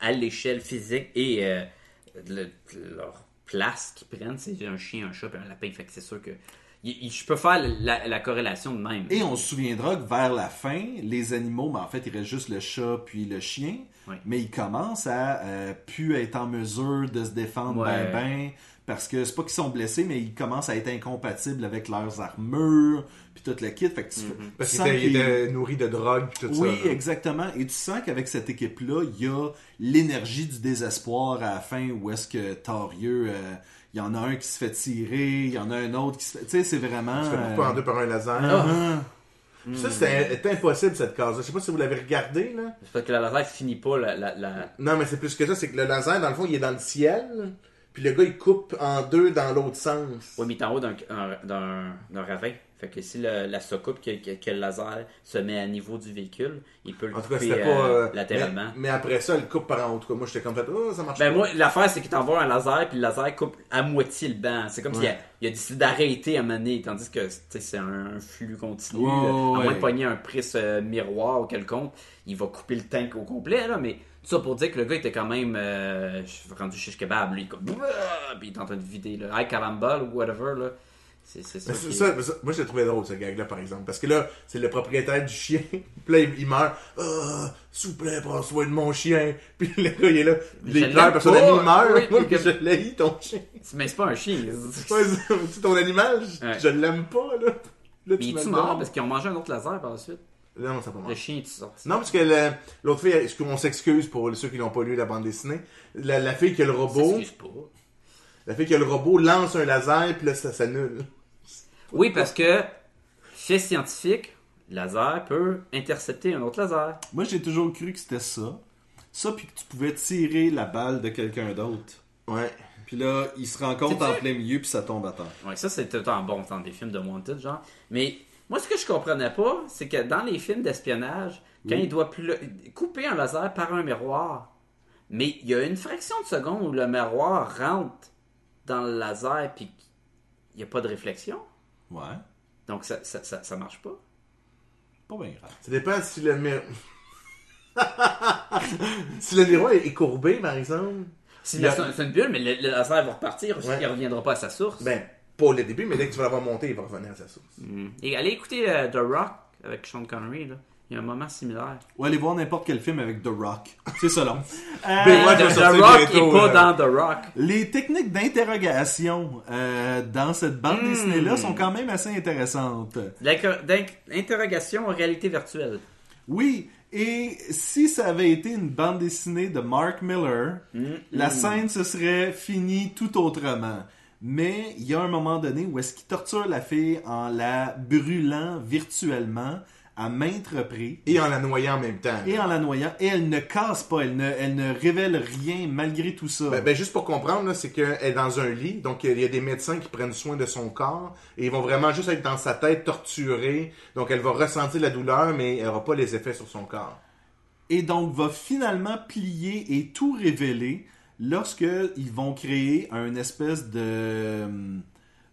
[SPEAKER 3] à l'échelle physique et euh, le- leur place qu'ils prennent, c'est un chien, un chat et un lapin. Fait que c'est sûr que. il- il- je peux faire la, la corrélation de même.
[SPEAKER 1] Et on se souviendra que vers la fin, les animaux, mais en fait, il reste juste le chat puis le chien,
[SPEAKER 3] Oui.
[SPEAKER 1] mais ils commencent à euh, plus être en mesure de se défendre
[SPEAKER 3] Ouais.
[SPEAKER 1] ben ben, parce que c'est pas qu'ils sont blessés, mais ils commencent à être incompatibles avec leurs armures, puis tout le kit. Fait que tu, tu
[SPEAKER 3] Mhm.
[SPEAKER 2] Parce qu'il
[SPEAKER 1] sens
[SPEAKER 2] était, il
[SPEAKER 1] qu'ils-
[SPEAKER 2] était nourri de drogue, tout ça.
[SPEAKER 1] Oui,
[SPEAKER 2] là.
[SPEAKER 1] exactement. Et tu sens qu'avec cette équipe-là, il y a l'énergie du désespoir à la fin où est-ce que Torieux, euh, il y en a un qui se fait tirer, il y en a un autre qui se fait. Tu sais, c'est vraiment. euh,
[SPEAKER 2] Tu te fais couper en deux par un laser.
[SPEAKER 1] Ah.
[SPEAKER 2] Ça, c'était
[SPEAKER 3] Hmm.
[SPEAKER 2] c'était impossible, cette case-là. Je sais pas si vous l'avez regardé, là.
[SPEAKER 3] C'est parce que la laser finit pas la. la, la-
[SPEAKER 2] Non, mais c'est plus que ça. C'est que le laser, dans le fond, il est dans le ciel. Puis le gars, il coupe en deux dans l'autre sens.
[SPEAKER 3] Ouais, mais il est en haut d'un- d'un d'un- d'un ravin. Fait que si le- la soucoupe que, que- que le laser se met à niveau du véhicule, il peut le
[SPEAKER 2] En tout cas,
[SPEAKER 3] couper,
[SPEAKER 2] c'était pas.
[SPEAKER 3] euh,
[SPEAKER 2] euh,
[SPEAKER 3] latéralement.
[SPEAKER 2] Mais, mais après ça, le coupe par en haut. En tout cas, moi, j'étais comme fait, oh, ça marche
[SPEAKER 3] Ben
[SPEAKER 2] pas.
[SPEAKER 3] moi, l'affaire, c'est qu'il t'envoie un laser, puis le laser coupe à moitié le banc. C'est comme s'il a,
[SPEAKER 2] Ouais.
[SPEAKER 3] il a décidé d'arrêter à mener, tandis que tu sais, c'est un, un flux continu.
[SPEAKER 1] Ouais,
[SPEAKER 3] là.
[SPEAKER 1] ouais.
[SPEAKER 3] À moins de pogner un prisme euh, miroir ou quelconque, il va couper le tank au complet, là, mais tout ça pour dire que le gars était quand même euh, rendu chez kebab, lui, comme... Bouah Puis il est en train de vider, là. Hey, carambole ou whatever, là. C'est c'est ça.
[SPEAKER 2] Mais ça,
[SPEAKER 3] qui-
[SPEAKER 2] ça- ça- moi, je l'ai trouvé drôle, ce gag-là, par exemple. Parce que là, c'est le propriétaire du chien. [laughs] Puis là, il, il meurt. Ah, s'il vous plaît, prends soin de mon chien. [laughs] Puis le gars, il est là.
[SPEAKER 3] je
[SPEAKER 2] Il
[SPEAKER 3] l'aime
[SPEAKER 2] pleure parce que son
[SPEAKER 3] pas.
[SPEAKER 2] ami il meurt.
[SPEAKER 3] Oui,
[SPEAKER 2] moi,
[SPEAKER 3] mais
[SPEAKER 2] [laughs] je l'ai, ton chien. [laughs]
[SPEAKER 3] Mais c'est pas un chien.
[SPEAKER 2] Ouais, c'est c'est ton animal. Je,
[SPEAKER 3] Ouais.
[SPEAKER 2] je l'aime pas, là. Là,
[SPEAKER 3] Mais il
[SPEAKER 2] me
[SPEAKER 3] est
[SPEAKER 2] le
[SPEAKER 3] mort
[SPEAKER 2] donnes.
[SPEAKER 3] parce qu'ils ont mangé un autre laser par la suite.
[SPEAKER 2] Non, ça a pas mort.
[SPEAKER 3] Le chien est sorti.
[SPEAKER 2] Non, parce que la- l'autre fille, est-ce qu'on s'excuse pour ceux qui n'ont pas lu la bande dessinée? La, la fille qui a le robot,
[SPEAKER 3] S'excuse pas.
[SPEAKER 2] la fille qui a le robot lance un laser, puis là, ça s'annule.
[SPEAKER 3] Oui, parce que, fait scientifique, laser peut intercepter un autre laser.
[SPEAKER 1] Moi, j'ai toujours cru que c'était ça. Ça, puis que tu pouvais tirer la balle de quelqu'un d'autre.
[SPEAKER 2] Ouais.
[SPEAKER 1] Puis là, ils se rencontrent en
[SPEAKER 3] Sais-tu-
[SPEAKER 1] plein milieu, puis ça tombe à terre.
[SPEAKER 3] Ouais, ça, c'est tout en bon temps des films de Wanted, genre. Mais moi, ce que je comprenais pas, c'est que dans les films d'espionnage, quand il doit pl- couper un laser par un miroir, mais il y a une fraction de seconde où le miroir rentre dans le laser, puis il n'y a pas de réflexion.
[SPEAKER 1] Ouais.
[SPEAKER 3] Donc, ça, ça, ça, ça marche pas.
[SPEAKER 1] Pas bien grave.
[SPEAKER 2] Ça dépend si le miroir... [laughs] si le miroir est courbé, par exemple.
[SPEAKER 3] Si
[SPEAKER 2] Il y a-
[SPEAKER 3] c'est c'est une bulle, mais le, le laser va repartir,
[SPEAKER 2] Ouais.
[SPEAKER 3] il reviendra pas à sa source.
[SPEAKER 2] Ben, pas au début, mais dès que tu vas l'avoir monté, il va revenir à sa source.
[SPEAKER 3] Et allez écouter euh, The Rock avec Sean Connery, là. il y a un moment similaire.
[SPEAKER 1] Ou aller voir n'importe quel film avec The Rock. C'est ça, long.
[SPEAKER 2] Ben, moi,
[SPEAKER 3] Euh, The,
[SPEAKER 2] je vais
[SPEAKER 3] The
[SPEAKER 2] sortir
[SPEAKER 3] Rock
[SPEAKER 2] bientôt,
[SPEAKER 3] est pas
[SPEAKER 2] là.
[SPEAKER 3] dans The Rock.
[SPEAKER 1] Les techniques d'interrogation euh, dans cette bande dessinée-là sont quand même assez intéressantes.
[SPEAKER 3] L'inco- d'inc- Interrogation en réalité virtuelle.
[SPEAKER 1] Oui, et si ça avait été une bande dessinée de Mark Miller,
[SPEAKER 2] Mm-hmm.
[SPEAKER 1] la scène se serait finie tout autrement. Mais il y a un moment donné où est-ce qu'il torture la fille en la brûlant virtuellement à maintes reprises
[SPEAKER 2] Et en la noyant en même temps.
[SPEAKER 1] et en la noyant. Et elle ne casse pas, elle ne, elle ne révèle rien malgré tout ça.
[SPEAKER 2] Ben, ben, juste pour comprendre, là, c'est qu'elle est dans un lit, donc il y a des médecins qui prennent soin de son corps, et ils vont vraiment juste être dans sa tête, torturée, donc elle va ressentir la douleur, mais elle n'aura pas les effets sur son corps.
[SPEAKER 1] et donc va finalement plier et tout révéler lorsque ils vont créer un espèce de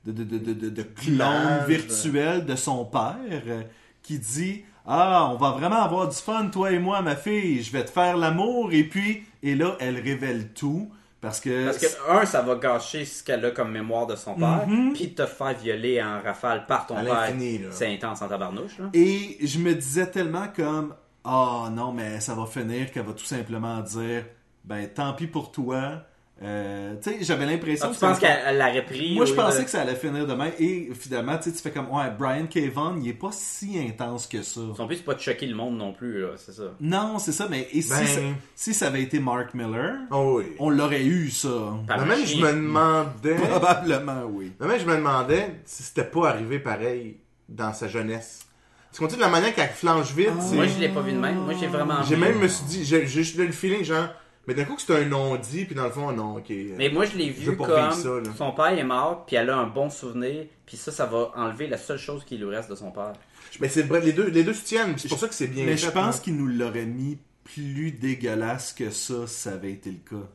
[SPEAKER 1] de, de, de, de- de- de clone
[SPEAKER 2] Image.
[SPEAKER 1] virtuel de son père euh, qui dit ah on va vraiment avoir du fun toi et moi ma fille je vais te faire l'amour et puis et là elle révèle tout parce que,
[SPEAKER 3] Parce que, un, ça va gâcher ce qu'elle a comme mémoire de son père, puis te faire violer en rafale par ton
[SPEAKER 2] Mm-hmm. À
[SPEAKER 3] père.
[SPEAKER 2] l'infini, là.
[SPEAKER 3] C'est intense en tabarnouche. Là.
[SPEAKER 1] et je me disais tellement comme ah non mais ça va finir qu'elle va tout simplement dire ben tant pis pour toi Euh, tu sais j'avais l'impression
[SPEAKER 3] Ah, tu
[SPEAKER 1] que ça
[SPEAKER 3] penses
[SPEAKER 1] me-
[SPEAKER 3] qu'elle elle l'aurait pris
[SPEAKER 1] Moi,
[SPEAKER 3] oui, ben-
[SPEAKER 1] je pensais
[SPEAKER 3] là.
[SPEAKER 1] que ça allait finir demain. Et finalement, tu sais, tu fais comme, ouais, Brian Cavan, il est pas si intense que ça.
[SPEAKER 3] Son but, c'est pas de choquer le monde non plus, là, c'est ça.
[SPEAKER 1] Non, c'est ça, mais et si,
[SPEAKER 2] Ben-
[SPEAKER 1] ça, si ça avait été Mark Miller,
[SPEAKER 2] Oh oui.
[SPEAKER 1] on l'aurait eu, ça.
[SPEAKER 3] Par
[SPEAKER 2] Mais Ah, même, je
[SPEAKER 3] chien.
[SPEAKER 2] me demandais,
[SPEAKER 1] Probablement, oui.
[SPEAKER 2] mais même, je me demandais si c'était pas arrivé pareil dans sa jeunesse. Parce qu'on dit de la manière qu'elle flanche vite, c'est-
[SPEAKER 3] Ah, Moi, je l'ai pas vu de même. Moi, j'ai vraiment.
[SPEAKER 2] j'ai
[SPEAKER 3] vu-
[SPEAKER 2] même me suis dit, j'ai j'ai juste eu le feeling, genre, mais d'un coup que c'est un non-dit, puis dans le fond, non, ok.
[SPEAKER 3] Mais moi, je l'ai
[SPEAKER 2] Je veux
[SPEAKER 3] vu
[SPEAKER 2] pas
[SPEAKER 3] comme
[SPEAKER 2] revivre ça, là.
[SPEAKER 3] son père est mort, puis elle a un bon souvenir, puis ça, ça va enlever la seule chose qui lui reste de son père.
[SPEAKER 2] Mais c'est vrai, les deux, les deux se tiennent, c'est pour ça que c'est bien
[SPEAKER 1] Mais
[SPEAKER 2] fait,
[SPEAKER 1] je
[SPEAKER 2] hein.
[SPEAKER 1] pense qu'il nous l'aurait mis plus dégueulasse que ça, ça avait été le cas.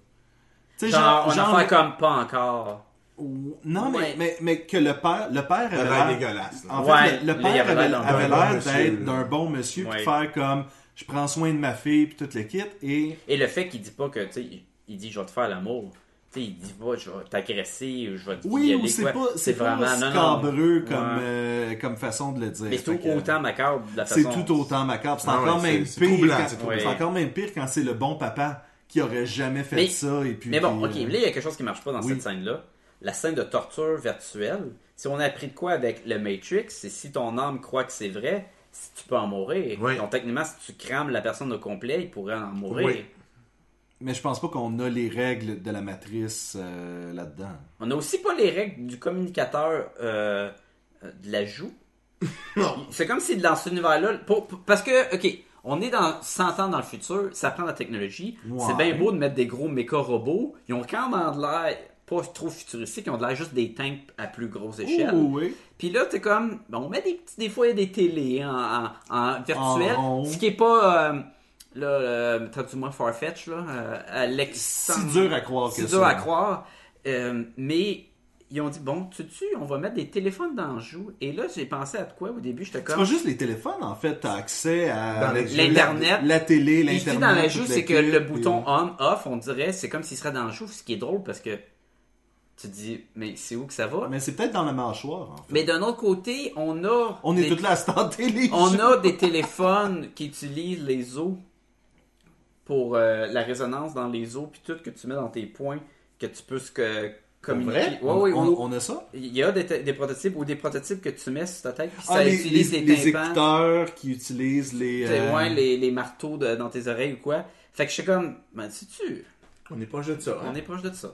[SPEAKER 1] Tu sais,
[SPEAKER 3] Genre, on en fait comme pas encore.
[SPEAKER 1] Ou- Non, mais,
[SPEAKER 3] Ouais.
[SPEAKER 1] mais, mais que le père, le père avait
[SPEAKER 2] l'air
[SPEAKER 1] l'air
[SPEAKER 2] dégueulasse, là.
[SPEAKER 1] En
[SPEAKER 3] Ouais,
[SPEAKER 1] fait, le, le
[SPEAKER 3] lui, il
[SPEAKER 1] père
[SPEAKER 3] avait
[SPEAKER 1] avait,
[SPEAKER 3] l'air d'un
[SPEAKER 1] avait
[SPEAKER 2] bon
[SPEAKER 1] l'air
[SPEAKER 2] monsieur,
[SPEAKER 1] d'être
[SPEAKER 2] là.
[SPEAKER 1] d'un bon monsieur, puis
[SPEAKER 3] Ouais.
[SPEAKER 1] de faire comme je prends soin de ma fille, puis tout le kit. Et
[SPEAKER 3] Et le fait qu'il dit pas que, tu sais, il- il dit je vais te faire l'amour. Tu sais, il dit pas je vais t'agresser ou je vais te
[SPEAKER 1] oui,
[SPEAKER 3] violer,
[SPEAKER 1] ou c'est
[SPEAKER 3] quoi.
[SPEAKER 1] pas, c'est pas
[SPEAKER 3] vraiment non, non.
[SPEAKER 1] scabreux Comme,
[SPEAKER 3] Ouais.
[SPEAKER 1] euh, comme façon de le dire.
[SPEAKER 3] Mais c'est
[SPEAKER 1] Fait
[SPEAKER 3] tout
[SPEAKER 1] que-
[SPEAKER 3] autant macabre de la
[SPEAKER 1] C'est
[SPEAKER 3] façon.
[SPEAKER 1] tout autant macabre. C'est
[SPEAKER 2] Ah
[SPEAKER 1] encore
[SPEAKER 2] ouais,
[SPEAKER 1] même
[SPEAKER 2] c'est- c'est
[SPEAKER 1] pire.
[SPEAKER 2] troublant,
[SPEAKER 1] quand-
[SPEAKER 2] c'est
[SPEAKER 1] C'est
[SPEAKER 3] troublant.
[SPEAKER 1] encore même pire quand c'est le bon papa qui aurait jamais fait
[SPEAKER 3] Mais-
[SPEAKER 1] ça. Et puis, euh,
[SPEAKER 3] Mais bon, ok,
[SPEAKER 1] puis,
[SPEAKER 3] là, il y a quelque chose qui marche pas dans
[SPEAKER 1] Oui.
[SPEAKER 3] cette scène-là. La scène de torture virtuelle, si on a appris de quoi avec le Matrix, c'est si ton âme croit que c'est vrai, si tu peux en mourir.
[SPEAKER 2] Oui.
[SPEAKER 3] Donc, techniquement, si tu crames la personne au complet, il pourrait en mourir.
[SPEAKER 2] Oui.
[SPEAKER 1] Mais je pense pas qu'on a les règles de la matrice euh, là-dedans.
[SPEAKER 3] On n'a aussi pas les règles du communicateur euh, euh, de la joue.
[SPEAKER 2] Non.
[SPEAKER 3] C'est comme si dans cet univers-là, pour- pour- parce que, ok, on est dans 100 ans dans le futur, ça prend la technologie.
[SPEAKER 1] Ouais.
[SPEAKER 3] C'est bien beau de mettre des gros méca robots. Ils ont quand même de l'air pas trop futuristique, ils ont de l'air juste des tanks à plus grosse échelle.
[SPEAKER 1] Oh, oui.
[SPEAKER 3] Puis là, t'es comme, ben, on met des petits, des fois des télés en, en, en virtuel,
[SPEAKER 1] En rond.
[SPEAKER 3] ce qui est pas, euh, là, euh, traduis-moi Farfetch, là, euh, Alexandre.
[SPEAKER 1] Si dur à croire
[SPEAKER 3] Si
[SPEAKER 1] que
[SPEAKER 3] dur
[SPEAKER 1] ça.
[SPEAKER 3] à croire. Euh, mais ils ont dit, bon, tu tu on va mettre des téléphones dans le joue. Et là, j'ai pensé à de quoi au début, j'étais
[SPEAKER 1] C'est
[SPEAKER 3] comme.
[SPEAKER 1] pas juste les téléphones, en fait. T'as accès à
[SPEAKER 2] Dans les-
[SPEAKER 3] L'Internet.
[SPEAKER 1] la, la télé,
[SPEAKER 3] Et je
[SPEAKER 1] l'internet.
[SPEAKER 3] dis dans la
[SPEAKER 1] tout
[SPEAKER 3] joue,
[SPEAKER 1] le
[SPEAKER 3] c'est que
[SPEAKER 1] kit,
[SPEAKER 3] le
[SPEAKER 1] puis- euh.
[SPEAKER 3] bouton on, off, on dirait, c'est comme s'il serait dans le joue, ce qui est drôle parce que tu te dis, mais c'est où que ça va?
[SPEAKER 1] Mais c'est peut-être dans la mâchoire, en fait.
[SPEAKER 3] Mais d'un autre côté, on a.
[SPEAKER 1] On est
[SPEAKER 3] des-
[SPEAKER 1] toute la star télé.
[SPEAKER 3] On a des téléphones qui utilisent les os pour euh, la résonance dans les os, puis tout que tu mets dans tes points, que tu peux ce que, communiquer.
[SPEAKER 1] vrai?
[SPEAKER 3] Ouais, ouais,
[SPEAKER 1] on,
[SPEAKER 3] ouais.
[SPEAKER 1] on a ça?
[SPEAKER 3] Il y a des, te- des prototypes ou des prototypes que tu mets sur ta tête, puis ça
[SPEAKER 1] Ah, les,
[SPEAKER 3] utilise
[SPEAKER 1] les-
[SPEAKER 3] les,
[SPEAKER 1] les
[SPEAKER 3] tympans,
[SPEAKER 1] écouteurs qui utilisent les...
[SPEAKER 3] t'sais,
[SPEAKER 1] euh,
[SPEAKER 3] ouais, les, les marteaux de- dans tes oreilles ou quoi. Fait que je suis comme, ben si tu,
[SPEAKER 2] On n'est pas juste de ça. hein.
[SPEAKER 3] on est proche de ça.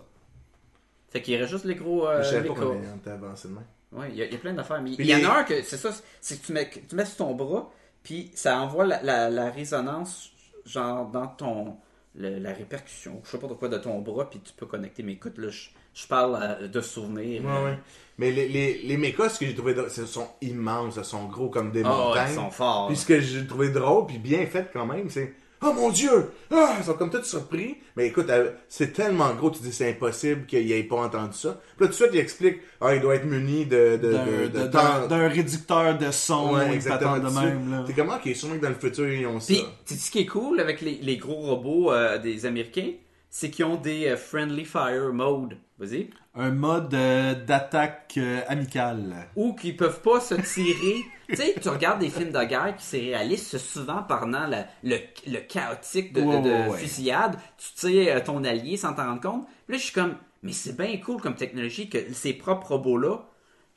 [SPEAKER 3] Fait qu'il reste juste les gros. euh,
[SPEAKER 2] Je savais pas
[SPEAKER 3] les gros.
[SPEAKER 2] qu'on était avancé de même.
[SPEAKER 3] Ouais, il y, a- il y a plein d'affaires. Mais
[SPEAKER 2] Mais
[SPEAKER 3] il y en
[SPEAKER 2] les-
[SPEAKER 3] a un que c'est ça, c'est que tu mets, que tu mets sur ton bras, puis ça envoie la, la- la résonance, genre dans ton. le- la répercussion, je sais pas de quoi, de ton bras, puis tu peux connecter. Mais écoute, là, je, je parle euh, de souvenirs.
[SPEAKER 2] Ouais, ouais. Mais les, les, les mechas, ce que j'ai trouvé drôle, ce sont immenses, ce sont gros comme des
[SPEAKER 3] Ah,
[SPEAKER 2] montagnes.
[SPEAKER 3] ils sont forts.
[SPEAKER 2] Puis ce que j'ai trouvé drôle, puis bien fait quand même, c'est Oh mon Dieu! Ah! Ils sont comme tous surpris. Mais écoute, euh, c'est tellement gros, tu dis c'est impossible qu'il ait pas entendu ça. Puis là, tout de suite, il explique Ah, il doit être muni de, de,
[SPEAKER 1] d'un-
[SPEAKER 2] de, de
[SPEAKER 1] d'un-
[SPEAKER 2] temps.
[SPEAKER 1] d'un réducteur de son,
[SPEAKER 2] Ouais,
[SPEAKER 1] une
[SPEAKER 2] exactement.
[SPEAKER 1] patente de
[SPEAKER 2] dessus.
[SPEAKER 1] même. Là.
[SPEAKER 2] T'es comment Ok, sûrement que dans le futur, ils ont ça.
[SPEAKER 3] Puis, tu sais ce qui est cool avec les, les gros robots euh, des Américains, c'est qu'ils ont des euh, friendly fire mode. Vas-y.
[SPEAKER 1] Un mode euh, d'attaque euh, amicale.
[SPEAKER 3] ou qui peuvent pas se tirer. tu sais, tu regardes des films de guerre qui se réalisent c'est souvent pendant la- le, le chaotique de, de-
[SPEAKER 1] Ouais, ouais,
[SPEAKER 3] de
[SPEAKER 1] ouais.
[SPEAKER 3] fusillade. Tu tires euh, ton allié sans t'en rendre compte. Là, je suis comme, mais c'est bien cool comme technologie que ces propres robots-là,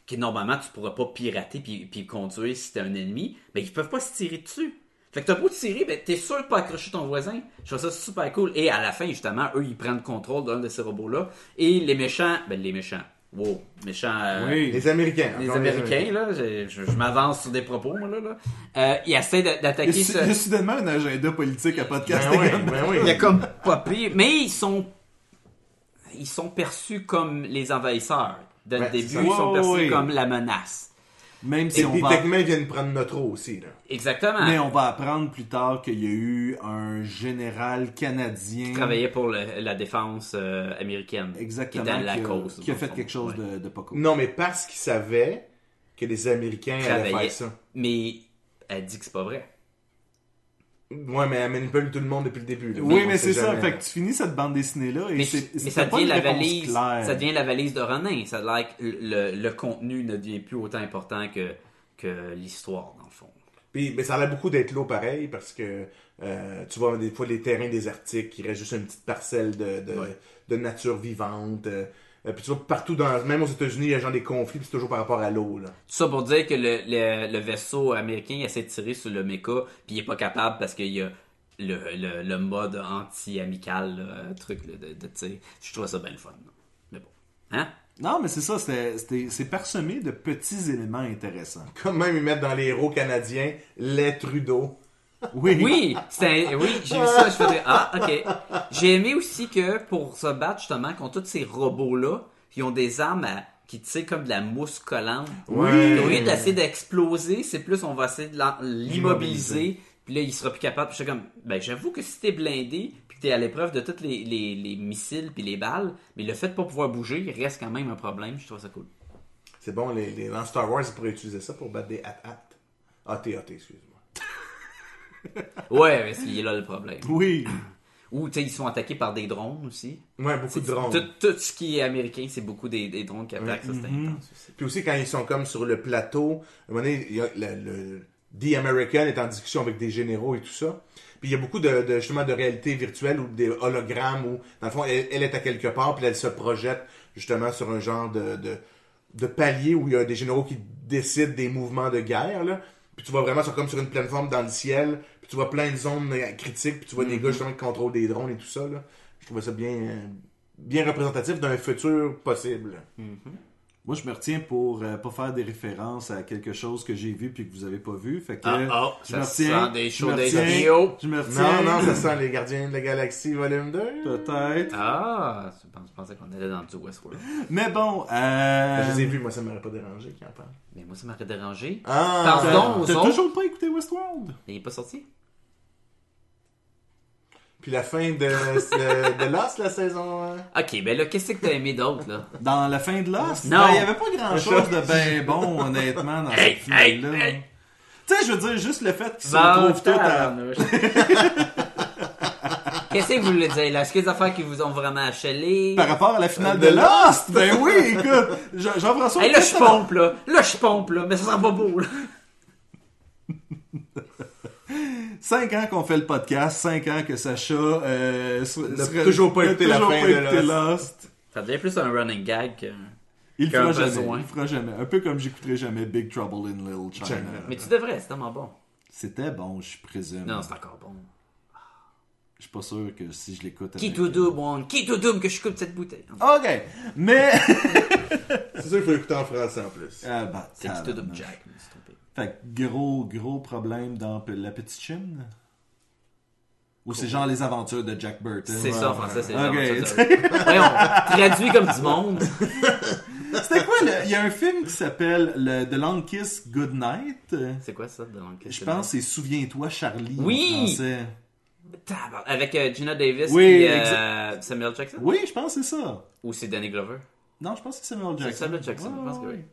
[SPEAKER 3] que normalement tu pourrais pas pirater puis, puis conduire si t'es un ennemi, mais ils peuvent pas se tirer dessus. Fait que t'as beau tirer, ben t'es sûr de pas accrocher ton voisin. Je trouve ça super cool. Et à la fin, justement, eux, ils prennent le contrôle d'un de ces robots-là. Et les méchants, ben les méchants. Wow, méchants. euh,
[SPEAKER 2] Les Américains.
[SPEAKER 3] les
[SPEAKER 2] encore
[SPEAKER 3] Américains, là, je, je- je m'avance sur des propos, moi, là, là. Euh, ils essaient d'a-
[SPEAKER 1] Il y, a
[SPEAKER 3] d'attaquer
[SPEAKER 1] su-
[SPEAKER 3] ce...
[SPEAKER 1] il y a soudainement un agenda politique à podcast.
[SPEAKER 2] Ben oui,
[SPEAKER 1] Également.
[SPEAKER 2] ben oui.
[SPEAKER 3] Il y a comme pas pire, mais ils sont... Ils sont perçus comme les envahisseurs. Dès le
[SPEAKER 2] Ouais,
[SPEAKER 3] début,
[SPEAKER 2] c'est ça.
[SPEAKER 3] ils sont
[SPEAKER 1] Ouais,
[SPEAKER 3] perçus
[SPEAKER 1] ouais.
[SPEAKER 3] comme la menace.
[SPEAKER 1] Même si
[SPEAKER 2] Et
[SPEAKER 1] on
[SPEAKER 2] puis,
[SPEAKER 1] va...
[SPEAKER 2] techniquement, ils viennent prendre notre eau aussi, là.
[SPEAKER 3] Exactement.
[SPEAKER 1] Mais on va apprendre plus tard qu'il y a eu un général canadien
[SPEAKER 3] Ils travaillaient pour le- la défense euh, américaine.
[SPEAKER 1] exactement
[SPEAKER 3] Qui était la
[SPEAKER 1] qui a,
[SPEAKER 3] cause.
[SPEAKER 1] qui a
[SPEAKER 3] dans
[SPEAKER 1] fait
[SPEAKER 3] le fond.
[SPEAKER 1] quelque chose
[SPEAKER 3] Ouais.
[SPEAKER 1] de, de pas cool.
[SPEAKER 2] Non, mais parce qu'ils savaient que les Américains allaient
[SPEAKER 3] Travaillaient.
[SPEAKER 2] faire ça.
[SPEAKER 3] Mais elle dit que c'est pas vrai.
[SPEAKER 2] Ouais, mais elle manipule tout le monde depuis le début. là.
[SPEAKER 1] Oui,
[SPEAKER 2] On
[SPEAKER 1] mais
[SPEAKER 2] sait
[SPEAKER 1] c'est ça.
[SPEAKER 2] jamais, hein.
[SPEAKER 1] Fait
[SPEAKER 2] là.
[SPEAKER 1] que tu finis cette bande dessinée là et
[SPEAKER 3] Mais,
[SPEAKER 1] c'est
[SPEAKER 3] mais
[SPEAKER 1] c'est
[SPEAKER 3] ça
[SPEAKER 1] pas
[SPEAKER 3] devient
[SPEAKER 1] une
[SPEAKER 3] la
[SPEAKER 1] réponse
[SPEAKER 3] valise,
[SPEAKER 1] claire.
[SPEAKER 3] ça devient la valise de Ronin. Ça a l'air que le, le contenu ne devient plus autant important que, que l'histoire dans le fond.
[SPEAKER 2] Puis, mais ça a l'air beaucoup d'être l'eau pareil parce que euh, tu vois des fois les terrains désertiques, il reste juste une petite parcelle de, de, de nature vivante. euh, euh, puis tu vois partout dans même aux États-Unis, il y a genre des conflits, puis c'est toujours par rapport à l'eau là. [laughs]
[SPEAKER 3] Tout ça pour dire que le, le- le vaisseau américain il essaie de tirer sur le mecha puis il est pas capable parce qu'il y a le, le- le mode anti-amical là, truc là, de, de tir. Je trouve ça bien le fun. là. Mais bon, hein?
[SPEAKER 1] Non, mais c'est ça. c'était- c'était- C'est parsemé de petits éléments intéressants.
[SPEAKER 2] Comme même ils mettent dans les héros canadiens les Trudeau.
[SPEAKER 1] Oui.
[SPEAKER 3] Oui, c'était- oui, j'ai vu ça, je faisais ah ok. J'ai aimé aussi que pour se battre justement contre tous ces robots là, ils ont des armes à- qui tirent comme de la mousse collante.
[SPEAKER 2] Ouais.
[SPEAKER 3] Au lieu d'essayer d'exploser, c'est plus on va essayer de l'en- l'immobiliser Puis là, il sera plus capable. Puis je suis comme, ben, j'avoue que si t'es blindé, puis que t'es à l'épreuve de toutes les, les- les missiles puis les balles, mais le fait de pas pouvoir bouger, il reste quand même un problème. Je trouve ça cool.
[SPEAKER 2] C'est bon, les, les, dans Star Wars, ils pourraient utiliser ça pour battre des at-at. AT-AT, excuse-moi.
[SPEAKER 3] Ouais, mais c'est là le problème.
[SPEAKER 1] [laughs] Oui.
[SPEAKER 3] Ou, tu sais, ils sont attaqués par des drones aussi.
[SPEAKER 2] Ouais, beaucoup de drones.
[SPEAKER 3] Tout, tout ce qui est américain, c'est beaucoup des, des drones qui attaquent. Ça, c'est intense aussi.
[SPEAKER 2] Puis aussi, quand ils sont comme sur le plateau, à un moment donné, il y a le, le- The American est en discussion avec des généraux et tout ça. Puis il y a beaucoup de, de- justement de réalité virtuelle ou des hologrammes où, dans le fond, elle, elle est à quelque part, puis elle se projette justement sur un genre de, de, de palier où il y a des généraux qui décident des mouvements de guerre, là. Puis tu vois vraiment, c'est comme sur une plateforme dans le ciel, puis tu vois plein de zones euh, critiques, puis tu vois des gars justement qui contrôlent des drones et tout ça, là. Je trouvais ça bien, euh, bien représentatif d'un futur possible.
[SPEAKER 1] Moi, je me retiens pour euh, pas faire des références à quelque chose que j'ai vu puis que vous avez pas vu. Fait que
[SPEAKER 3] Ah, ah,
[SPEAKER 1] je
[SPEAKER 3] ça
[SPEAKER 1] me
[SPEAKER 3] sent
[SPEAKER 1] retiens.
[SPEAKER 3] des
[SPEAKER 1] je
[SPEAKER 3] shows
[SPEAKER 1] me
[SPEAKER 3] des
[SPEAKER 1] retiens,
[SPEAKER 3] vidéos.
[SPEAKER 1] Je me retiens.
[SPEAKER 2] Non, non, ça sent les Gardiens de la Galaxie volume
[SPEAKER 1] [laughs]
[SPEAKER 2] 2.
[SPEAKER 1] Peut-être.
[SPEAKER 3] Ah, je pense- je pensais qu'on allait dans du Westworld.
[SPEAKER 1] Mais bon, euh...
[SPEAKER 2] Je les ai vus, moi ça m'aurait pas dérangé qu'il en parle.
[SPEAKER 3] Mais moi, ça m'aurait dérangé.
[SPEAKER 2] Ah!
[SPEAKER 3] Pardon? aux
[SPEAKER 1] T'as
[SPEAKER 3] autres.
[SPEAKER 1] toujours pas écouté Westworld?
[SPEAKER 3] Il est pas sorti.
[SPEAKER 2] Euh, Puis la fin de, de Lost, la saison. hein?
[SPEAKER 3] Ok, ben là, qu'est-ce que t'as aimé d'autre, [laughs] là?
[SPEAKER 1] Dans la fin de Lost?
[SPEAKER 3] Non.
[SPEAKER 1] Ben, Il y avait pas grand-chose de
[SPEAKER 3] [laughs]
[SPEAKER 1] ben bon, honnêtement, dans
[SPEAKER 3] Hey,
[SPEAKER 1] cette finale-là.
[SPEAKER 3] hey, hey.
[SPEAKER 1] Tu sais, je veux dire, juste le fait qu'ils se retrouvent tous à...
[SPEAKER 3] hein. [laughs] Qu'est-ce que vous voulez dire, là? Est-ce que les affaires qui vous ont vraiment achelé?
[SPEAKER 1] Par rapport à la finale de Lost, ben oui, écoute, Jean- Jean-François...
[SPEAKER 3] Hey, là,
[SPEAKER 1] qu'est-ce
[SPEAKER 3] je
[SPEAKER 1] que t'as-
[SPEAKER 3] pompe, là! Là, je pompe, là! Mais ça sent pas beau, là!
[SPEAKER 1] Cinq ans qu'on fait le podcast, cinq ans que Sacha euh, se-
[SPEAKER 2] N'a
[SPEAKER 1] serait-
[SPEAKER 2] toujours pas
[SPEAKER 1] n'a
[SPEAKER 2] écouté la
[SPEAKER 1] toujours
[SPEAKER 2] fin
[SPEAKER 1] pas
[SPEAKER 2] de
[SPEAKER 1] écouté
[SPEAKER 2] Lost.
[SPEAKER 1] Lost.
[SPEAKER 3] Ça devient plus un running gag que...
[SPEAKER 1] Il
[SPEAKER 3] Qu'un
[SPEAKER 1] fera jamais.
[SPEAKER 3] besoin.
[SPEAKER 1] Il fera jamais. Un peu comme j'écouterai jamais Big Trouble in Little China.
[SPEAKER 2] China.
[SPEAKER 3] Mais tu devrais, c'est tellement bon.
[SPEAKER 1] C'était bon, je présume.
[SPEAKER 3] Non, c'est encore bon.
[SPEAKER 1] Je suis pas sûr que si je l'écoute.
[SPEAKER 3] Qui
[SPEAKER 1] avec-
[SPEAKER 3] tout double, one? Qui tout double que je coupe cette bouteille?
[SPEAKER 1] Ok, mais.
[SPEAKER 3] [laughs]
[SPEAKER 2] C'est sûr qu'il faut écouter en français en plus.
[SPEAKER 1] ah bah.
[SPEAKER 3] C'est qui tout double
[SPEAKER 1] tabarnak.
[SPEAKER 3] Jack, je me suis trompé.
[SPEAKER 1] Fait que gros gros problème dans P- la petite Chine. Ou c'est genre les aventures de Jack Burton.
[SPEAKER 3] C'est ça, en français, c'est ça.
[SPEAKER 1] Ok. [laughs]
[SPEAKER 3] ça, ça. Voyons, traduit comme du monde.
[SPEAKER 1] C'était quoi le- Il y a un film qui s'appelle le The Long Kiss Goodnight.
[SPEAKER 3] C'est quoi ça, de l'anglais?
[SPEAKER 1] Je pense que c'est Souviens-toi Charlie
[SPEAKER 3] Oui!
[SPEAKER 1] en français.
[SPEAKER 3] Tabarnak. Avec euh, Gina Davis
[SPEAKER 1] Oui,
[SPEAKER 3] et Samuel Jackson?
[SPEAKER 1] Oui, je pense que c'est ça.
[SPEAKER 3] Ou c'est Danny Glover?
[SPEAKER 1] Non, je pense que c'est Samuel Jackson.
[SPEAKER 3] C'est Samuel Jackson, je pense que
[SPEAKER 1] Ouais,
[SPEAKER 3] oui.
[SPEAKER 1] ouais.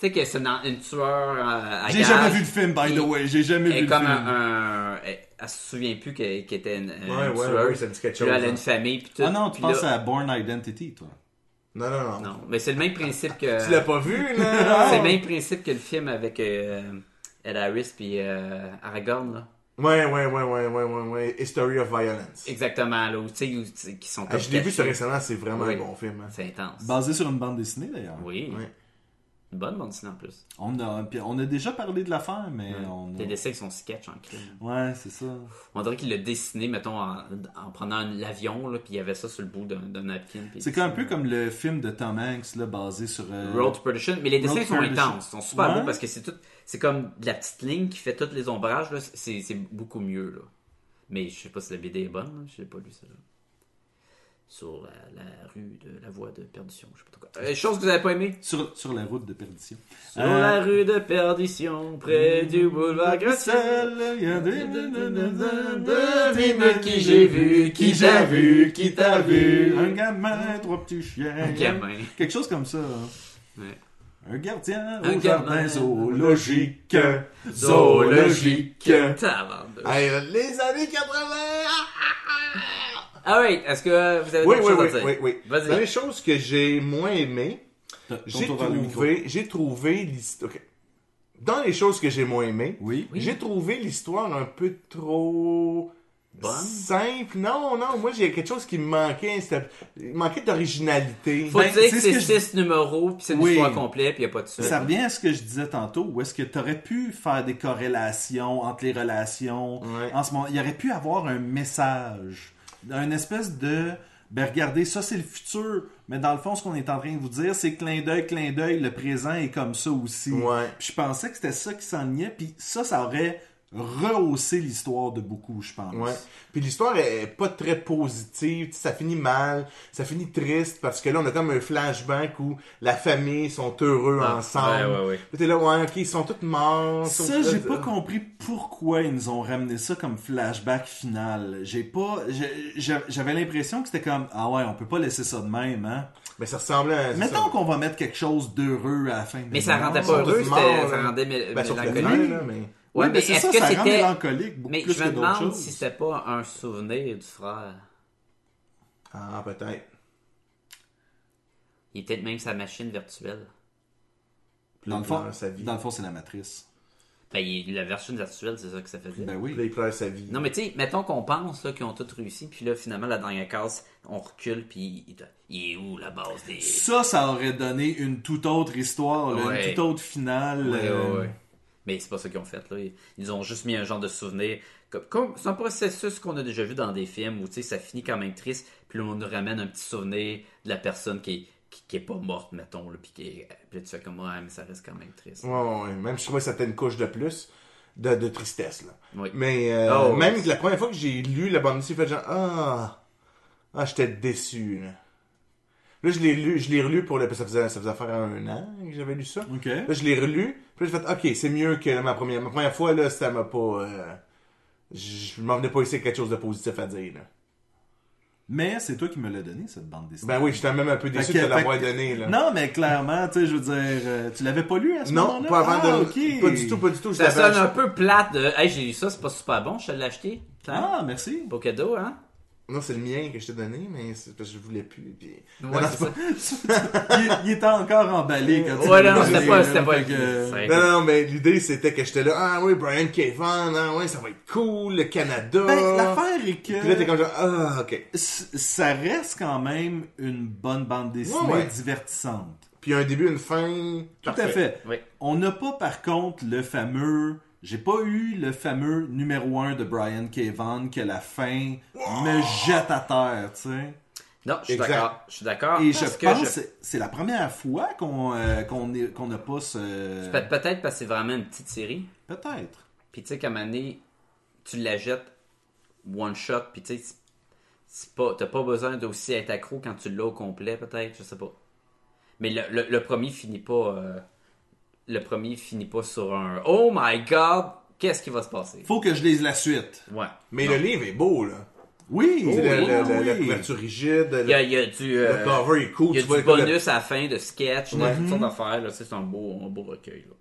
[SPEAKER 3] Tu sais que c'est dans une tueur euh, à
[SPEAKER 1] J'ai
[SPEAKER 3] gages.
[SPEAKER 1] jamais vu de film, by
[SPEAKER 3] Et-
[SPEAKER 1] the way. J'ai jamais
[SPEAKER 3] Elle est
[SPEAKER 1] vu de
[SPEAKER 3] comme
[SPEAKER 1] film.
[SPEAKER 3] un, un- elle, elle se souvient plus qu'elle qu'elle était une, une
[SPEAKER 2] Ouais, ouais, ouais,
[SPEAKER 3] tueuse.
[SPEAKER 2] ça me dit quelque
[SPEAKER 3] Puis là,
[SPEAKER 2] chose,
[SPEAKER 3] elle a
[SPEAKER 2] hein.
[SPEAKER 3] une famille puis tout.
[SPEAKER 1] Ah non, tu
[SPEAKER 3] Puis
[SPEAKER 1] penses
[SPEAKER 3] là-
[SPEAKER 1] à Born Identity, toi.
[SPEAKER 2] Non, non, non.
[SPEAKER 3] Non, mais c'est le même principe que.
[SPEAKER 2] Tu l'as pas vu,
[SPEAKER 3] [laughs]
[SPEAKER 2] là?
[SPEAKER 3] C'est le même principe que le film avec euh, Ed Harris puis euh, Aragorn là.
[SPEAKER 2] Ouais, ouais, ouais, ouais, ouais, ouais, ouais. History of Violence.
[SPEAKER 3] Exactement là, où tu sais où tu sais, qui sont.
[SPEAKER 2] Ah,
[SPEAKER 3] comme
[SPEAKER 2] je l'ai vu
[SPEAKER 3] cachés.
[SPEAKER 2] ça récemment, c'est vraiment
[SPEAKER 3] Oui.
[SPEAKER 2] un bon film. hein.
[SPEAKER 3] C'est intense.
[SPEAKER 1] Basé sur une bande dessinée, d'ailleurs.
[SPEAKER 3] Oui.
[SPEAKER 2] Ouais.
[SPEAKER 3] Une bonne bande dessinée en plus. Euh,
[SPEAKER 1] On, a, puis on a déjà parlé de l'affaire, mais on...
[SPEAKER 3] Les dessins ils sont sketch en crime.
[SPEAKER 1] Ouais, c'est ça.
[SPEAKER 3] On dirait qu'il l'a dessiné, mettons, en, en prenant un- l'avion, là, puis il y avait ça sur le bout d'un d'un napkin. puis
[SPEAKER 1] C'est
[SPEAKER 3] il-
[SPEAKER 1] un peu comme le film de Tom Hanks, là, basé sur... euh,
[SPEAKER 3] Road to Perdition, mais les
[SPEAKER 1] Road
[SPEAKER 3] dessins
[SPEAKER 1] to
[SPEAKER 3] sont
[SPEAKER 1] Perdition.
[SPEAKER 3] intenses, sont super
[SPEAKER 1] Ouais.
[SPEAKER 3] beaux parce que c'est tout, c'est comme de la petite ligne qui fait tous les ombrages, là, c'est c'est beaucoup mieux là. Mais je sais pas si la BD est bonne, je j'ai pas lu ça. là. Sur la, la rue de la voie de perdition, je sais pas trop quoi. Euh, chose que vous avez pas aimé.
[SPEAKER 1] Sur, sur la route de perdition.
[SPEAKER 3] Sur
[SPEAKER 1] Euh, Mmh,
[SPEAKER 3] la rue de perdition, près du boulevard Gracel.
[SPEAKER 1] Seul, il y a des-
[SPEAKER 3] Dis-moi qui j'ai vu, qui t'a vu, qui t'a vu.
[SPEAKER 1] Un gamin, trois petits chiens.
[SPEAKER 3] Un gamin.
[SPEAKER 1] Quelque chose comme ça. hein.
[SPEAKER 3] Ouais.
[SPEAKER 1] Un gardien
[SPEAKER 3] Un
[SPEAKER 1] au
[SPEAKER 3] gamin.
[SPEAKER 1] jardin zoologique.
[SPEAKER 2] Zoologique.
[SPEAKER 3] Tabarnak.
[SPEAKER 2] Hey, euh, les années 80! ah!
[SPEAKER 3] Ah oui, est-ce que vous avez
[SPEAKER 2] Oui,
[SPEAKER 3] d'autres
[SPEAKER 2] oui, oui,
[SPEAKER 3] choses Euh, à dire?
[SPEAKER 2] oui, oui.
[SPEAKER 3] Vas-y.
[SPEAKER 1] Ben
[SPEAKER 2] Dans les choses que j'ai moins aimées,
[SPEAKER 1] Ton- ton
[SPEAKER 2] J'ai
[SPEAKER 1] tour vers le micro.
[SPEAKER 2] trouvé, j'ai trouvé l'histoire. Dans les choses que j'ai moins aimées,
[SPEAKER 1] Oui.
[SPEAKER 2] j'ai trouvé l'histoire un peu trop
[SPEAKER 3] Bonne?
[SPEAKER 2] simple. Non, non, moi j'ai quelque chose qui me manquait. c'était- Il manquait d'originalité.
[SPEAKER 3] Faut
[SPEAKER 1] Ben,
[SPEAKER 3] dire
[SPEAKER 1] c'est
[SPEAKER 3] que
[SPEAKER 1] ce
[SPEAKER 3] c'est
[SPEAKER 1] que je-
[SPEAKER 3] 6 numéros, puis c'est une
[SPEAKER 1] Oui.
[SPEAKER 3] histoire complète, puis il a pas de suite.
[SPEAKER 1] Ça revient à ce que je disais tantôt, où est-ce que tu aurais pu faire des corrélations entre les relations.
[SPEAKER 2] Ouais.
[SPEAKER 1] En ce moment, il aurait pu avoir un message, une espèce de ben regardez, ça c'est le futur, mais dans le fond, ce qu'on est en train de vous dire, c'est clin d'œil, clin d'œil, le présent est comme ça aussi.
[SPEAKER 2] Ouais.
[SPEAKER 1] Puis je pensais que c'était ça qui s'ennuyait, puis ça, ça aurait rehausser l'histoire de beaucoup, je pense.
[SPEAKER 2] Ouais. Puis l'histoire est pas très positive. Tu sais, ça finit mal, ça finit triste parce que là, on a comme un flashback où la famille sont heureux
[SPEAKER 3] Ah,
[SPEAKER 2] ensemble.
[SPEAKER 3] ouais, ouais, ouais.
[SPEAKER 2] Puis t'es là, ouais, ok, ils sont tous morts.
[SPEAKER 1] Ça,
[SPEAKER 2] Ils sont-
[SPEAKER 1] j'ai pas compris pourquoi ils nous ont ramené ça comme flashback final. J'ai pas, j'ai- j'ai- j'avais l'impression que c'était comme ah ouais, on peut pas laisser ça de même, hein.
[SPEAKER 2] Mais Ben, ça ressemblait à. c'est
[SPEAKER 1] Mettons
[SPEAKER 2] ça.
[SPEAKER 1] qu'on va mettre quelque chose d'heureux à la fin.
[SPEAKER 3] Mais ça rendait
[SPEAKER 2] Ils
[SPEAKER 3] pas
[SPEAKER 2] sont
[SPEAKER 3] heureux,
[SPEAKER 2] tous morts,
[SPEAKER 3] c'était- ça
[SPEAKER 2] là.
[SPEAKER 3] rendait mél-
[SPEAKER 2] Ben, sauf le
[SPEAKER 3] mélancolique.
[SPEAKER 2] frère, là, mais-
[SPEAKER 1] Ouais,
[SPEAKER 3] Ouais,
[SPEAKER 1] mais,
[SPEAKER 3] mais
[SPEAKER 1] c'est
[SPEAKER 3] est-ce
[SPEAKER 1] ça,
[SPEAKER 3] que
[SPEAKER 1] ça rend
[SPEAKER 3] c'était-
[SPEAKER 1] mélancolique beaucoup
[SPEAKER 3] Mais
[SPEAKER 1] plus
[SPEAKER 3] je me
[SPEAKER 1] que d'autres
[SPEAKER 3] demande
[SPEAKER 1] choses.
[SPEAKER 3] si c'était pas un souvenir du frère.
[SPEAKER 2] Ah, peut-être.
[SPEAKER 3] Il est peut-être même sa machine virtuelle.
[SPEAKER 1] Dans le fond,
[SPEAKER 2] pleure sa vie.
[SPEAKER 1] dans le fond, c'est la matrice.
[SPEAKER 3] Ben, il- la version virtuelle, c'est ça que ça faisait.
[SPEAKER 1] Ben
[SPEAKER 2] Puis là,
[SPEAKER 1] oui.
[SPEAKER 2] il pleure sa vie.
[SPEAKER 3] Non, mais tu sais, mettons qu'on pense là, qu'ils ont tous réussi, puis là, finalement, la dernière case, on recule, puis il, il est où la base des.
[SPEAKER 1] Ça, ça aurait donné une toute autre histoire, là, une
[SPEAKER 3] Ouais.
[SPEAKER 1] toute autre finale. euh,
[SPEAKER 3] Mais c'est pas ça qu'ils ont fait, là. Ils ont juste mis un genre de souvenir. Comme, comme- c'est un processus qu'on a déjà vu dans des films où, tu sais, ça finit quand même triste, puis là, on nous ramène un petit souvenir de la personne qui est, qui, qui est pas morte, mettons, là, puis qui est- puis là, tu fais comme, ouais, mais ça reste quand même triste.
[SPEAKER 2] Ouais, ouais, ouais. Même, je trouvais que ça était une couche de plus de, de tristesse, là.
[SPEAKER 3] Oui.
[SPEAKER 2] Mais, euh,
[SPEAKER 3] Ah, ouais.
[SPEAKER 2] même que la première fois que j'ai lu la bande dessinée, j'ai fait genre, ah, ah, j'étais déçu, là. Là, je l'ai lu, je l'ai relu pour le, ça faisait, ça faisait faire un an que j'avais lu ça.
[SPEAKER 1] euh, Ok.
[SPEAKER 2] Là, je l'ai relu, puis là, j'ai fait, ok, c'est mieux que ma première, ma première fois, là, ça m'a pas, euh, je m'en venais pas ici avec quelque chose de positif à dire, là.
[SPEAKER 1] Mais c'est toi qui me l'as donné cette bande dessinée.
[SPEAKER 2] Ben oui, j'étais même un peu déçu
[SPEAKER 1] Fait
[SPEAKER 2] de
[SPEAKER 1] que-
[SPEAKER 2] te l'avoir
[SPEAKER 1] fait que-
[SPEAKER 2] donné, là.
[SPEAKER 1] Non, mais clairement, tu sais, je veux dire, euh, tu l'avais pas lu à ce
[SPEAKER 2] Non,
[SPEAKER 1] moment-là.
[SPEAKER 2] pas avant
[SPEAKER 1] Ah,
[SPEAKER 2] de,
[SPEAKER 1] ok.
[SPEAKER 2] pas du tout, pas du tout, je
[SPEAKER 3] Ça
[SPEAKER 2] l'avais
[SPEAKER 3] sonne
[SPEAKER 2] acheté.
[SPEAKER 3] un peu plate de, hey, j'ai lu ça, c'est pas super bon, je te l'ai acheté. Tiens,
[SPEAKER 1] Ah, merci. [laughs]
[SPEAKER 3] Beau cadeau, hein?
[SPEAKER 2] Non, c'est le mien que je t'ai donné, mais c'est parce que je voulais plus. Puis...
[SPEAKER 3] Ouais,
[SPEAKER 2] non, non,
[SPEAKER 3] c'est
[SPEAKER 2] c'est
[SPEAKER 3] ça.
[SPEAKER 1] il, il était encore emballé quand tu
[SPEAKER 3] Ouais,
[SPEAKER 1] l'as
[SPEAKER 3] non,
[SPEAKER 1] donné,
[SPEAKER 3] c'était pas,
[SPEAKER 1] là,
[SPEAKER 3] c'était pas.
[SPEAKER 1] fait que- Ben,
[SPEAKER 3] c'est-
[SPEAKER 2] pas- Non, non, mais l'idée, c'était que j'étais là, ah oui, Brian Kevin, ah oui, ça va être cool, le Canada.
[SPEAKER 1] Ben, l'affaire est
[SPEAKER 2] Puis
[SPEAKER 3] euh,
[SPEAKER 2] là, t'es
[SPEAKER 1] que
[SPEAKER 2] comme genre, ah, ok.
[SPEAKER 1] c- ça reste quand même une bonne bande dessinée
[SPEAKER 2] Ouais, ouais.
[SPEAKER 1] divertissante.
[SPEAKER 2] Puis un début, une fin.
[SPEAKER 1] Tout à fait.
[SPEAKER 3] Oui.
[SPEAKER 1] On n'a pas, par contre, le fameux. J'ai pas eu le fameux numéro 1 de Brian Cavan que la fin me jette à terre, tu sais.
[SPEAKER 3] Non, je suis
[SPEAKER 2] Exact.
[SPEAKER 3] d'accord. Je suis d'accord.
[SPEAKER 1] Et je pense
[SPEAKER 3] parce que
[SPEAKER 1] que
[SPEAKER 3] je-
[SPEAKER 1] c'est- c'est la première fois qu'on euh, qu'on est- qu'on n'a pas ce.
[SPEAKER 3] Pe- Peut-être parce que c'est vraiment une petite série.
[SPEAKER 1] Peut-être.
[SPEAKER 3] Puis tu sais, qu'à un moment donné, tu la jettes one shot. Puis tu sais, c'est- c'est pas- t'as pas besoin d'aussi être accro quand tu l'as au complet, peut-être. Je sais pas. Mais le, le- le premier finit pas. euh, le premier finit pas sur un Oh my god, qu'est-ce qui va se passer?
[SPEAKER 1] Faut que je lise la suite.
[SPEAKER 3] Ouais.
[SPEAKER 2] Mais le livre est beau, là.
[SPEAKER 1] Oui,
[SPEAKER 3] Oh,
[SPEAKER 2] Tu sais, Oh, le-
[SPEAKER 1] oui,
[SPEAKER 2] le- le-
[SPEAKER 1] oui.
[SPEAKER 2] La couverture rigide, le,
[SPEAKER 3] Il y a, il y a du.
[SPEAKER 2] le
[SPEAKER 3] euh,
[SPEAKER 2] cover est cool.
[SPEAKER 3] il y
[SPEAKER 2] tu
[SPEAKER 3] a du
[SPEAKER 2] vois, comme le-
[SPEAKER 3] bonus à la fin de sketch, de toutes
[SPEAKER 2] Mhm.
[SPEAKER 3] sortes d'affaires. là. C'est un beau, un beau recueil. Là.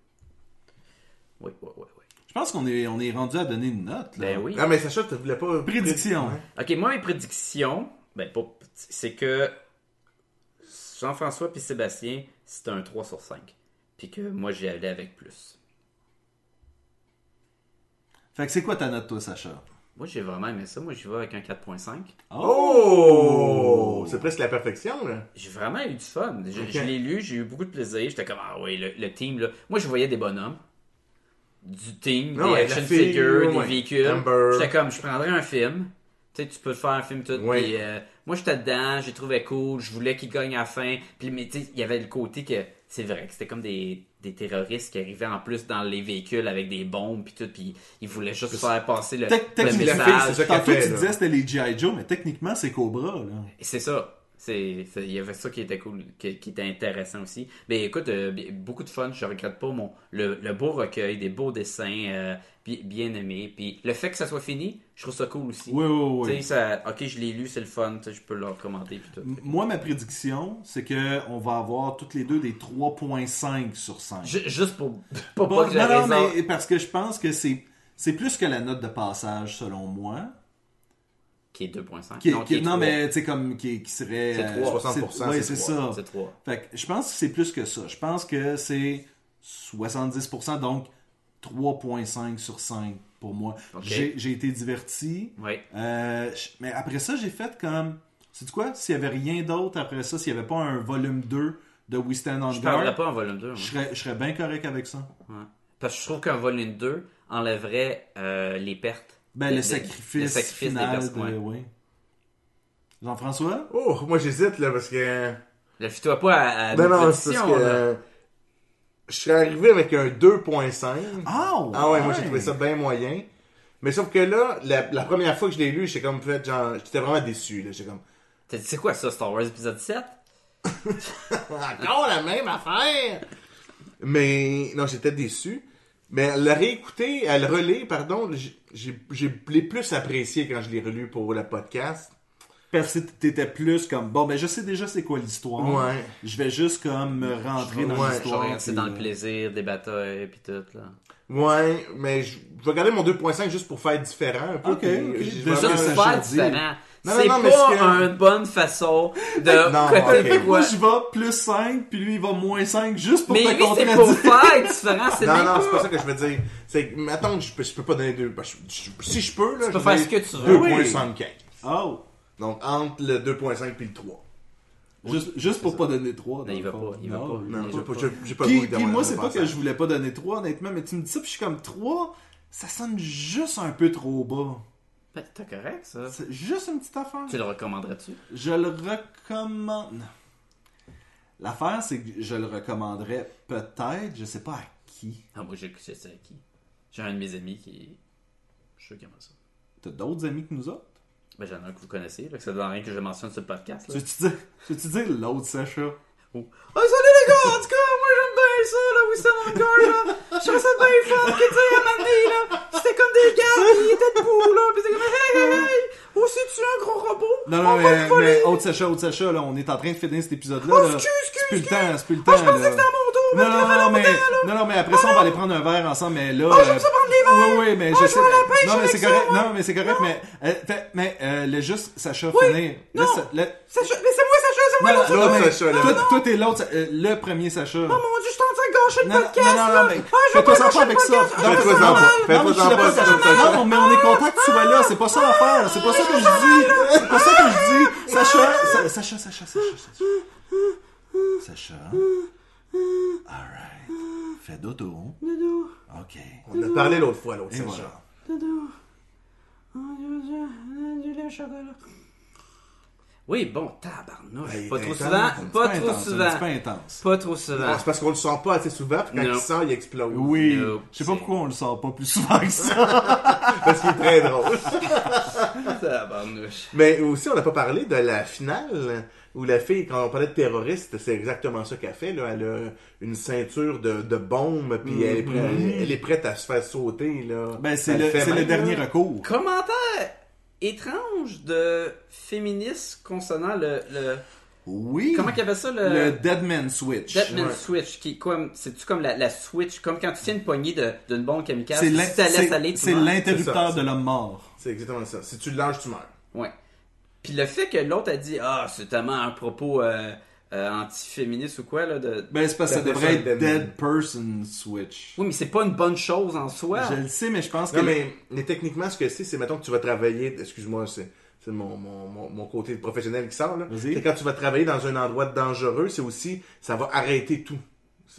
[SPEAKER 3] Oui, oui, oui. oui.
[SPEAKER 1] Je pense qu'on est, on est rendu à donner une note. Là.
[SPEAKER 3] Ben oui.
[SPEAKER 2] Ah, mais Sacha, tu voulais pas.
[SPEAKER 1] Prédiction.
[SPEAKER 2] Ouais.
[SPEAKER 3] Ok, moi, mes prédictions, ben, pas- c'est que Jean-François puis Sébastien, c'était un 3 sur 5. Puis que moi, j'y allais avec plus.
[SPEAKER 1] Fait que c'est quoi ta note, toi, Sacha?
[SPEAKER 3] Moi, j'ai vraiment aimé ça. Moi, j'y vais avec un 4.5.
[SPEAKER 1] Oh!
[SPEAKER 2] Oh! C'est presque la perfection, là.
[SPEAKER 3] J'ai vraiment eu du fun. Je,
[SPEAKER 2] Ok.
[SPEAKER 3] je l'ai lu, j'ai eu beaucoup de plaisir. J'étais comme, ah oui, le, le team, là. Moi, je voyais des bonhommes. Du team,
[SPEAKER 2] Non, Ah ouais,
[SPEAKER 3] des
[SPEAKER 2] la
[SPEAKER 3] action
[SPEAKER 2] fille,
[SPEAKER 3] figures,
[SPEAKER 2] ouais.
[SPEAKER 3] des véhicules.
[SPEAKER 2] Amber.
[SPEAKER 3] J'étais comme, je prendrais un film. Tu sais, tu peux te faire un film tout.
[SPEAKER 2] Ouais.
[SPEAKER 3] puis, euh, moi, j'étais dedans, j'ai trouvé cool, je voulais qu'il gagne à la fin. Puis, mais tu sais, il y avait le côté que, c'est vrai, que c'était comme des, des terroristes qui arrivaient en plus dans les véhicules avec des bombes, puis tout. Puis, ils voulaient juste faire passer le,
[SPEAKER 1] Tec-
[SPEAKER 3] le
[SPEAKER 1] techniquement,
[SPEAKER 2] la fille,
[SPEAKER 3] message.
[SPEAKER 2] c'est ça
[SPEAKER 1] Tantôt,
[SPEAKER 2] qu'elle fait,
[SPEAKER 1] tu
[SPEAKER 2] là.
[SPEAKER 1] disais c'était les G.I. Joe, mais techniquement, c'est Cobra. Là.
[SPEAKER 3] Et C'est ça. C'est, c'est- il y avait ça qui était cool, qui, qui était intéressant aussi. Mais écoute, euh, bi- beaucoup de fun. Je regrette pas mon le, le beau recueil, des beaux dessins, euh, bi- bien aimés. Puis le fait que ça soit fini, je trouve ça cool aussi.
[SPEAKER 1] Oui, oui,
[SPEAKER 3] Tu sais,
[SPEAKER 1] oui.
[SPEAKER 3] ça, ok, je l'ai lu, c'est le fun. tu sais, Je peux le recommander. Puis tout.
[SPEAKER 1] M- Moi, ma prédiction, c'est que on va avoir toutes les deux des 3.5 sur 5.
[SPEAKER 3] Ju- juste pour [laughs] pas,
[SPEAKER 1] Bon,
[SPEAKER 3] pas que
[SPEAKER 1] non,
[SPEAKER 3] la
[SPEAKER 1] non,
[SPEAKER 3] raison-
[SPEAKER 1] mais parce que je pense que c'est c'est plus que la note de passage, selon moi.
[SPEAKER 3] qui est 2.5.
[SPEAKER 1] Qui est-
[SPEAKER 3] non,
[SPEAKER 1] qui est- non,
[SPEAKER 3] trois.
[SPEAKER 1] mais tu sais, comme qui, qui serait.
[SPEAKER 3] C'est
[SPEAKER 1] euh,
[SPEAKER 3] 3,
[SPEAKER 1] c'est-
[SPEAKER 2] 60%,
[SPEAKER 1] ouais,
[SPEAKER 2] c'est
[SPEAKER 1] c'est
[SPEAKER 2] trois.
[SPEAKER 1] ça.
[SPEAKER 3] c'est 3.
[SPEAKER 1] Fait que je pense que c'est plus que ça. Je pense que c'est 70%, donc 3.5 sur 5 pour moi.
[SPEAKER 3] Ok.
[SPEAKER 1] J'ai- J'ai été diverti.
[SPEAKER 3] Ouais.
[SPEAKER 1] Euh, je- mais après ça, j'ai fait comme. C'est quoi? S'il n'y avait rien d'autre après ça, s'il n'y avait pas un volume 2 de We Stand on
[SPEAKER 3] Je parlerai
[SPEAKER 1] Guard,
[SPEAKER 3] pas en volume 2. moi.
[SPEAKER 1] je serais, je serais bien correct avec ça.
[SPEAKER 3] Ouais. Parce que je trouve qu'un volume 2 enlèverait euh, les pertes.
[SPEAKER 1] Ben,
[SPEAKER 3] De-
[SPEAKER 1] le,
[SPEAKER 3] de-
[SPEAKER 1] sacrifice,
[SPEAKER 3] le sacrifice des
[SPEAKER 1] final
[SPEAKER 3] perses,
[SPEAKER 1] de-
[SPEAKER 3] ouais.
[SPEAKER 1] ouais. Jean-François?
[SPEAKER 2] Oh, moi, j'hésite, là, parce que.
[SPEAKER 3] Le fais-toi pas à, à
[SPEAKER 2] Ben Non,
[SPEAKER 3] nos
[SPEAKER 2] non, c'est parce
[SPEAKER 3] prédictions, là.
[SPEAKER 2] que. je serais arrivé avec un 2.5.
[SPEAKER 1] Ah ouais.
[SPEAKER 2] Ah ouais, moi j'ai trouvé ça bien moyen. Mais sauf que là, la, la première fois que je l'ai lu, j'étais comme fait, genre, j'étais vraiment déçu. là. J'étais comme,
[SPEAKER 3] T'as dit, c'est quoi ça, Star Wars épisode 7?
[SPEAKER 2] encore la même affaire! Mais non, j'étais déçu. Mais à le réécouter, à le relire, pardon, j'ai- j'ai j'ai- je l'ai plus apprécié quand je l'ai relu pour le podcast.
[SPEAKER 1] Parce que t'étais plus comme bon ben je sais déjà c'est quoi l'histoire.
[SPEAKER 2] Ouais.
[SPEAKER 1] Je vais juste comme me rentrer dans
[SPEAKER 2] Ouais,
[SPEAKER 1] l'histoire.
[SPEAKER 3] C'est
[SPEAKER 1] puis- euh,
[SPEAKER 3] dans le plaisir des batailles puis tout, là.
[SPEAKER 2] Ouais, mais je je vais garder mon 2.5 juste pour faire différent un peu.
[SPEAKER 1] Ok,
[SPEAKER 2] puis
[SPEAKER 1] ok.
[SPEAKER 2] j'ai
[SPEAKER 1] Déjà,
[SPEAKER 2] vraiment-
[SPEAKER 3] Ça,
[SPEAKER 1] c'est
[SPEAKER 3] c'est
[SPEAKER 1] ça que
[SPEAKER 3] pas
[SPEAKER 1] je dis.
[SPEAKER 3] différent.
[SPEAKER 2] Non,
[SPEAKER 3] C'est
[SPEAKER 2] non, non, mais
[SPEAKER 3] pas
[SPEAKER 2] ce que-
[SPEAKER 3] une bonne façon de
[SPEAKER 2] [laughs] Non,
[SPEAKER 3] côté
[SPEAKER 2] ok.
[SPEAKER 1] Fait que moi
[SPEAKER 3] quoi.
[SPEAKER 1] je vais plus 5 puis lui il va moins 5 juste pour
[SPEAKER 3] Mais
[SPEAKER 1] te
[SPEAKER 3] lui, c'est
[SPEAKER 1] contredire.
[SPEAKER 3] pour faire différent. C'est
[SPEAKER 2] Non,
[SPEAKER 3] même
[SPEAKER 2] non,
[SPEAKER 3] pas...
[SPEAKER 2] c'est pas ça que je veux dire. C'est que, mettons, que je peux, je peux pas donner deux. ben, je- je- si je peux, là.
[SPEAKER 3] Tu peux
[SPEAKER 2] je
[SPEAKER 3] faire
[SPEAKER 2] donne
[SPEAKER 3] ce que tu veux.
[SPEAKER 2] 2.75.
[SPEAKER 1] [laughs] Oh.
[SPEAKER 2] Donc, entre le 2.5 puis le 3.
[SPEAKER 1] Juste, juste pour pas donner 3.
[SPEAKER 3] Non, il va pas, il va pas.
[SPEAKER 2] Non,
[SPEAKER 3] Mais
[SPEAKER 2] j'ai
[SPEAKER 3] je
[SPEAKER 2] pas,
[SPEAKER 3] pas.
[SPEAKER 2] j'ai- j'ai pas le goût
[SPEAKER 1] Puis,
[SPEAKER 2] de
[SPEAKER 1] puis moi,
[SPEAKER 2] demander
[SPEAKER 1] c'est
[SPEAKER 2] de
[SPEAKER 1] pas
[SPEAKER 2] faire
[SPEAKER 1] que
[SPEAKER 2] ça.
[SPEAKER 1] je voulais pas donner 3, honnêtement, mais tu me dis ça, puis je suis comme 3, ça sonne juste un peu trop bas.
[SPEAKER 3] Ben, T'es correct, ça.
[SPEAKER 1] C'est juste une petite affaire.
[SPEAKER 3] Tu le recommanderais-tu?
[SPEAKER 1] Je le recommande. L'affaire, c'est que je le recommanderais peut-être, je sais pas à qui.
[SPEAKER 3] Ah, moi, j'ai c'est ça qui. J'ai un de mes amis qui. Je suis sûr qu'il aime ça.
[SPEAKER 1] T'as d'autres amis que nous autres?
[SPEAKER 3] Ben, j'en ai un que vous connaissez, là, que ça donne rien que je mentionne sur le podcast.
[SPEAKER 1] Tu
[SPEAKER 3] Là.
[SPEAKER 1] veux-tu dire, tu veux-tu dire l'autre Sacha?
[SPEAKER 3] Oh, salut les gars! En tout cas, moi j'aime bien ça, là, Winston encore, là. Je trouvais ça bien fun, que tu sais, à m'amener, là. C'était comme des gars, puis ils étaient debout, là. Puis c'était comme, hey, hey, hey! Oh, c'est-tu un gros robot?
[SPEAKER 1] Non,
[SPEAKER 3] On
[SPEAKER 1] non,
[SPEAKER 3] va
[SPEAKER 1] mais,
[SPEAKER 3] te voler!
[SPEAKER 1] mais autre Sacha, autre Sacha, là, on est en train de finir cet épisode-là.
[SPEAKER 3] Oh,
[SPEAKER 1] là.
[SPEAKER 3] excuse, excuse,
[SPEAKER 1] C'est plus le temps, c'est plus le temps.
[SPEAKER 3] Oh, je pensais
[SPEAKER 1] là.
[SPEAKER 3] que c'était à mon tour, mais
[SPEAKER 1] Non,
[SPEAKER 3] je l'ai
[SPEAKER 1] non,
[SPEAKER 3] fait
[SPEAKER 1] non,
[SPEAKER 3] longtemps,
[SPEAKER 1] mais,
[SPEAKER 3] là. Ah,
[SPEAKER 1] non, non, mais après ça, on va aller prendre un verre ensemble, mais là. euh,
[SPEAKER 3] j'aime ça prendre des verres.
[SPEAKER 1] Oui, oui, mais
[SPEAKER 3] Oh,
[SPEAKER 1] je
[SPEAKER 3] je
[SPEAKER 1] sais.
[SPEAKER 3] vais à la pêche
[SPEAKER 1] non, mais
[SPEAKER 3] avec
[SPEAKER 1] c'est
[SPEAKER 3] ça,
[SPEAKER 1] correct,
[SPEAKER 3] moi.
[SPEAKER 1] non, mais c'est correct, mais, euh, fait- mais, euh, laisse juste Sacha
[SPEAKER 3] Oui,
[SPEAKER 1] finir.
[SPEAKER 3] non.
[SPEAKER 1] Laisse- laisse-
[SPEAKER 3] Sacha, laissez-moi, Sacha, laissez-moi
[SPEAKER 1] non,
[SPEAKER 3] l'autre.
[SPEAKER 1] non,
[SPEAKER 2] L'autre
[SPEAKER 1] mais
[SPEAKER 2] Sacha, là.
[SPEAKER 1] toi- Toi, t'es l'autre, euh, le premier Sacha.
[SPEAKER 3] Oh mon dieu, je suis en train de gâcher le
[SPEAKER 1] Non, non,
[SPEAKER 3] podcast,
[SPEAKER 1] non, non,
[SPEAKER 3] là.
[SPEAKER 1] mais
[SPEAKER 3] Ah, je Ah, vais
[SPEAKER 1] fais-toi
[SPEAKER 3] pas
[SPEAKER 1] ça
[SPEAKER 3] gâcher
[SPEAKER 1] pas avec
[SPEAKER 3] le
[SPEAKER 1] ça.
[SPEAKER 3] podcast,
[SPEAKER 1] Non,
[SPEAKER 3] là.
[SPEAKER 2] Fais-toi
[SPEAKER 1] mais- non,
[SPEAKER 2] ça pas.
[SPEAKER 1] non,
[SPEAKER 2] Fais-toi
[SPEAKER 1] mais je suis
[SPEAKER 2] ça
[SPEAKER 1] là,
[SPEAKER 2] pas, Sacha.
[SPEAKER 1] Sacha. Non, mais on est content que tu sois là. C'est pas ça l'affaire. C'est pas ça que je dis. C'est pas ça que je dis. Sacha, Sa- Sacha, Sacha, Sacha, Sacha. Sacha. Alright. Fais dodo. Ok.
[SPEAKER 2] On a parlé l'autre fois, l'autre
[SPEAKER 1] Et
[SPEAKER 2] Sacha.
[SPEAKER 1] voilà.
[SPEAKER 3] Oui, bon, tabarnouche.
[SPEAKER 2] Hey,
[SPEAKER 3] pas trop
[SPEAKER 2] intense,
[SPEAKER 3] souvent,
[SPEAKER 2] un petit
[SPEAKER 3] pas
[SPEAKER 1] C'est
[SPEAKER 3] trop
[SPEAKER 1] intense,
[SPEAKER 3] souvent.
[SPEAKER 1] C'est pas intense.
[SPEAKER 3] Pas trop
[SPEAKER 1] [laughs]
[SPEAKER 2] Ah,
[SPEAKER 3] souvent.
[SPEAKER 2] c'est parce qu'on le sort pas assez souvent, puis quand
[SPEAKER 3] Non.
[SPEAKER 2] il sort, il explose.
[SPEAKER 1] Oui.
[SPEAKER 3] Nope,
[SPEAKER 1] Je sais pas
[SPEAKER 3] c'est-
[SPEAKER 1] pourquoi on le sort pas plus souvent que ça.
[SPEAKER 2] Parce qu'il est très drôle.
[SPEAKER 3] Tabarnouche.
[SPEAKER 2] Mais aussi, on n'a pas parlé de la finale où la fille, quand on parlait de terroriste, c'est exactement ça qu'elle fait. Là. Elle a une ceinture de, de bombe, puis elle, est prête, elle est prête à se faire sauter. Là.
[SPEAKER 1] Mm-hmm. Ben, c'est
[SPEAKER 2] Elle
[SPEAKER 1] le,
[SPEAKER 2] fait
[SPEAKER 1] c'est le
[SPEAKER 2] même,
[SPEAKER 1] dernier
[SPEAKER 2] là.
[SPEAKER 1] recours.
[SPEAKER 3] Commentaire étrange de féministe consonnant le. le-
[SPEAKER 1] Oui.
[SPEAKER 3] Comment euh, qu'il appelle ça le.
[SPEAKER 1] Le Deadman Switch.
[SPEAKER 3] Deadman
[SPEAKER 1] Ouais.
[SPEAKER 3] Switch, qui est comme. C'est-tu comme la, la Switch, comme quand tu tiens une poignée de- d'une bombe kamikaze,
[SPEAKER 1] C'est
[SPEAKER 3] si
[SPEAKER 1] l'in-
[SPEAKER 3] tu la laisses aller,
[SPEAKER 1] c'est-
[SPEAKER 3] tu
[SPEAKER 1] c'est
[SPEAKER 3] meurs.
[SPEAKER 1] l'interrupteur
[SPEAKER 2] C'est ça.
[SPEAKER 1] de l'homme mort.
[SPEAKER 2] C'est exactement ça. Si tu le lâches, tu meurs.
[SPEAKER 3] Ouais. Puis le fait que l'autre a dit Ah, c'est tellement un propos euh, euh, anti-féministe ou quoi, là. De...
[SPEAKER 1] Ben, c'est parce que ça
[SPEAKER 2] T'appelles
[SPEAKER 1] devrait
[SPEAKER 2] ça le
[SPEAKER 1] être
[SPEAKER 2] Deadman.
[SPEAKER 1] Dead Person Switch.
[SPEAKER 3] Oui, mais c'est pas une bonne chose en soi.
[SPEAKER 1] Je le sais, mais je pense que.
[SPEAKER 2] Non, mais, mais techniquement, ce que c'est, c'est mettons que tu vas travailler. Excuse-moi, c'est. C'est mon, mon, mon, mon côté professionnel qui sort. là.
[SPEAKER 1] Vas-y.
[SPEAKER 2] C'est quand tu vas travailler dans un endroit dangereux, c'est aussi, ça va arrêter tout.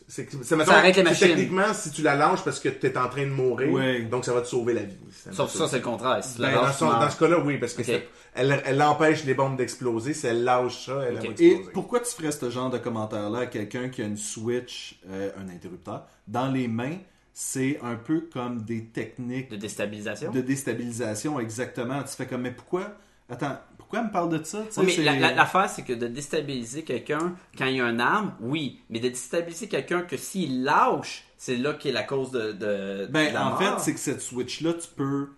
[SPEAKER 2] C'est, c'est, c'est, mettons,
[SPEAKER 3] Ça arrête les
[SPEAKER 2] c'est
[SPEAKER 3] machines.
[SPEAKER 2] Techniquement, si tu la lâches parce que tu es en train de mourir,
[SPEAKER 1] Ouais.
[SPEAKER 2] donc ça va te sauver la vie. un
[SPEAKER 3] Sauf
[SPEAKER 2] peu
[SPEAKER 3] ça, c'est le contraire. Si tu la
[SPEAKER 2] Ben, dans,
[SPEAKER 3] lâches,
[SPEAKER 2] son-
[SPEAKER 3] tu meurs.
[SPEAKER 2] dans ce cas-là, oui, parce que
[SPEAKER 3] Ok.
[SPEAKER 2] c'est- elle, elle empêche les bombes d'exploser. Si elle lâche ça, elle
[SPEAKER 3] Ok.
[SPEAKER 2] va
[SPEAKER 1] Et
[SPEAKER 2] exploser.
[SPEAKER 1] pourquoi tu ferais ce genre de commentaire-là à quelqu'un qui a une Switch, euh, un interrupteur, dans les mains C'est un peu comme des techniques
[SPEAKER 3] De déstabilisation.
[SPEAKER 1] de déstabilisation, exactement. Tu fais comme, mais pourquoi Attends, pourquoi elle me parle de ça Tu sais,
[SPEAKER 3] Oui,
[SPEAKER 1] c'est-
[SPEAKER 3] mais la- la- l'affaire, c'est que de déstabiliser quelqu'un quand il y a une arme, oui, mais de déstabiliser quelqu'un que s'il lâche, c'est là qui est la cause de, de, de
[SPEAKER 1] Ben,
[SPEAKER 3] la
[SPEAKER 1] en
[SPEAKER 3] mort.
[SPEAKER 1] fait, c'est que cette Switch-là, tu peux.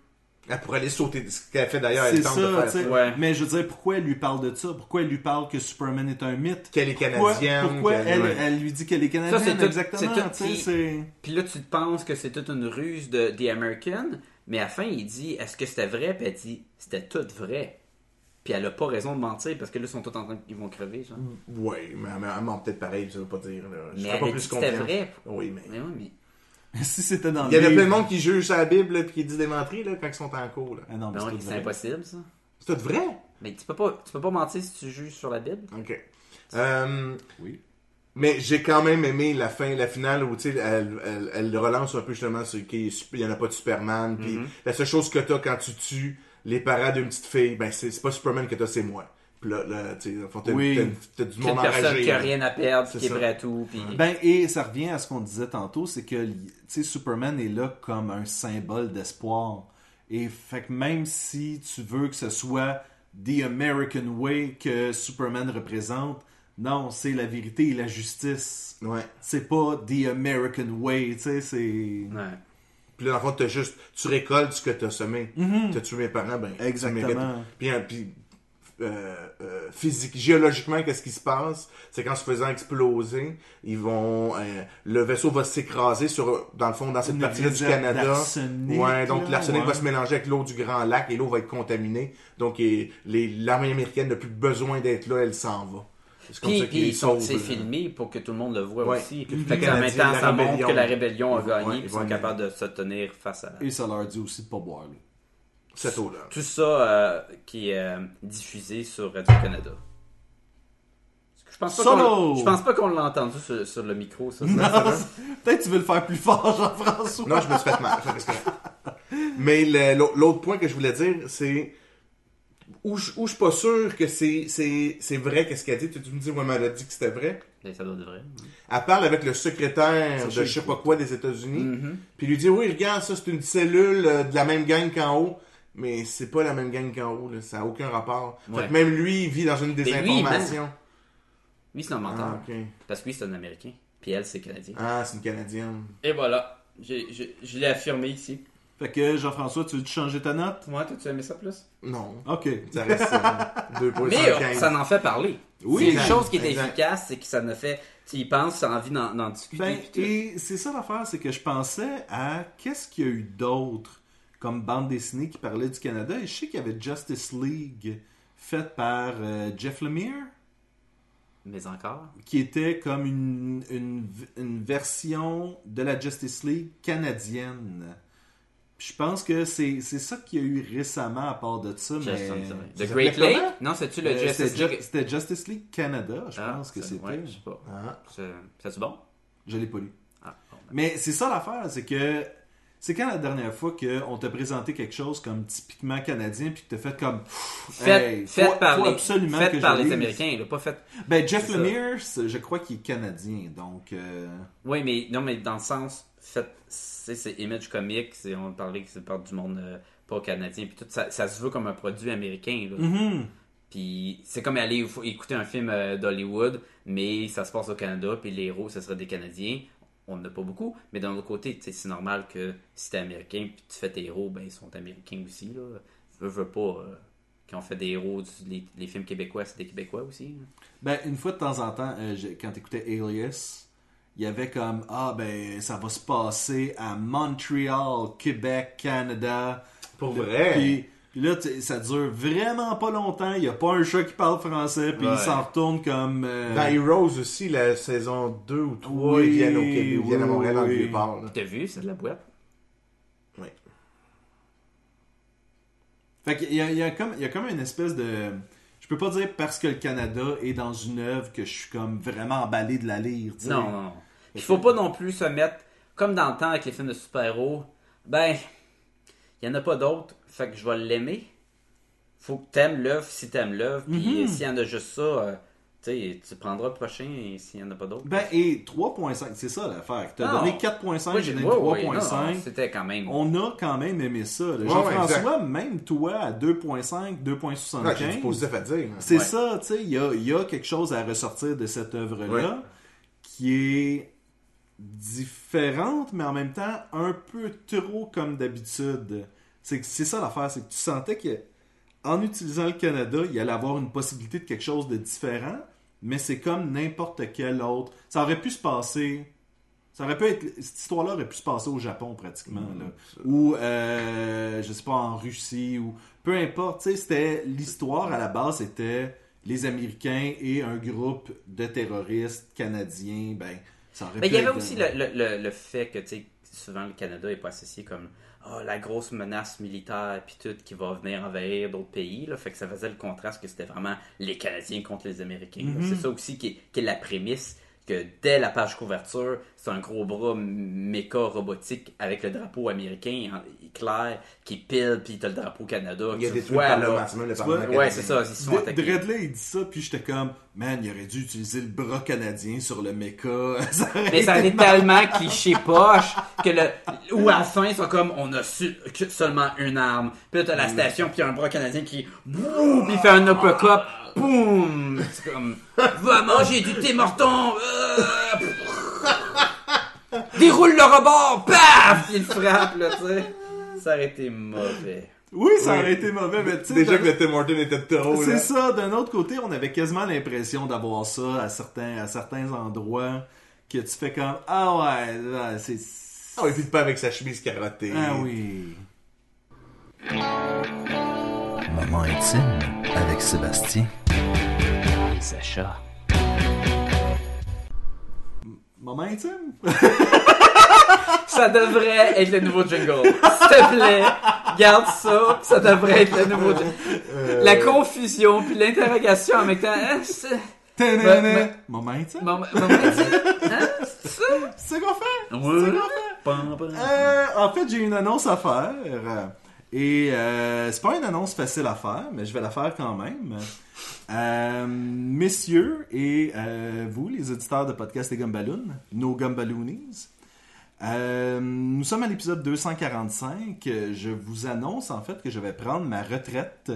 [SPEAKER 2] Elle pourrait aller sauter. Ce qu'elle fait d'ailleurs, elle
[SPEAKER 1] C'est
[SPEAKER 2] tente de
[SPEAKER 1] ça,
[SPEAKER 2] faire
[SPEAKER 1] tu sais.
[SPEAKER 2] ça.
[SPEAKER 3] Ouais.
[SPEAKER 1] Mais je veux dire, pourquoi elle lui parle de ça Pourquoi elle lui parle que Superman est un mythe
[SPEAKER 2] Qu'elle est
[SPEAKER 1] Pourquoi,
[SPEAKER 2] canadienne.
[SPEAKER 1] pourquoi
[SPEAKER 2] qu'elle-
[SPEAKER 1] elle,
[SPEAKER 2] ouais.
[SPEAKER 1] elle lui dit qu'elle est canadienne
[SPEAKER 3] Ça, c'est tout-
[SPEAKER 1] Exactement,
[SPEAKER 3] c'est tout
[SPEAKER 1] tu sais,
[SPEAKER 3] qui-
[SPEAKER 1] c'est.
[SPEAKER 3] Puis là, tu te penses que c'est toute une ruse de The American, mais à la fin, il dit est-ce que c'était vrai Puis elle dit c'était tout vrai. Puis elle a pas raison de mentir parce que là, ils sont tous en train ils vont crever. Genre.
[SPEAKER 2] Ouais, mais elle elle ment peut-être pareil, ça veut pas dire. Là. Je
[SPEAKER 3] Mais
[SPEAKER 2] serais
[SPEAKER 3] elle
[SPEAKER 2] pas
[SPEAKER 3] a
[SPEAKER 2] plus
[SPEAKER 3] dit que c'était
[SPEAKER 2] confiant.
[SPEAKER 3] vrai.
[SPEAKER 2] Oui, mais.
[SPEAKER 3] Mais oui, mais.
[SPEAKER 1] [laughs] si c'était dans
[SPEAKER 2] Il y
[SPEAKER 1] le
[SPEAKER 2] avait
[SPEAKER 1] livre-
[SPEAKER 2] plein de monde qui juge sa Bible là, puis qui dit des menteries là, quand ils sont en cours. là.
[SPEAKER 1] Ah non, mais
[SPEAKER 3] Non,
[SPEAKER 1] c'est tout
[SPEAKER 3] ben c'est
[SPEAKER 1] vrai.
[SPEAKER 3] impossible, ça.
[SPEAKER 2] C'est tout vrai?
[SPEAKER 3] Mais tu peux pas, tu peux pas mentir si tu juges sur la Bible.
[SPEAKER 2] OK. Euh,
[SPEAKER 1] Oui.
[SPEAKER 2] mais j'ai quand même aimé la fin, la finale où tu sais, elle, elle, elle le relance un peu justement sur qu'il n'y en a pas de Superman.
[SPEAKER 3] Mm-hmm.
[SPEAKER 2] Puis la seule chose que t'as quand tu tues les parents d'une petite fille, ben c'est c'est pas Superman que t'as, c'est moi. Puis là, là, tu sais, dans le fond, t'as
[SPEAKER 1] Oui.
[SPEAKER 2] t'as- t'as du
[SPEAKER 3] Une
[SPEAKER 2] monde
[SPEAKER 3] personne
[SPEAKER 2] enragé.
[SPEAKER 3] qui a
[SPEAKER 2] là.
[SPEAKER 3] rien à perdre,
[SPEAKER 2] C'est
[SPEAKER 3] qui est
[SPEAKER 2] ça.
[SPEAKER 3] prêt à tout. Puis...
[SPEAKER 1] Ben, et ça revient à ce qu'on disait tantôt, c'est que tu sais, Superman est là comme un symbole d'espoir. Et fait que même si tu veux que ce soit The American Way que Superman représente, non, c'est la vérité et la justice.
[SPEAKER 2] Ouais.
[SPEAKER 1] C'est pas The American Way, tu sais, c'est...
[SPEAKER 3] Ouais.
[SPEAKER 2] Puis là, dans le fond, t'as juste, tu récoltes ce que t'as semé. T'as tué mes parents, ben, tu
[SPEAKER 1] Mhm. Exactement.
[SPEAKER 2] mérites. Puis, hein, puis euh, euh, physique, géologiquement, qu'est-ce qui se passe? C'est qu'en se faisant exploser, ils vont, euh, le vaisseau va s'écraser sur, dans le fond, dans cette
[SPEAKER 1] Une
[SPEAKER 2] partie-là du
[SPEAKER 1] réserve
[SPEAKER 2] Canada.
[SPEAKER 1] d'arsenic,
[SPEAKER 2] Ouais, donc
[SPEAKER 1] là,
[SPEAKER 2] l'arsenic
[SPEAKER 1] ouais.
[SPEAKER 2] va se mélanger avec l'eau du Grand Lac et l'eau va être contaminée. Donc, et les- l'armée américaine n'a plus besoin d'être là, elle s'en va. C'est comme
[SPEAKER 3] Puis,
[SPEAKER 2] ça
[SPEAKER 3] puis
[SPEAKER 2] qu'ils
[SPEAKER 3] ils sont-
[SPEAKER 2] sauvent.
[SPEAKER 3] c'est
[SPEAKER 2] euh,
[SPEAKER 3] filmé pour que tout le monde le voit
[SPEAKER 2] Ouais.
[SPEAKER 3] aussi.
[SPEAKER 2] Que tous les
[SPEAKER 3] Fait qu'en même
[SPEAKER 2] Canadiens,
[SPEAKER 3] temps,
[SPEAKER 2] la
[SPEAKER 3] ça montre
[SPEAKER 2] rébellion.
[SPEAKER 3] que la rébellion a
[SPEAKER 2] Ouais,
[SPEAKER 3] gagné
[SPEAKER 2] ils
[SPEAKER 3] puis ils
[SPEAKER 2] vont
[SPEAKER 3] sont
[SPEAKER 2] gagner.
[SPEAKER 3] capables de se tenir face à la...
[SPEAKER 1] Et ça leur dit aussi de pas boire. là.
[SPEAKER 2] Cette eau-là.
[SPEAKER 3] Tout ça euh, qui est euh, diffusé sur Radio-Canada. Parce que Je pense pas
[SPEAKER 1] Solo!
[SPEAKER 3] qu'on- je pense pas qu'on l'a entendu sur, sur le micro, ça. ça- ça-
[SPEAKER 2] [laughs]
[SPEAKER 1] Peut-être que tu veux le faire plus fort, [laughs] Jean-François.
[SPEAKER 2] Non, je me suis fait mal. Parce que- Mais le- l'au- l'autre point que je voulais dire, c'est où je, où je suis pas sûr que c'est- c'est c'est vrai qu'est-ce qu'elle dit. Tu tu me dis, ouais, mais elle a dit que c'était vrai.
[SPEAKER 3] Mais ça doit être vrai.
[SPEAKER 2] Elle parle avec le secrétaire de je sais pas quoi des États-Unis,
[SPEAKER 3] Mm-hmm.
[SPEAKER 2] puis lui dit, oui, regarde, ça c'est une cellule euh, de la même gang qu'en haut. Mais c'est pas la même gang qu'en haut, là. ça n'a aucun rapport. Fait que
[SPEAKER 3] Ouais. Ben,
[SPEAKER 2] même lui, il vit dans une
[SPEAKER 3] lui,
[SPEAKER 2] désinformation.
[SPEAKER 3] Lui, c'est un menteur.
[SPEAKER 2] ah, ok.
[SPEAKER 3] Parce que lui, c'est un Américain. Puis elle, c'est Canadien.
[SPEAKER 2] Ah, c'est une Canadienne.
[SPEAKER 3] Et voilà. J'ai- j'ai- je l'ai affirmé ici.
[SPEAKER 1] Fait que, Jean-François, tu veux changer ta note?
[SPEAKER 3] Moi, toi, tu aimais ça plus?
[SPEAKER 2] Non.
[SPEAKER 1] OK.
[SPEAKER 2] Ça reste euh, deux points
[SPEAKER 3] Ah. Mais
[SPEAKER 2] sur
[SPEAKER 3] euh,
[SPEAKER 2] quinze.
[SPEAKER 3] ça n'en fait parler.
[SPEAKER 2] Oui,
[SPEAKER 3] c'est une
[SPEAKER 2] exact,
[SPEAKER 3] chose qui est
[SPEAKER 2] exact.
[SPEAKER 3] efficace, c'est que ça ne fait. Tu y penses, tu as envie d'en d'en discuter.
[SPEAKER 1] Ben,
[SPEAKER 3] puis tout.
[SPEAKER 1] et c'est ça l'affaire, c'est que je pensais à qu'est-ce qu'il y a eu d'autre comme bande dessinée qui parlait du Canada. Et je sais qu'il y avait Justice League faite par euh, Jeff Lemire,
[SPEAKER 3] Mais encore.
[SPEAKER 1] qui était comme une, une, une version de la Justice League canadienne. Puis je pense que c'est c'est ça qu'il y a eu récemment à part de ça. Mais...
[SPEAKER 3] Justin, c'est vrai. The
[SPEAKER 2] Ça
[SPEAKER 3] Great
[SPEAKER 2] s'appelait
[SPEAKER 3] Lake?
[SPEAKER 2] comment?
[SPEAKER 3] Non, c'est-tu le
[SPEAKER 1] Euh,
[SPEAKER 3] Justice
[SPEAKER 1] c'était Ju-
[SPEAKER 3] League?
[SPEAKER 1] C'était Justice League Canada, je
[SPEAKER 3] Ah,
[SPEAKER 1] pense que
[SPEAKER 3] ça,
[SPEAKER 1] c'était.
[SPEAKER 3] ouais, je sais pas.
[SPEAKER 2] Ah.
[SPEAKER 3] C'est- C'est-tu bon?
[SPEAKER 1] Je l'ai pas lu.
[SPEAKER 3] Ah, bon, ben.
[SPEAKER 1] Mais c'est ça l'affaire, c'est que c'est quand la dernière fois qu'on t'a présenté quelque chose comme typiquement canadien puis que t'as fait comme
[SPEAKER 3] Faites,
[SPEAKER 1] Hey,
[SPEAKER 3] faites
[SPEAKER 1] faut-
[SPEAKER 3] par,
[SPEAKER 1] faut
[SPEAKER 3] les,
[SPEAKER 1] absolument
[SPEAKER 3] faites
[SPEAKER 1] que je
[SPEAKER 3] par les
[SPEAKER 1] lise.
[SPEAKER 3] Américains, là, pas fait.
[SPEAKER 1] Ben Jeff
[SPEAKER 3] C'est ça.
[SPEAKER 1] Lemire, c'est- je crois qu'il est canadien, donc euh,
[SPEAKER 3] Oui, mais non, mais dans le sens, fait, c'est c'est image comique, c'est- on parlait que c'est par du monde euh, pas canadien, puis tout ça, ça se veut comme un produit américain. Là.
[SPEAKER 1] mhm.
[SPEAKER 3] Puis c'est comme aller éf- écouter un film euh, d'Hollywood, mais ça se passe au Canada, puis les héros, ce serait des Canadiens. On n'a pas beaucoup, mais d'un autre côté, tu sais, c'est normal que si t'es américain, puis tu fais tes héros, ben ils sont américains aussi. Là. Veux, veux pas. euh, quand on fait des héros, du- les, les films québécois, c'est des Québécois aussi. là.
[SPEAKER 1] ben une fois de temps en temps euh, j'ai- quand t'écoutais Alias, il y avait comme ah ben ça va se passer à Montréal, Québec, Canada.
[SPEAKER 2] Pour vrai.
[SPEAKER 1] Puis, puis là, tu- ça dure vraiment pas longtemps. Il n'y a pas un chat qui parle français, puis
[SPEAKER 2] Ouais. Ben,
[SPEAKER 1] il s'en retourne comme. euh,
[SPEAKER 2] Dans Heroes aussi, la saison 2 ou 3,
[SPEAKER 1] Oui,
[SPEAKER 2] ils viennent au Québec, ils
[SPEAKER 1] oui,
[SPEAKER 2] viennent à Montréal en
[SPEAKER 1] oui.
[SPEAKER 2] Vieux-Port. là.
[SPEAKER 3] T'as vu, c'est de la boîte.
[SPEAKER 2] Oui.
[SPEAKER 1] Fait qu'il y a, il y a comme, il y a comme une espèce de. Je peux pas dire parce que le Canada est dans une œuvre que je suis comme vraiment emballé de la lire. tu sais.
[SPEAKER 3] Non, non, non. Il faut pas non plus se mettre, comme dans le temps avec les films de super-héros, ben, il y en a pas d'autres, fait que je vais l'aimer. Faut que t'aimes l'œuvre si t'aimes l'œuvre, puis euh, s'il y en a juste ça, euh, tu sais, tu prendras le prochain et s'il y en a pas d'autres.
[SPEAKER 1] Ben, et 3.5, c'est ça l'affaire. T'as
[SPEAKER 3] Non.
[SPEAKER 1] donné 4.5,
[SPEAKER 3] Moi,
[SPEAKER 1] j'ai
[SPEAKER 3] j'ai-
[SPEAKER 1] donné
[SPEAKER 3] ouais, ouais, non,
[SPEAKER 1] 3.5.
[SPEAKER 3] non, C'était quand même.
[SPEAKER 1] On a quand même aimé ça. là.
[SPEAKER 2] ouais,
[SPEAKER 1] Jean-François, même toi, à 2.5,
[SPEAKER 2] Ah, j'ai du
[SPEAKER 1] 2.75.
[SPEAKER 2] positif à dire. hein.
[SPEAKER 1] C'est
[SPEAKER 3] Ouais.
[SPEAKER 1] ça, tu sais, il y a, il y a quelque chose à ressortir de cette œuvre-là
[SPEAKER 2] Ouais.
[SPEAKER 1] qui est différente, mais en même temps un peu trop comme d'habitude. C'est que- c'est ça l'affaire, c'est que tu sentais que en utilisant le Canada, il allait avoir une possibilité de quelque chose de différent, mais c'est comme n'importe quel autre. Ça aurait pu se passer. Ça aurait pu être. Cette histoire-là aurait pu se passer au Japon pratiquement.
[SPEAKER 3] Mm,
[SPEAKER 1] là. Ou euh, je sais pas, en Russie ou. Peu importe, tu sais, c'était. L'histoire à la base c'était les Américains et un groupe de terroristes canadiens. Ben, ça aurait
[SPEAKER 3] Ben, il
[SPEAKER 1] pu
[SPEAKER 3] y avait
[SPEAKER 1] être-
[SPEAKER 2] euh,
[SPEAKER 3] aussi le, le- le- le fait que, tu sais, souvent le Canada est pas associé comme Ah, la grosse menace militaire puis tout qui va venir envahir d'autres pays. Là, fait que ça
[SPEAKER 2] Mhm.
[SPEAKER 3] faisait le contraste que c'était vraiment les Canadiens contre les Américains. là. C'est ça aussi qui est, qui est la prémisse que dès la page couverture, c'est un gros bras méca robotique avec le drapeau américain en- clair qui pile, puis t'as le drapeau Canada.
[SPEAKER 2] Il y a
[SPEAKER 3] tu
[SPEAKER 2] des
[SPEAKER 3] le
[SPEAKER 2] trucs
[SPEAKER 3] vois,
[SPEAKER 2] par
[SPEAKER 3] là.
[SPEAKER 2] le maximum, le
[SPEAKER 1] Tu
[SPEAKER 2] Parlement
[SPEAKER 1] vois,
[SPEAKER 2] canadien.
[SPEAKER 3] Ouais, c'est ça, ils se sont
[SPEAKER 1] D-
[SPEAKER 3] attaqués.
[SPEAKER 1] Dreadley, il dit ça, puis j'étais comme, man, il aurait dû utiliser le bras canadien sur le mecha. [laughs] Ça aurait
[SPEAKER 3] Mais ça
[SPEAKER 1] été
[SPEAKER 3] en est tellement cliché poche que le. Ou à la fin, ils sont comme on a su- que seulement une arme. Puis là, t'as la station, puis y a un bras canadien qui. Boum, puis il fait un uppercut. Boum! C'est comme. Va manger du thé morton! Euh, [laughs] pff. Déroule le rebord! Paf! Puis il frappe, là, tu sais. Ça aurait été mauvais.
[SPEAKER 1] Oui, ça
[SPEAKER 2] Oui.
[SPEAKER 1] aurait été mauvais, mais tu sais.
[SPEAKER 2] Déjà
[SPEAKER 1] d'un-
[SPEAKER 2] que le hein. Tim Horton était trop,
[SPEAKER 1] C'est
[SPEAKER 2] là.
[SPEAKER 1] ça, d'un autre côté, on avait quasiment l'impression d'avoir ça à certains, à certains endroits que tu fais comme Ah ouais, ouais, c'est.
[SPEAKER 2] Ah oui, puis pas avec sa chemise carottée.
[SPEAKER 1] Ah oui.
[SPEAKER 6] Moment intime avec Sébastien.
[SPEAKER 7] Et Sacha.
[SPEAKER 1] Moment intime.
[SPEAKER 3] Ça devrait être le nouveau jingle. S'il te plaît, garde ça. Ça devrait être le nouveau jingle. La confusion puis l'interrogation en même temps. Hein, c'est-
[SPEAKER 1] Tadadada.
[SPEAKER 3] mais-
[SPEAKER 1] Moment Ben, intime.
[SPEAKER 3] Maman- maman, tu- hein, c'est ça?
[SPEAKER 1] C'est qu'on fait.
[SPEAKER 3] Ouais.
[SPEAKER 1] C'est qu'on fait. Euh, en fait, j'ai une annonce à faire. euh, Et euh, c'est pas une annonce facile à faire, mais je vais la faire quand même. Euh, messieurs et euh, vous, les auditeurs de podcast et Gumballoon, nos Gumballoonies, euh, nous sommes à l'épisode 245. Euh, Je vous annonce en fait que je vais prendre ma retraite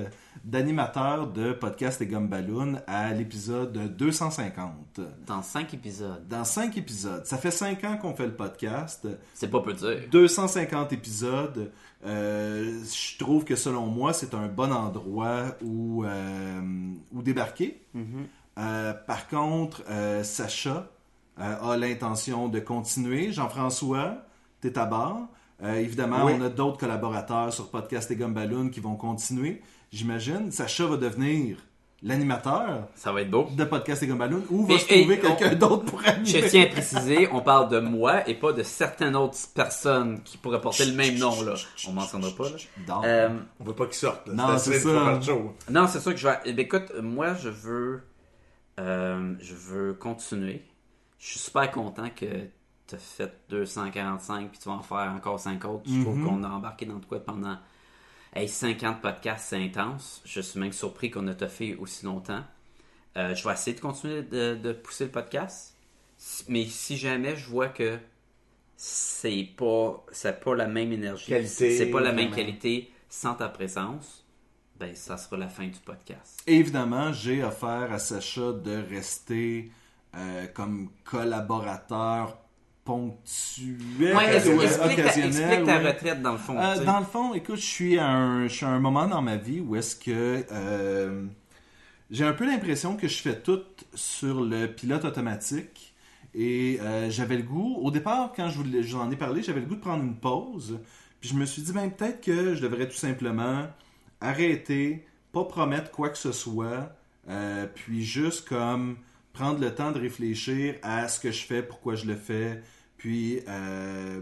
[SPEAKER 1] d'animateur de podcast et Gumballoon à l'épisode 250.
[SPEAKER 7] Dans 5 épisodes.
[SPEAKER 1] Dans 5 épisodes. Ça fait 5 ans qu'on fait le podcast.
[SPEAKER 7] C'est pas peu dire.
[SPEAKER 1] 250 épisodes. Euh, je trouve que selon moi, c'est un bon endroit où, euh, où débarquer. Euh, par contre, euh, Sacha euh, a l'intention de continuer. Jean-François, t'es à bord. Euh, évidemment,
[SPEAKER 2] Oui.
[SPEAKER 1] on a d'autres collaborateurs sur Podcast et Gumballoon qui vont continuer, j'imagine. Sacha va devenir l'animateur
[SPEAKER 3] Ça va être beau.
[SPEAKER 1] de Podcast et Gumballoon ou va
[SPEAKER 3] Mais,
[SPEAKER 1] se trouver
[SPEAKER 3] hey,
[SPEAKER 1] quelqu'un d'autre pour
[SPEAKER 3] Je
[SPEAKER 1] animer.
[SPEAKER 3] tiens à préciser, on parle de moi et pas de certaines autres personnes qui pourraient porter le même nom. là. On mentionnera pas. Là.
[SPEAKER 1] Non.
[SPEAKER 3] Euh,
[SPEAKER 2] On veut pas qu'il sorte, là.
[SPEAKER 1] Non,
[SPEAKER 2] assez
[SPEAKER 1] c'est
[SPEAKER 2] une fois
[SPEAKER 1] ça.
[SPEAKER 2] par jour.
[SPEAKER 3] non, c'est sûr que je vais... eh bien, écoute, moi, je veux... euh, je veux continuer. Je suis super content que tu as fait 245 puis tu vas en faire encore 50. Je
[SPEAKER 2] Mhm.
[SPEAKER 3] trouve qu'on a embarqué dans de quoi pendant... Hey, 50 podcasts, c'est intense. Je suis même surpris qu'on ait fait aussi longtemps. Euh, je vais essayer de continuer de, de pousser le podcast. Si- Mais si jamais je vois que c'est pas, c'est pas la même énergie,
[SPEAKER 2] Qualité,
[SPEAKER 3] c'est pas la même
[SPEAKER 2] vraiment.
[SPEAKER 3] qualité sans ta présence, ben ça sera la fin du podcast.
[SPEAKER 1] Évidemment, j'ai offert à Sacha de rester euh, comme collaborateur ponctuel
[SPEAKER 3] Ouais,
[SPEAKER 2] est-ce-
[SPEAKER 1] ou
[SPEAKER 3] explique,
[SPEAKER 2] ouais,
[SPEAKER 3] explique ta,
[SPEAKER 1] occasionnel.
[SPEAKER 3] explique ta
[SPEAKER 1] oui.
[SPEAKER 3] retraite dans le fond.
[SPEAKER 1] Euh,
[SPEAKER 3] tu sais.
[SPEAKER 1] dans le fond, écoute, je suis à un, je suis à un moment dans ma vie où est-ce que euh, j'ai un peu l'impression que je fais tout sur le pilote automatique. Et euh, j'avais le goût, au départ, quand je vous l'ai- je vous en ai parlé, j'avais le goût de prendre une pause. Puis je me suis dit, ben peut-être que je devrais tout simplement arrêter, pas promettre quoi que ce soit, euh, puis juste comme prendre le temps de réfléchir à ce que je fais, pourquoi je le fais, puis euh,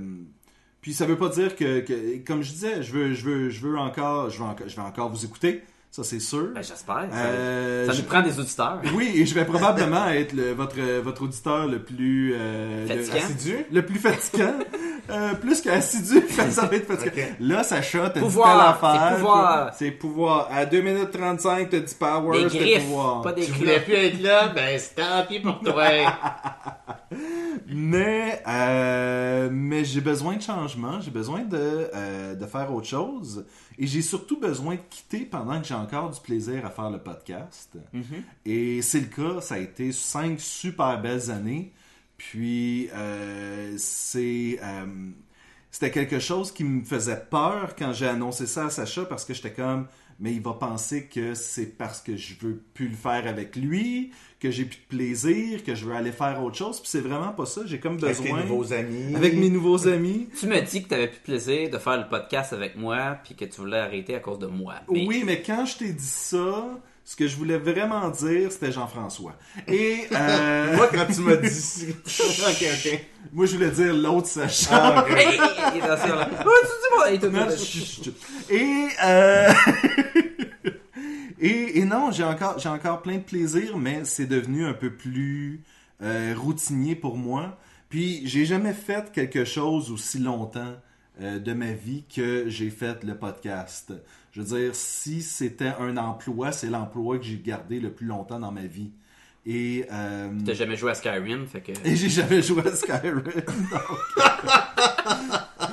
[SPEAKER 1] puis ça veut pas dire que, que- comme je disais, je veux, je veux, je veux encore, je veux encore, je vais encore vous écouter. Ça c'est sûr.
[SPEAKER 3] Ben, j'espère. ça-
[SPEAKER 1] Euh,
[SPEAKER 3] ça nous
[SPEAKER 1] je-
[SPEAKER 3] prend des auditeurs.
[SPEAKER 1] Oui, et je vais
[SPEAKER 3] [laughs]
[SPEAKER 1] probablement être le- votre, votre auditeur le plus euh, le-
[SPEAKER 3] Fatigant.
[SPEAKER 2] Assidu?
[SPEAKER 1] le plus fatigant. [laughs] Euh, plus qu'assidu, [laughs] ça va être fatigant.
[SPEAKER 2] Ok.
[SPEAKER 1] Là, Sacha, t'as dit telle
[SPEAKER 3] Pouvoir, c'est
[SPEAKER 1] affaire.
[SPEAKER 3] pouvoir.
[SPEAKER 1] toi, C'est pouvoir. À 2 minutes 35, t'as dit power,
[SPEAKER 3] Des
[SPEAKER 1] c'est
[SPEAKER 3] griffes,
[SPEAKER 1] pouvoir.
[SPEAKER 3] pas des
[SPEAKER 2] Tu voulais
[SPEAKER 3] griffes.
[SPEAKER 2] plus être là, ben c'est tant pis pour toi.
[SPEAKER 1] Mais, euh, mais j'ai besoin de changement, j'ai besoin de, euh, de faire autre chose. Et j'ai surtout besoin de quitter pendant que j'ai encore du plaisir à faire le podcast. Et c'est le cas, ça a été cinq super belles années. Puis, euh, c'est. euh, c'était quelque chose qui me faisait peur quand j'ai annoncé ça à Sacha parce que j'étais comme mais il va penser que c'est parce que je veux plus le faire avec lui, que j'ai plus de plaisir, que je veux aller faire autre chose, puis c'est vraiment pas ça, j'ai comme
[SPEAKER 2] Avec tes
[SPEAKER 1] besoin
[SPEAKER 2] nouveaux amis.
[SPEAKER 1] avec mes nouveaux amis.
[SPEAKER 3] Tu me dis que t'avais plus de plaisir de faire le podcast avec moi puis que tu voulais arrêter à cause de moi. Mais-
[SPEAKER 1] Oui, mais quand je t'ai dit ça, ce que je voulais vraiment dire, c'était Jean-François. Et euh,
[SPEAKER 2] [laughs] Moi, quand tu m'as
[SPEAKER 1] [laughs]
[SPEAKER 2] dit ça. ok, ok.
[SPEAKER 1] moi je voulais dire l'autre Sacha.
[SPEAKER 2] Ah, ok.
[SPEAKER 3] Hey, hey, hey, attention, là. Oh, tu dis moi, hey, toi, toi,
[SPEAKER 1] Non,
[SPEAKER 3] toi.
[SPEAKER 1] chut, chut, chut. Et, euh, [laughs] et, et non, j'ai encore, j'ai encore plein de plaisir, mais c'est devenu un peu plus euh, routinier pour moi. Puis j'ai jamais fait quelque chose aussi longtemps euh, de ma vie que j'ai fait le podcast. Je veux dire, si c'était un emploi, c'est l'emploi que j'ai gardé le plus longtemps dans ma vie. Et euh,
[SPEAKER 3] T'as jamais joué à Skyrim, fait que.
[SPEAKER 1] [laughs] et j'ai jamais joué à Skyrim. donc.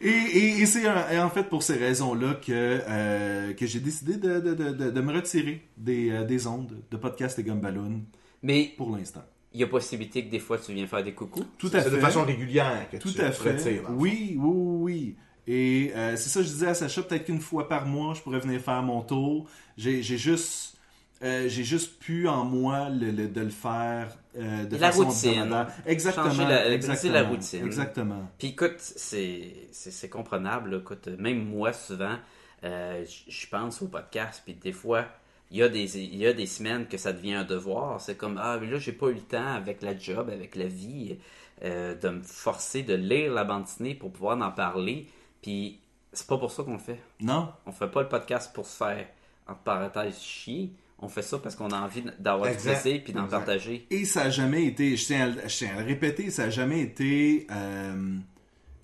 [SPEAKER 1] et et- et c'est un- et en fait pour ces raisons-là que, euh, que j'ai décidé de, de- de- de- de me retirer des, euh, des ondes de podcast et Gumballoon
[SPEAKER 3] Mais
[SPEAKER 1] pour l'instant.
[SPEAKER 3] il y a possibilité que des fois tu viens faire des coucous.
[SPEAKER 1] Tout à
[SPEAKER 2] C'est
[SPEAKER 1] fait.
[SPEAKER 2] de façon régulière que
[SPEAKER 1] tout
[SPEAKER 2] tu
[SPEAKER 1] à
[SPEAKER 2] te
[SPEAKER 1] fait.
[SPEAKER 2] retires. en fait.
[SPEAKER 1] Oui, oui, oui. oui. Et euh, c'est ça que je disais à Sacha, peut-être qu'une fois par mois, je pourrais venir faire mon tour. J'ai j'ai juste... euh, j'ai juste pu en moi le- le- de le faire euh, de
[SPEAKER 3] La
[SPEAKER 1] façon
[SPEAKER 3] routine.
[SPEAKER 1] hebdomadaire. Exactement.
[SPEAKER 3] Changer la- briser la
[SPEAKER 1] exactement,
[SPEAKER 3] routine.
[SPEAKER 1] Exactement.
[SPEAKER 3] Puis écoute, c'est c'est- c'est comprenable. là. Écoute, même moi, souvent, euh, j- je pense au podcast, puis des fois, il y, a des, il y a des semaines que ça devient un devoir. C'est comme, ah, mais là, j'ai pas eu le temps avec la job, avec la vie, euh, de me forcer de lire la bande dessinée pour pouvoir en parler. Puis c'est pas pour ça qu'on le fait.
[SPEAKER 1] Non?
[SPEAKER 3] On fait pas le podcast pour se faire, entre parenthèses, chier. On fait ça parce qu'on a envie d'avoir du
[SPEAKER 2] Exact.
[SPEAKER 3] plaisir puis d'en
[SPEAKER 2] Exact.
[SPEAKER 3] partager.
[SPEAKER 1] Et ça n'a jamais été, je tiens, à, le- je tiens à le répéter, ça n'a jamais été euh,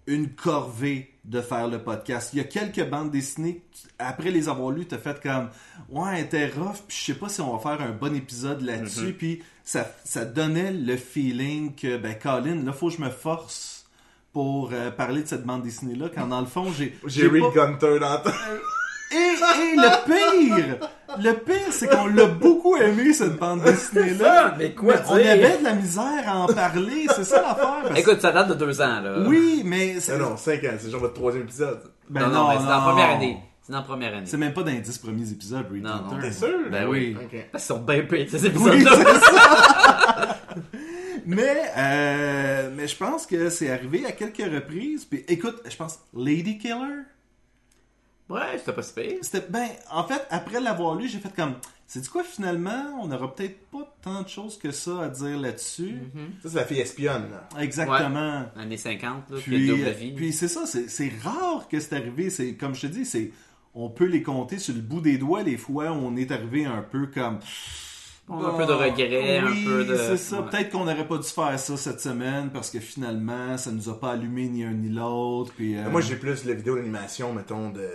[SPEAKER 1] une corvée de faire le podcast. Il y a quelques bandes dessinées, que tu- après les avoir lues, tu as fait comme Ouais, elle était rough, puis je sais pas si on va faire un bon épisode là-dessus. Puis ça, ça donnait le feeling que, ben, Colin, là, faut que je me force pour euh, parler de cette bande dessinée-là, quand dans le fond, j'ai.
[SPEAKER 2] J'ai Reed
[SPEAKER 1] pas-
[SPEAKER 2] Gunter dans ta- [laughs]
[SPEAKER 1] et, et le pire, le pire, c'est qu'on l'a beaucoup aimé cette bande dessinée-là.
[SPEAKER 8] ça, mais quoi
[SPEAKER 1] on
[SPEAKER 8] dire?
[SPEAKER 1] avait de la misère à en parler, c'est ça l'affaire. parce que-
[SPEAKER 3] Écoute, ça date de deux ans, là.
[SPEAKER 1] oui, mais c'est
[SPEAKER 2] Non, non, 5 ans, c'est genre votre troisième épisode.
[SPEAKER 1] ben
[SPEAKER 3] non, non, mais c'est dans la première
[SPEAKER 1] non.
[SPEAKER 3] année. C'est dans la première année.
[SPEAKER 1] C'est même pas dans les 10 premiers épisodes, Reed
[SPEAKER 3] Non, non.
[SPEAKER 1] Hunter.
[SPEAKER 2] T'es sûr?
[SPEAKER 3] Ben
[SPEAKER 1] oui.
[SPEAKER 2] Ok.
[SPEAKER 3] Parce qu'ils sont bien payés, ces
[SPEAKER 1] Oui,
[SPEAKER 3] épisodes-là.
[SPEAKER 1] c'est ça. mais, euh, mais je pense que c'est arrivé à quelques reprises. Puis écoute, je pense Lady Killer.
[SPEAKER 3] ouais, c'était pas si pire.
[SPEAKER 1] C'était ben, en fait, après l'avoir lu, j'ai fait comme, c'est du quoi finalement, on n'aura peut-être pas tant de choses que ça à dire là-dessus.
[SPEAKER 3] Mhm.
[SPEAKER 2] Ça, c'est la fille espionne. là.
[SPEAKER 1] Exactement.
[SPEAKER 3] Années 50, là, puis,
[SPEAKER 1] Puis,
[SPEAKER 3] double vie.
[SPEAKER 1] puis c'est ça, c'est c'est rare que c'est arrivé. C'est comme je te dis, c'est on peut les compter sur le bout des doigts les fois où on est arrivé un peu comme Ah,
[SPEAKER 3] On a un peu de regret, un
[SPEAKER 1] Oui,
[SPEAKER 3] peu de-
[SPEAKER 1] C'est ça.
[SPEAKER 3] ouais.
[SPEAKER 1] Peut-être qu'on n'aurait pas dû faire ça cette semaine parce que finalement, ça nous a pas allumé ni un ni l'autre. Puis euh,
[SPEAKER 2] Moi, j'ai plus la vidéo d'animation, mettons, de.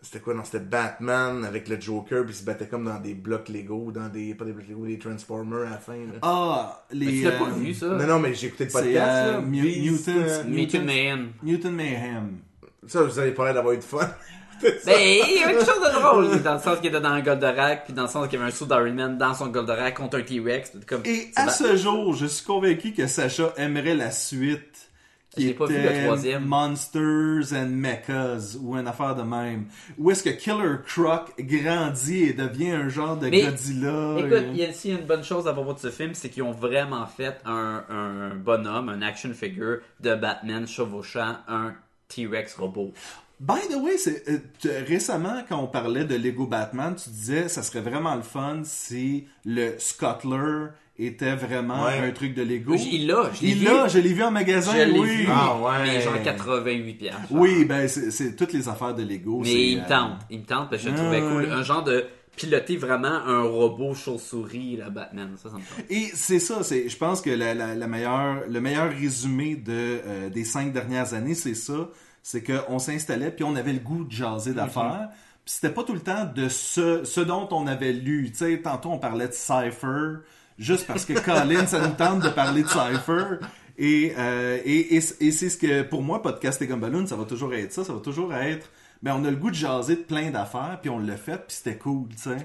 [SPEAKER 2] C'était quoi? Non, c'était Batman avec le Joker, puis il se battait comme dans des blocs Lego, dans des. Pas des blocs Lego, des Transformers à la fin. là.
[SPEAKER 1] ah
[SPEAKER 3] Mais
[SPEAKER 1] les
[SPEAKER 3] tu l'as pas
[SPEAKER 1] euh,
[SPEAKER 3] vu, ça?
[SPEAKER 2] Non, non, mais j'ai écouté le
[SPEAKER 1] c'est,
[SPEAKER 2] podcast.
[SPEAKER 1] euh,
[SPEAKER 2] là.
[SPEAKER 1] Mu-
[SPEAKER 2] Beast,
[SPEAKER 1] Mutants.
[SPEAKER 2] euh,
[SPEAKER 3] Mutant Man.
[SPEAKER 1] Newton Mayhem.
[SPEAKER 2] Ça, vous avez parlé d'avoir eu du fun. [laughs]
[SPEAKER 3] Ben, il y avait quelque chose de drôle. Dans le sens qu'il était dans un Goldorak, puis dans le sens qu'il y avait un saut d'Iron Man dans son Goldorak contre un T-Rex. c'était Comme...
[SPEAKER 1] Et
[SPEAKER 3] c'est
[SPEAKER 1] à
[SPEAKER 3] ba-
[SPEAKER 1] ce jour, je suis convaincu que Sacha aimerait la suite qui
[SPEAKER 3] J'ai
[SPEAKER 1] était
[SPEAKER 3] pas vu le troisième.
[SPEAKER 1] Monsters and Mechas ou une affaire de même. Où est-ce que Killer Croc grandit et devient un genre de
[SPEAKER 3] Mais,
[SPEAKER 1] Godzilla.
[SPEAKER 3] Écoute,
[SPEAKER 1] et-
[SPEAKER 3] il y a aussi une bonne chose à propos de ce film, c'est qu'ils ont vraiment fait un, un bonhomme, un action figure de Batman chevauchant un T-Rex robot.
[SPEAKER 1] By the way, c'est, euh, t- récemment, quand on parlait de Lego Batman, tu disais ça serait vraiment le fun si le Scuttler était vraiment
[SPEAKER 2] Ouais.
[SPEAKER 1] un truc de Lego.
[SPEAKER 3] J- Il l'a, je l'ai
[SPEAKER 1] Il
[SPEAKER 3] vu.
[SPEAKER 1] l'a, je l'ai vu en magasin,
[SPEAKER 3] Je l'ai
[SPEAKER 1] oui.
[SPEAKER 3] vu,
[SPEAKER 2] Ah ouais.
[SPEAKER 3] mais genre 88 piastres. genre.
[SPEAKER 1] Oui, ben c'est c'est toutes les affaires de Lego. c'est,
[SPEAKER 3] Mais il me
[SPEAKER 1] euh,
[SPEAKER 3] tente, il me tente parce que je le
[SPEAKER 1] Ah,
[SPEAKER 3] trouvais cool.
[SPEAKER 1] ouais.
[SPEAKER 3] Un genre de piloter vraiment un robot chauve-souris, la Batman, ça, ça me tente.
[SPEAKER 1] Et c'est ça, c'est, je pense que la, la- la meilleure, le meilleur résumé de, euh, des cinq dernières années, c'est ça. C'est qu'on s'installait, puis on avait le goût de jaser d'affaires. Puis c'était pas tout le temps de ce, ce dont on avait lu. Tu sais, tantôt on parlait de Cypher, juste parce que Colin, ça nous tente de parler de Cypher. Et, euh, et, et, et c'est ce que, pour moi, Podcast et Gumballoon, ça va toujours être ça. Ça va toujours être, ben on a le goût de jaser de plein d'affaires, puis on l'a fait, puis c'était cool, tu sais.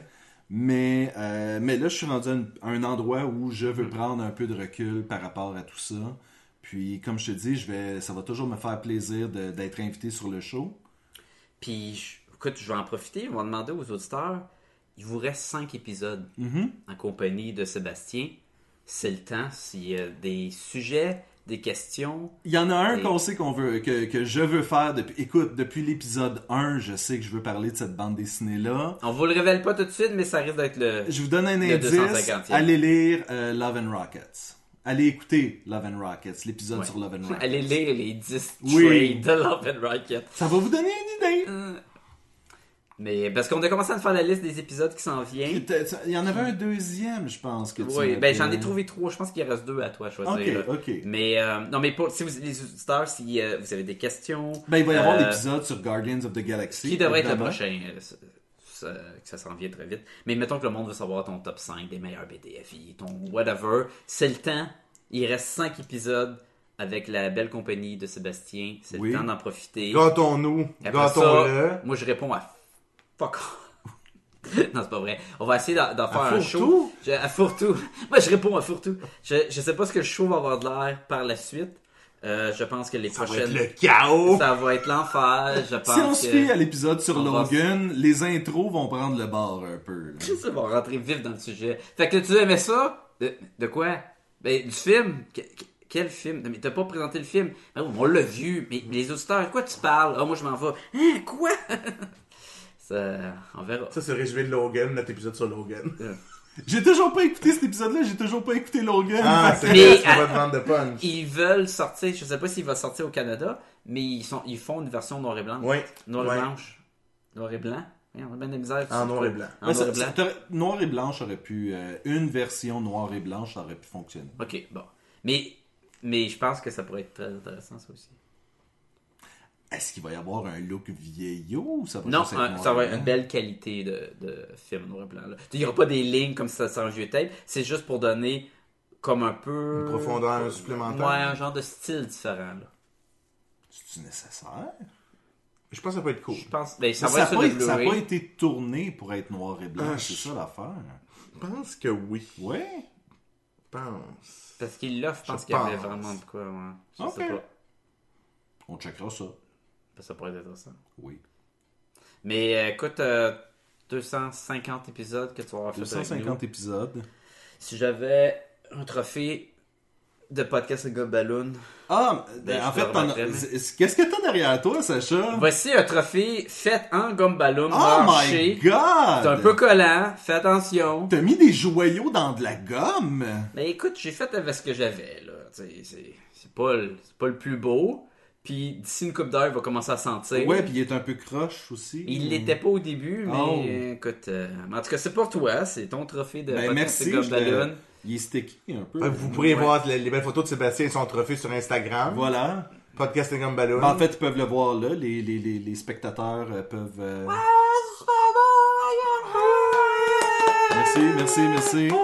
[SPEAKER 1] Mais, euh, mais là, je suis rendu à, une- à un endroit où je
[SPEAKER 3] Mm.
[SPEAKER 1] veux prendre un peu de recul par rapport à tout ça. Puis, comme je te dis, je vais, ça va toujours me faire plaisir de- d'être invité sur le show.
[SPEAKER 3] Puis, je- écoute, je vais en profiter, on va demander aux auditeurs, il vous reste 5 épisodes
[SPEAKER 1] Mm-hmm.
[SPEAKER 3] en compagnie de Sébastien. C'est le temps, s'il y a des sujets, des questions,
[SPEAKER 1] Il y en a un
[SPEAKER 3] Et-
[SPEAKER 1] qu'on sait qu'on veut, que, que je veux faire depuis. Écoute, depuis l'épisode 1, je sais que je veux parler de cette bande dessinée-là.
[SPEAKER 3] on vous le révèle pas tout de suite, mais ça risque d'être le...
[SPEAKER 1] Je vous donne un
[SPEAKER 3] Le
[SPEAKER 1] indice.
[SPEAKER 3] 250e.
[SPEAKER 1] Allez lire euh, Love and Rockets. Allez écouter Love and Rockets, l'épisode
[SPEAKER 3] Ouais.
[SPEAKER 1] sur Love and Rockets.
[SPEAKER 3] [laughs] Allez lire les 10
[SPEAKER 1] Oui.
[SPEAKER 3] trades de Love and Rocket. Mm.
[SPEAKER 1] Ça va vous donner une idée.
[SPEAKER 3] Euh, Mais parce qu'on a commencé à faire la liste des épisodes qui s'en viennent.
[SPEAKER 1] Il y en avait un deuxième, je pense. Que tu
[SPEAKER 3] Oui,
[SPEAKER 1] m'as
[SPEAKER 3] ben j'en ai
[SPEAKER 1] appelé.
[SPEAKER 3] trouvé trois. Je pense qu'il reste deux à toi à choisir.
[SPEAKER 1] Ok,
[SPEAKER 3] là.
[SPEAKER 1] ok.
[SPEAKER 3] Mais euh, non, mais pour, si vous, les auditeurs, si euh, vous avez des questions,
[SPEAKER 1] Ben, il va y avoir
[SPEAKER 3] euh,
[SPEAKER 1] l'épisode sur Guardians of the Galaxy.
[SPEAKER 3] qui devrait être le
[SPEAKER 1] évidemment.
[SPEAKER 3] prochain, euh, ça- ça- que ça s'en vient très vite. Mais mettons que le monde veut savoir ton top 5 des meilleurs BDFI, ton whatever. C'est le temps. Il reste 5 épisodes avec la belle compagnie de Sébastien. C'est
[SPEAKER 1] Oui.
[SPEAKER 3] le temps d'en profiter.
[SPEAKER 2] Gâtons-nous.
[SPEAKER 3] Après
[SPEAKER 2] Gâtons-le.
[SPEAKER 3] ça, moi je réponds à fuck off. [laughs] non, c'est pas vrai. On va essayer d'en d'en faire un show.
[SPEAKER 2] fourre-tout?
[SPEAKER 3] Je- à fourre-tout. [laughs] Moi je réponds à fourre-tout. Je, je sais pas ce que le show va avoir de l'air par la suite. Euh, je pense que les
[SPEAKER 2] Ça va
[SPEAKER 3] prochaines.
[SPEAKER 2] être le chaos.
[SPEAKER 3] Ça va être l'enfer. Je pense
[SPEAKER 1] Si on se fie
[SPEAKER 3] que.
[SPEAKER 1] à l'épisode sur
[SPEAKER 3] on va-
[SPEAKER 1] Logan, les intros vont prendre le bord un peu. là.
[SPEAKER 3] Ça va rentrer vif dans le sujet. Fait que tu aimais ça? De, de quoi? Ben, du film. Que- que- quel film? Non, Mais t'as pas présenté le film. Ben, on l'a vu. Mais les auditeurs, de quoi tu parles? Ah, moi, je m'en vais. Hein, quoi? [laughs] ça, on verra.
[SPEAKER 2] Ça, c'est le résumé de Logan, notre épisode sur Logan.
[SPEAKER 1] J'ai toujours pas écouté cet épisode-là, j'ai toujours pas écouté Logan.
[SPEAKER 2] [laughs] Ah,
[SPEAKER 1] Fait
[SPEAKER 2] c'est
[SPEAKER 1] que-
[SPEAKER 3] Mais-
[SPEAKER 2] vrai, tu vas te vendre de punch.
[SPEAKER 3] Ils veulent sortir, je sais pas s'il va sortir au Canada, mais ils, sont, ils font une version noir et blanc.
[SPEAKER 2] Oui.
[SPEAKER 3] Noir
[SPEAKER 2] [laughs]
[SPEAKER 3] et
[SPEAKER 2] Ouais.
[SPEAKER 3] blanche. Noir et blanc. Ouais, On a bien de la misère.
[SPEAKER 2] En noir et blanc.
[SPEAKER 3] En
[SPEAKER 1] Ouais,
[SPEAKER 3] noir
[SPEAKER 1] ça-
[SPEAKER 3] et blanc.
[SPEAKER 1] ça- t'aurais- noir et blanche aurait pu. euh, une version noir et blanche ça aurait pu fonctionner.
[SPEAKER 3] Ok, bon. Mais, mais je pense que ça pourrait être très intéressant, ça aussi.
[SPEAKER 1] Est-ce qu'il va y avoir un look vieillot ou ça va
[SPEAKER 3] Non,
[SPEAKER 1] juste être
[SPEAKER 3] un-
[SPEAKER 1] noir
[SPEAKER 3] ça
[SPEAKER 1] et
[SPEAKER 3] va être
[SPEAKER 1] blanc?
[SPEAKER 3] une belle qualité de, de film noir et blanc. là. Il n'y aura pas des lignes comme ça sans vieux tape. C'est juste pour donner comme un peu.
[SPEAKER 2] Une profondeur supplémentaire.
[SPEAKER 3] Ouais, un genre de style différent. là.
[SPEAKER 1] C'est-tu nécessaire?
[SPEAKER 2] Je pense que ça peut être cool.
[SPEAKER 3] Je pense. Ben, ça
[SPEAKER 1] Ça
[SPEAKER 3] va
[SPEAKER 1] n'a
[SPEAKER 3] être sur
[SPEAKER 1] pas,
[SPEAKER 3] le
[SPEAKER 1] ça a pas
[SPEAKER 3] Blu-ray.
[SPEAKER 1] été tourné pour être noir et blanc,
[SPEAKER 2] Ah,
[SPEAKER 1] c'est ça
[SPEAKER 2] je-
[SPEAKER 1] l'affaire.
[SPEAKER 2] Je pense que oui. Je
[SPEAKER 1] Ouais?
[SPEAKER 2] pense.
[SPEAKER 3] Parce qu'il l'offre, je pense
[SPEAKER 2] Je
[SPEAKER 3] qu'il y avait
[SPEAKER 2] pense.
[SPEAKER 3] vraiment de quoi. Ouais. Je
[SPEAKER 1] Ok.
[SPEAKER 3] sais pas.
[SPEAKER 1] On checkera ça.
[SPEAKER 3] Ça pourrait être intéressant.
[SPEAKER 1] Oui.
[SPEAKER 3] Mais euh, écoute, euh, 250 épisodes que tu vas avoir fait avec nous.
[SPEAKER 1] 250 épisodes.
[SPEAKER 3] Si j'avais un trophée de podcast de Balloon,
[SPEAKER 1] Ah,
[SPEAKER 3] Ben,
[SPEAKER 1] en
[SPEAKER 3] je
[SPEAKER 1] fait,
[SPEAKER 3] te
[SPEAKER 1] t'en as-
[SPEAKER 3] remarquerai, mais-
[SPEAKER 1] c'est- c'est- qu'est-ce que t'as derrière toi, Sacha?
[SPEAKER 3] voici un trophée fait en Gumballoon.
[SPEAKER 1] oh my
[SPEAKER 3] marché.
[SPEAKER 1] god!
[SPEAKER 3] C'est
[SPEAKER 1] Ah,
[SPEAKER 3] un peu collant, fais attention.
[SPEAKER 1] T'as mis des joyaux dans de la gomme!
[SPEAKER 3] Mais écoute, j'ai fait avec ce que j'avais, là. Tu sais, C'est c'est pas, le- c'est pas le plus beau. Puis d'ici une coupe d'heure, il va commencer à sentir.
[SPEAKER 1] Ouais, puis il est un peu croche aussi.
[SPEAKER 3] Il l'était pas au début, mais
[SPEAKER 1] Oh.
[SPEAKER 3] écoute. euh, en tout cas, c'est pour toi. C'est ton trophée de
[SPEAKER 1] Ben,
[SPEAKER 3] podcast
[SPEAKER 1] merci,
[SPEAKER 3] de
[SPEAKER 1] je
[SPEAKER 3] Gumballoon.
[SPEAKER 1] te- Il est sticky un peu.
[SPEAKER 2] Ben, Vous pourrez voir les, les belles photos de Sébastien et son trophée sur Instagram.
[SPEAKER 1] Voilà.
[SPEAKER 2] Podcasting comme ballon.
[SPEAKER 1] Ben, en fait, ils peuvent le voir là. Les, les, les, les spectateurs euh, peuvent. euh, Merci, merci, merci.
[SPEAKER 3] Oh,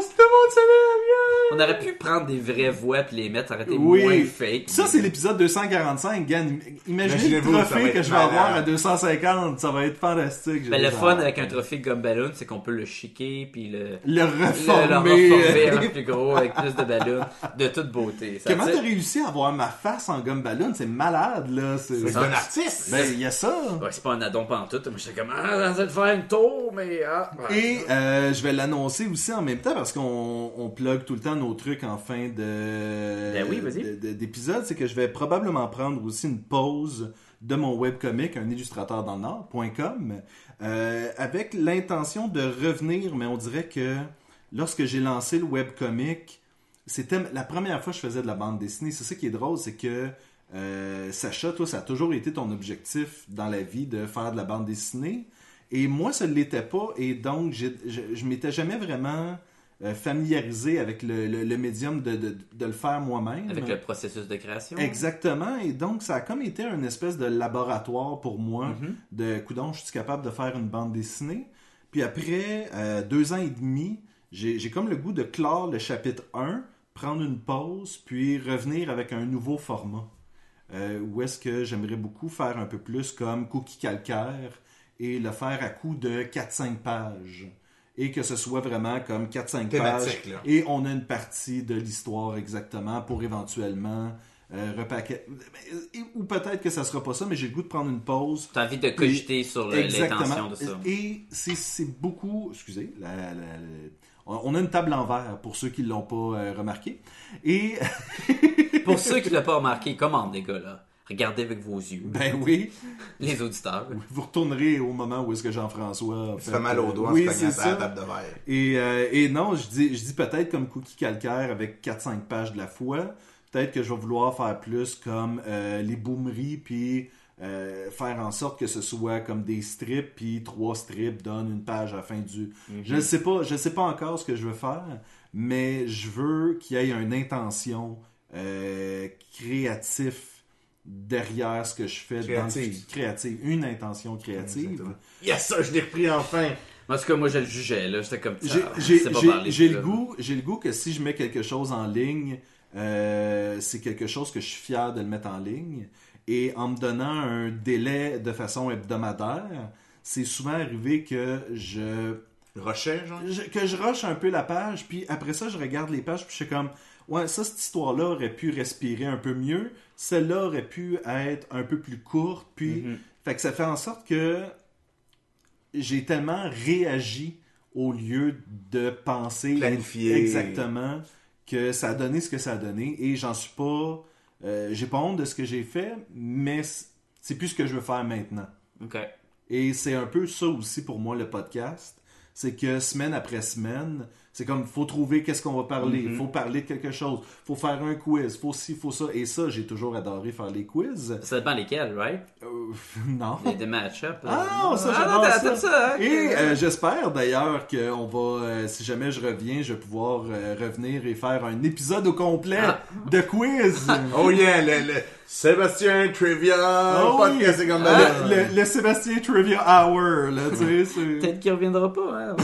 [SPEAKER 3] On aurait pu prendre des vraies voix puis les mettre, ça aurait été
[SPEAKER 1] Oui.
[SPEAKER 3] moins fake.
[SPEAKER 1] Ça, c'est l'épisode 245, Gan. Imaginez le
[SPEAKER 2] Imaginez-vous, ça va
[SPEAKER 1] trophée
[SPEAKER 2] être
[SPEAKER 1] que je vais avoir
[SPEAKER 2] malade.
[SPEAKER 1] à 250. Ça va être fantastique. j'ai
[SPEAKER 3] Ben, le
[SPEAKER 1] déjà
[SPEAKER 3] fun
[SPEAKER 1] hâte.
[SPEAKER 3] avec un trophée comme ballon, c'est qu'on peut le chiquer puis le,
[SPEAKER 1] Le
[SPEAKER 3] le, le
[SPEAKER 1] reformer.
[SPEAKER 3] reformer un plus gros avec plus de ballons de toute beauté. Ça
[SPEAKER 1] [laughs] Comment
[SPEAKER 3] dit-
[SPEAKER 1] t'as réussi à avoir ma face en gomme ballon? C'est malade, là. C'est
[SPEAKER 2] C'est un artiste.
[SPEAKER 1] Ben, il y a ça.
[SPEAKER 3] Ouais, c'est pas un addon pantoute, mais j'étais comme, ah, dans le faire une tour, mais ah. ouais.
[SPEAKER 1] Et euh, je vais l'annoncer aussi en même temps parce qu'on on plug tout le temps nos trucs en fin de
[SPEAKER 3] Ben oui, vas-y.
[SPEAKER 1] de- de- d'épisode, c'est que je vais probablement prendre aussi une pause de mon webcomic, un illustrateur dans le nord.com, euh, avec l'intention de revenir, mais on dirait que lorsque j'ai lancé le webcomic, c'était la première fois que je faisais de la bande dessinée. C'est ça qui est drôle, c'est que euh, Sacha, toi, ça a toujours été ton objectif dans la vie de faire de la bande dessinée. Et moi, ça ne l'était pas. Et donc, j'ai- je, je m'étais jamais vraiment euh, familiarisé avec le, le- le médium de, de- de le faire moi-même.
[SPEAKER 3] Avec le processus de création.
[SPEAKER 1] Exactement. Et donc, ça a comme été une espèce de laboratoire pour moi
[SPEAKER 2] Mm-hmm.
[SPEAKER 1] de coudon, je suis capable de faire une bande dessinée. Puis après euh, deux ans et demi, j'ai j'ai comme le goût de clore le chapitre 1, prendre une pause, puis revenir avec un nouveau format. Euh, où est-ce que j'aimerais beaucoup faire un peu plus comme Cookie Calcaire et le faire à coup de 4-5 pages. Et que ce soit vraiment comme 4-5 pages.
[SPEAKER 2] Thématique, là.
[SPEAKER 1] Et on a une partie de l'histoire exactement pour éventuellement euh, repaquet. Ou peut-être que ça sera pas ça, mais j'ai le goût de prendre une pause
[SPEAKER 3] T'as envie de cogiter sur le- l'intention de ça.
[SPEAKER 1] et c'est- c'est beaucoup. Excusez, la- la- la- on on a une table en verre pour ceux qui l'ont pas euh, remarqué. Et [laughs]
[SPEAKER 3] Pour ceux qui l'ont pas remarqué, commande, les gars, là. Regardez avec vos yeux.
[SPEAKER 1] ben oui,
[SPEAKER 3] Les auditeurs.
[SPEAKER 1] vous retournerez au moment où est-ce que Jean-François. a
[SPEAKER 2] Ça
[SPEAKER 1] fait,
[SPEAKER 2] fait mal aux
[SPEAKER 1] euh,
[SPEAKER 2] doigts
[SPEAKER 1] Oui,
[SPEAKER 2] en se
[SPEAKER 1] c'est
[SPEAKER 2] cognant sur la
[SPEAKER 1] ça.
[SPEAKER 2] table de verre.
[SPEAKER 1] Et, euh, et non, je dis, je dis peut-être comme Cookie Calcaire avec 4-5 pages de la fois. Peut-être que je vais vouloir faire plus comme euh, les boomeries puis euh, faire en sorte que ce soit comme des strips, puis trois strips donnent une page à la fin du.
[SPEAKER 2] Mhm.
[SPEAKER 1] Je ne sais pas, je sais pas encore ce que je veux faire, mais je veux qu'il y ait une intention euh, créatif derrière ce que je fais. Dans
[SPEAKER 2] Créative.
[SPEAKER 1] le- créative. Une intention créative.
[SPEAKER 2] Exactement. Yes, ça, je l'ai repris enfin.
[SPEAKER 3] En tout cas, moi, je le jugeais, là. J'étais comme,
[SPEAKER 1] J'ai-
[SPEAKER 3] Ah,
[SPEAKER 1] j'ai-
[SPEAKER 3] c'est pas
[SPEAKER 1] j'ai-
[SPEAKER 3] parler,
[SPEAKER 1] J'ai
[SPEAKER 3] là.
[SPEAKER 1] le goût, j'ai le goût que si je mets quelque chose en ligne, euh, c'est quelque chose que je suis fier de le mettre en ligne. Et en me donnant un délai de façon hebdomadaire, c'est souvent arrivé que je,
[SPEAKER 2] Rochet, genre.
[SPEAKER 1] je- que je rush un peu la page, puis après ça je regarde les pages, puis je suis comme ouais ça cette histoire là aurait pu respirer un peu mieux, celle-là aurait pu être un peu plus courte, puis fait que ça fait en sorte que j'ai tellement réagi au lieu de penser
[SPEAKER 2] Planifier.
[SPEAKER 1] exactement que ça a donné ce que ça a donné et j'en suis pas euh, j'ai pas honte de ce que j'ai fait mais c'est- c'est plus ce que je veux faire maintenant
[SPEAKER 9] Ok.
[SPEAKER 1] et c'est un peu ça aussi pour moi le podcast c'est que semaine après semaine c'est comme faut trouver qu'est-ce qu'on va parler
[SPEAKER 3] Mm-hmm.
[SPEAKER 1] faut parler de quelque chose faut faire un quiz faut ci faut ça et ça j'ai toujours adoré faire les quiz
[SPEAKER 3] Ça dépend lesquels, right?
[SPEAKER 1] Euh, [laughs] non
[SPEAKER 3] Les des match-up.
[SPEAKER 1] Ah, non, ça,
[SPEAKER 3] Ah,
[SPEAKER 1] j'adore ça.
[SPEAKER 3] non, t'as- t'as ça, hein?
[SPEAKER 1] Et euh, j'espère d'ailleurs que on va, euh, si jamais je reviens, je vais pouvoir euh, revenir et faire un épisode au complet
[SPEAKER 3] Ah.
[SPEAKER 1] de
[SPEAKER 3] [laughs]
[SPEAKER 1] quiz.
[SPEAKER 2] Oh yeah, le, le Sébastien Trivia.
[SPEAKER 1] Ah oui.
[SPEAKER 2] podcast c'est comme
[SPEAKER 1] Ah,
[SPEAKER 2] Ballon.
[SPEAKER 1] le, le Sébastien Trivia Hour, là, tu sais, c'est-
[SPEAKER 3] Peut-être qu'il reviendra pas, hein?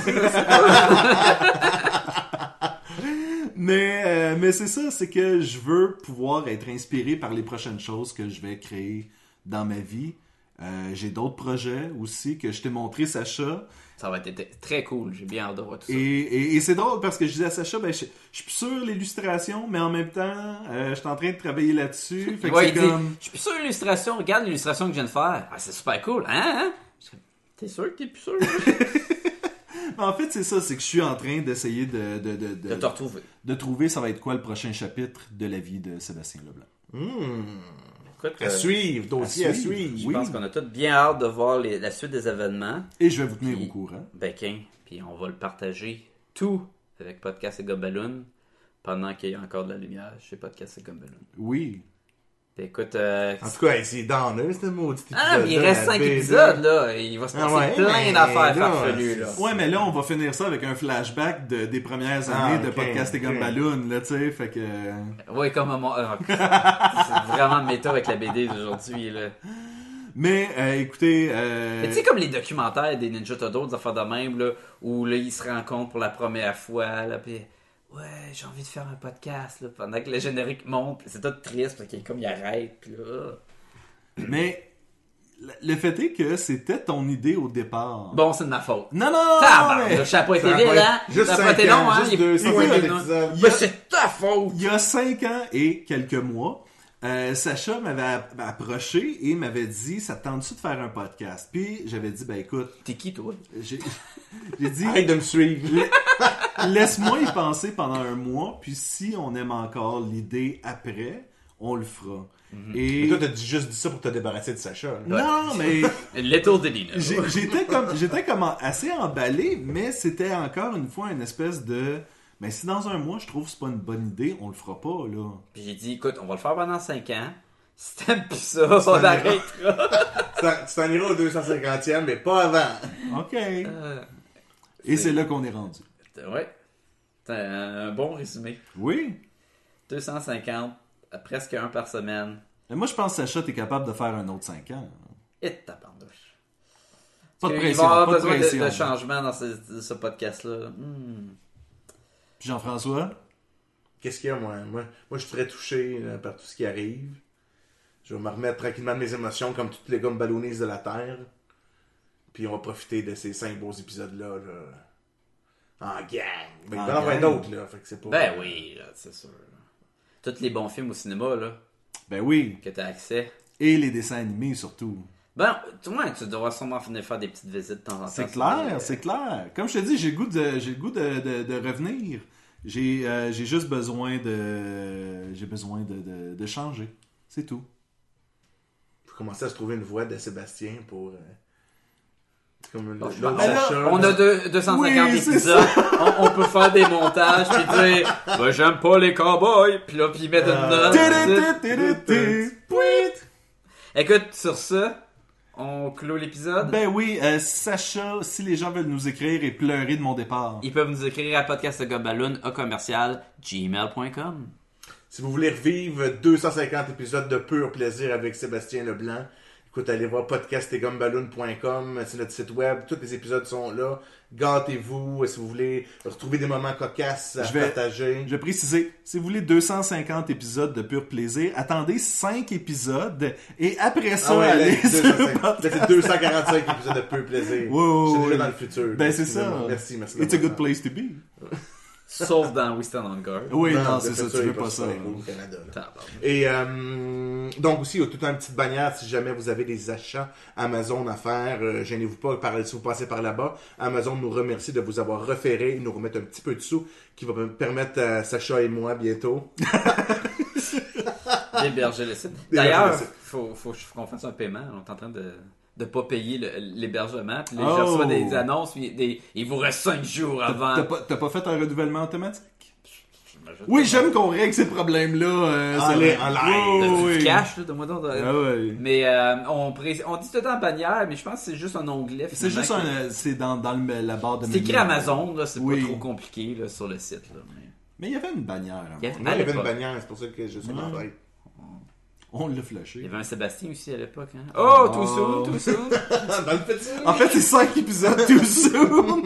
[SPEAKER 1] Mais, euh, mais c'est ça, c'est que je veux pouvoir être inspiré par les prochaines choses que je vais créer dans ma vie. Euh, J'ai d'autres projets aussi que je t'ai montré, Sacha.
[SPEAKER 3] ça va être très cool. J'ai bien hâte de voir tout ça.
[SPEAKER 1] Et, et- et c'est drôle parce que je disais à Sacha, ben, je, je suis plus sûr l'illustration, mais en même temps, euh, je suis en train de travailler
[SPEAKER 3] [laughs]
[SPEAKER 1] là-dessus. Fait que
[SPEAKER 3] Ouais,
[SPEAKER 1] c'est
[SPEAKER 3] il dit,
[SPEAKER 1] comme.
[SPEAKER 3] Je suis plus sûr de l'illustration. Regarde l'illustration que je viens de faire. Ah, c'est super cool. Hein? hein? Je suis comme, T'es sûr que t'es plus sûr?
[SPEAKER 1] En fait, c'est ça, c'est que je suis en train d'essayer de, de, de, de,
[SPEAKER 3] [laughs] de te retrouver.
[SPEAKER 1] de trouver ça va être quoi le prochain chapitre de la vie de Sébastien Leblanc.
[SPEAKER 3] Écoute,
[SPEAKER 2] À
[SPEAKER 3] euh,
[SPEAKER 2] suivre, dossier à
[SPEAKER 1] à suivre.
[SPEAKER 2] suivre.
[SPEAKER 3] je
[SPEAKER 1] oui.
[SPEAKER 3] pense qu'on a tous bien hâte de voir les- la suite des événements.
[SPEAKER 1] Et je vais vous tenir au courant.
[SPEAKER 3] Bequin, puis on va le partager tout avec Podcast et Gobelloon pendant qu'il y a encore de la lumière chez Podcast et Gobelloon.
[SPEAKER 1] Oui.
[SPEAKER 3] Puis écoute, euh,
[SPEAKER 2] En tout cas, hey, c'est downer, ce maudit épisode.
[SPEAKER 3] ah, mais il reste 5 épisodes là, et il va se
[SPEAKER 2] Ah
[SPEAKER 3] passer
[SPEAKER 2] ouais, mais
[SPEAKER 3] plein d'affaires
[SPEAKER 2] là,
[SPEAKER 3] farfelues là.
[SPEAKER 2] c'est-
[SPEAKER 1] Ouais, mais là, on va finir ça avec un flashback de- des premières
[SPEAKER 2] Ah,
[SPEAKER 1] années de
[SPEAKER 2] ok,
[SPEAKER 1] Podcast et Gomme
[SPEAKER 2] ok.
[SPEAKER 1] Balloon, là, tu sais. Fait que.
[SPEAKER 3] Ouais, comme à mon- euh, [laughs] c'est vraiment méta avec la BD d'aujourd'hui là.
[SPEAKER 1] Mais, euh, écoutez. euh,
[SPEAKER 3] Mais tu sais, comme les documentaires des Ninja Turtles, des affaires de même, là, où là, ils se rencontrent pour la première fois, là, puis ouais, j'ai envie de faire un podcast, là, pendant que le générique monte, puis c'est tout triste, parce qu'il est comme, il arrête, puis là.
[SPEAKER 1] mais le fait est que c'était ton idée au départ.
[SPEAKER 3] Bon, c'est de ma faute.
[SPEAKER 1] Non, non, non,
[SPEAKER 3] Tabarnak,
[SPEAKER 1] mais-
[SPEAKER 3] le chapeau
[SPEAKER 2] Ah, Ça
[SPEAKER 3] était
[SPEAKER 2] va
[SPEAKER 3] vide,
[SPEAKER 2] être
[SPEAKER 3] hein?
[SPEAKER 2] Juste
[SPEAKER 3] Ça a pas
[SPEAKER 2] 5
[SPEAKER 3] été long,
[SPEAKER 2] ans,
[SPEAKER 3] hein?
[SPEAKER 2] juste
[SPEAKER 3] Il est plus
[SPEAKER 2] 250
[SPEAKER 3] vide, hein?
[SPEAKER 2] épisodes.
[SPEAKER 3] Ben, c'est ta faute!
[SPEAKER 1] Il y a cinq ans et quelques mois, euh, Sacha m'avait app- approché et m'avait dit Ça te tente-tu de faire un podcast Puis j'avais dit Ben écoute,
[SPEAKER 3] T'es qui, toi?
[SPEAKER 1] j'ai [laughs] j'ai dit
[SPEAKER 2] Arrête de me suivre.
[SPEAKER 1] [laughs] Laisse-moi y penser pendant un mois, puis si on aime encore l'idée après, on le fera.
[SPEAKER 2] Et
[SPEAKER 1] Et.
[SPEAKER 2] toi, t'as dit- juste dit ça pour te débarrasser de Sacha. là.
[SPEAKER 1] Non, mais
[SPEAKER 3] Little Did he know.
[SPEAKER 1] j'ai- j'étais comme j'étais comme en- assez emballé, mais c'était encore une fois une espèce de. Mais si dans un mois je trouve que c'est pas une bonne idée, on le fera pas là.
[SPEAKER 3] Puis j'ai dit, écoute, on va le faire pendant 5 ans. Si t'aimes plus ça, on arrêtera.
[SPEAKER 2] Tu t'en- Tu t'en iras au 250e, mais pas avant.
[SPEAKER 1] Ok.
[SPEAKER 3] Euh,
[SPEAKER 1] Et c'est là qu'on est rendu.
[SPEAKER 3] Ouais. T'as un bon résumé.
[SPEAKER 1] Oui.
[SPEAKER 3] 250, à euh, presque un par semaine.
[SPEAKER 1] Mais moi, je pense que Sacha, t'es capable de faire un autre 5 ans.
[SPEAKER 3] Et ta bandouche.
[SPEAKER 1] Pas de
[SPEAKER 3] Il va y
[SPEAKER 1] pression,
[SPEAKER 3] avoir
[SPEAKER 1] pas de
[SPEAKER 3] besoin de-
[SPEAKER 1] pression.
[SPEAKER 3] de changement dans ce, ce podcast-là. Hmm.
[SPEAKER 1] Puis Jean-François,
[SPEAKER 2] Qu'est-ce qu'il y a, moi? moi? Moi, je suis très touché là, par tout ce qui arrive. Je vais me remettre tranquillement de mes émotions comme toutes les gommes ballonnistes de la Terre. Puis on va profiter de ces cinq beaux épisodes-là. Là. En gang. Mais il
[SPEAKER 1] En
[SPEAKER 2] va y en avoir
[SPEAKER 1] gang.
[SPEAKER 2] d'autres, là. Fait que c'est pas...
[SPEAKER 3] Ben oui, là, c'est sûr. Tous les bons films au cinéma là,
[SPEAKER 1] ben oui.
[SPEAKER 3] que t'as accès.
[SPEAKER 1] Et les dessins animés, surtout.
[SPEAKER 3] Ben, tout le monde, tu devras sûrement finir faire des petites visites de temps Euh, en temps.
[SPEAKER 1] C'est
[SPEAKER 3] sur les-
[SPEAKER 1] clair,
[SPEAKER 2] euh,
[SPEAKER 1] c'est clair. Comme je te dis, j'ai le goût de, j'ai le goût de, de- de revenir. J'ai euh, j'ai juste besoin de... J'ai besoin de, de- de changer. C'est tout.
[SPEAKER 2] Faut euh, commencer à se trouver une voix de Sébastien pour... euh, c'est Comme une-
[SPEAKER 3] On
[SPEAKER 2] l'autre Sacha,
[SPEAKER 3] a, on a
[SPEAKER 2] là.
[SPEAKER 3] deux- 250
[SPEAKER 1] Ben Oui, c'est
[SPEAKER 3] épisodes, on, on peut faire des montages puis dire
[SPEAKER 1] [laughs]
[SPEAKER 3] ben, j'aime
[SPEAKER 1] Euh,
[SPEAKER 3] pas les cowboys puis là puis mettre une note.
[SPEAKER 1] Tudu, tudu, tudu.
[SPEAKER 3] Hey, Écoute, sur ça, on clôt l'épisode.
[SPEAKER 1] Ben oui, euh, Sacha, si les gens veulent nous écrire et pleurer de mon départ.
[SPEAKER 3] Ils peuvent nous écrire à podcastgobaloon à commercial gmail.com.
[SPEAKER 2] Si vous voulez revivre 250 épisodes de pur plaisir avec Sébastien Leblanc, écoute, allez voir podcastetgumballoon.com, c'est notre site web, tous les épisodes sont là. Gâtez-vous si vous voulez retrouver des moments cocasses à
[SPEAKER 1] Je vais-
[SPEAKER 2] partager.
[SPEAKER 1] Je vais préciser, si vous voulez 250 épisodes de pur plaisir, attendez 5 épisodes et après ça,
[SPEAKER 2] Ah ouais, là, [laughs]
[SPEAKER 1] allez
[SPEAKER 2] c'est
[SPEAKER 1] sur
[SPEAKER 2] 205 là, c'est 245 épisodes de pur plaisir.
[SPEAKER 1] Ouais, ouais,
[SPEAKER 2] C'est
[SPEAKER 1] ouais.
[SPEAKER 2] déjà dans le futur.
[SPEAKER 1] Ben c'est ça.
[SPEAKER 2] Excusez-moi. Merci, merci.
[SPEAKER 1] It's a good place to be.
[SPEAKER 3] Sauf dans Winston on Guard.
[SPEAKER 1] Oui, non,
[SPEAKER 2] le
[SPEAKER 1] c'est ça,
[SPEAKER 2] futur
[SPEAKER 1] tu
[SPEAKER 2] est
[SPEAKER 1] veux pas ça.
[SPEAKER 2] super cool au Canada, là.
[SPEAKER 3] Tabarnak.
[SPEAKER 2] Et euh, donc aussi, il y a tout un petite bannière si jamais vous avez des achats Amazon à faire, euh, gênez-vous pas, par, si vous passez par là-bas, Amazon nous remercie de vous avoir référé, ils nous remettent un petit peu de sous qui va me permettre à Sacha et moi bientôt.
[SPEAKER 3] D'héberger le site.
[SPEAKER 2] D'héberger
[SPEAKER 3] D'ailleurs,
[SPEAKER 2] le site.
[SPEAKER 3] faut, faut, faut qu'on fasse un paiement. On est en train de de pas payer le- l'hébergement. Puis les
[SPEAKER 1] Oh.
[SPEAKER 3] gens reçoivent des annonces. Puis des, il vous reste 5 jours
[SPEAKER 1] T'as
[SPEAKER 3] avant.
[SPEAKER 1] pas, t'as pas fait un renouvellement automatique? Oui, j'aime qu'on règle ces problèmes-là. euh,
[SPEAKER 2] En
[SPEAKER 1] ça-
[SPEAKER 2] li- en live.
[SPEAKER 1] Oh,
[SPEAKER 3] Tu
[SPEAKER 1] oui.
[SPEAKER 3] caches, là, donne-moi donc.
[SPEAKER 1] Ah ouais.
[SPEAKER 3] Mais euh, on, pré- on dit tout le temps bannière, mais je pense que c'est juste un onglet.
[SPEAKER 1] C'est
[SPEAKER 3] finalement,
[SPEAKER 1] juste un, euh, c'est dans, dans le- la barre de
[SPEAKER 3] C'est écrit
[SPEAKER 1] menu.
[SPEAKER 3] Amazon, là, c'est
[SPEAKER 1] Oui.
[SPEAKER 3] pas trop compliqué là, sur le site. Là, mais...
[SPEAKER 1] Mais il y avait une bannière. hein.
[SPEAKER 3] Il y a-
[SPEAKER 2] Moi,
[SPEAKER 3] à
[SPEAKER 2] il y avait une
[SPEAKER 3] l'époque.
[SPEAKER 2] bannière, c'est pour ça que je suis
[SPEAKER 3] Mm.
[SPEAKER 2] en tête.
[SPEAKER 1] On l'a
[SPEAKER 3] Il y
[SPEAKER 1] flashé.
[SPEAKER 3] avait un Sébastien aussi à l'époque. Hein? Oh, too
[SPEAKER 1] Oh.
[SPEAKER 3] soon, too soon.
[SPEAKER 2] Ah, Dans le petit...
[SPEAKER 1] En fait, c'est 5
[SPEAKER 3] [laughs]
[SPEAKER 1] épisodes too soon.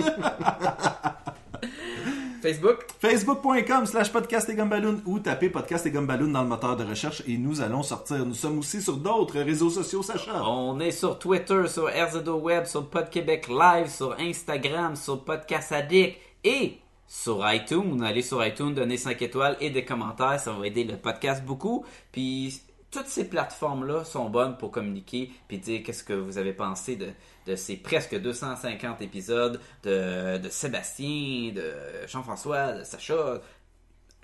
[SPEAKER 3] Facebook.
[SPEAKER 1] Facebook.com slash podcast et gumballoon ou tapez podcast et gumballoon dans le moteur de recherche et nous allons sortir. Nous sommes aussi sur d'autres réseaux sociaux, Sacha.
[SPEAKER 3] On est sur Twitter, sur RZO Web, sur Pod Québec Live, sur Instagram, sur Podcast Addict et sur iTunes. Allez sur iTunes, donnez 5 étoiles et des commentaires, ça va aider le podcast beaucoup. Puis toutes ces plateformes-là sont bonnes pour communiquer puis dire qu'est-ce que vous avez pensé de, de ces presque 250 épisodes de, de Sébastien, de Jean-François, de Sacha,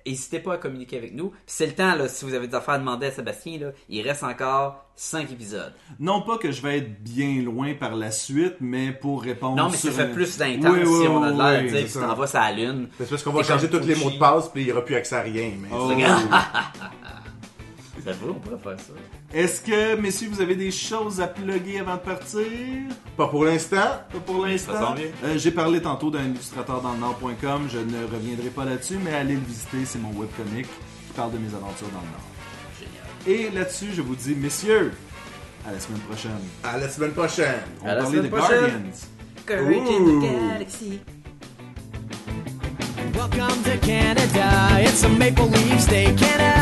[SPEAKER 3] N'hésitez pas à communiquer avec nous. Puis C'est le temps, là, si vous avez des affaires à demander à Sébastien, là, il reste encore 5 épisodes.
[SPEAKER 1] Non pas que je vais être bien loin par la suite, mais pour répondre
[SPEAKER 3] Non, mais ça
[SPEAKER 1] sur
[SPEAKER 3] fait
[SPEAKER 1] un-
[SPEAKER 3] plus d'intense
[SPEAKER 1] Oui, oui,
[SPEAKER 3] si on a de l'air
[SPEAKER 1] oui,
[SPEAKER 3] de dire
[SPEAKER 1] oui.
[SPEAKER 3] que tu t'en vas sur la lune.
[SPEAKER 2] C'est parce qu'on va
[SPEAKER 3] C'est comme
[SPEAKER 2] changer tous les
[SPEAKER 3] Gucci.
[SPEAKER 2] mots
[SPEAKER 3] [laughs]
[SPEAKER 2] de passe, puis il n'y aura plus accès à rien. Mais
[SPEAKER 1] Oh.
[SPEAKER 3] Ça vous, on pourrait faire ça.
[SPEAKER 1] Est-ce que, messieurs, vous avez des choses à plugger avant de partir?
[SPEAKER 2] Pas pour l'instant.
[SPEAKER 1] Pas pour l'instant. Euh, J'ai parlé tantôt d'un illustrateur dans le Nord.com. Je ne reviendrai pas là-dessus, mais allez le visiter. C'est mon webcomic qui parle de mes aventures dans le Nord.
[SPEAKER 3] Génial.
[SPEAKER 1] Et là-dessus, je vous dis, messieurs, à la semaine prochaine.
[SPEAKER 2] À la semaine prochaine.
[SPEAKER 1] On va
[SPEAKER 3] À la
[SPEAKER 1] parler
[SPEAKER 3] semaine
[SPEAKER 1] des
[SPEAKER 3] prochaine.
[SPEAKER 1] Guardians.
[SPEAKER 10] Welcome to Canada. It's a maple leaf state. Canada.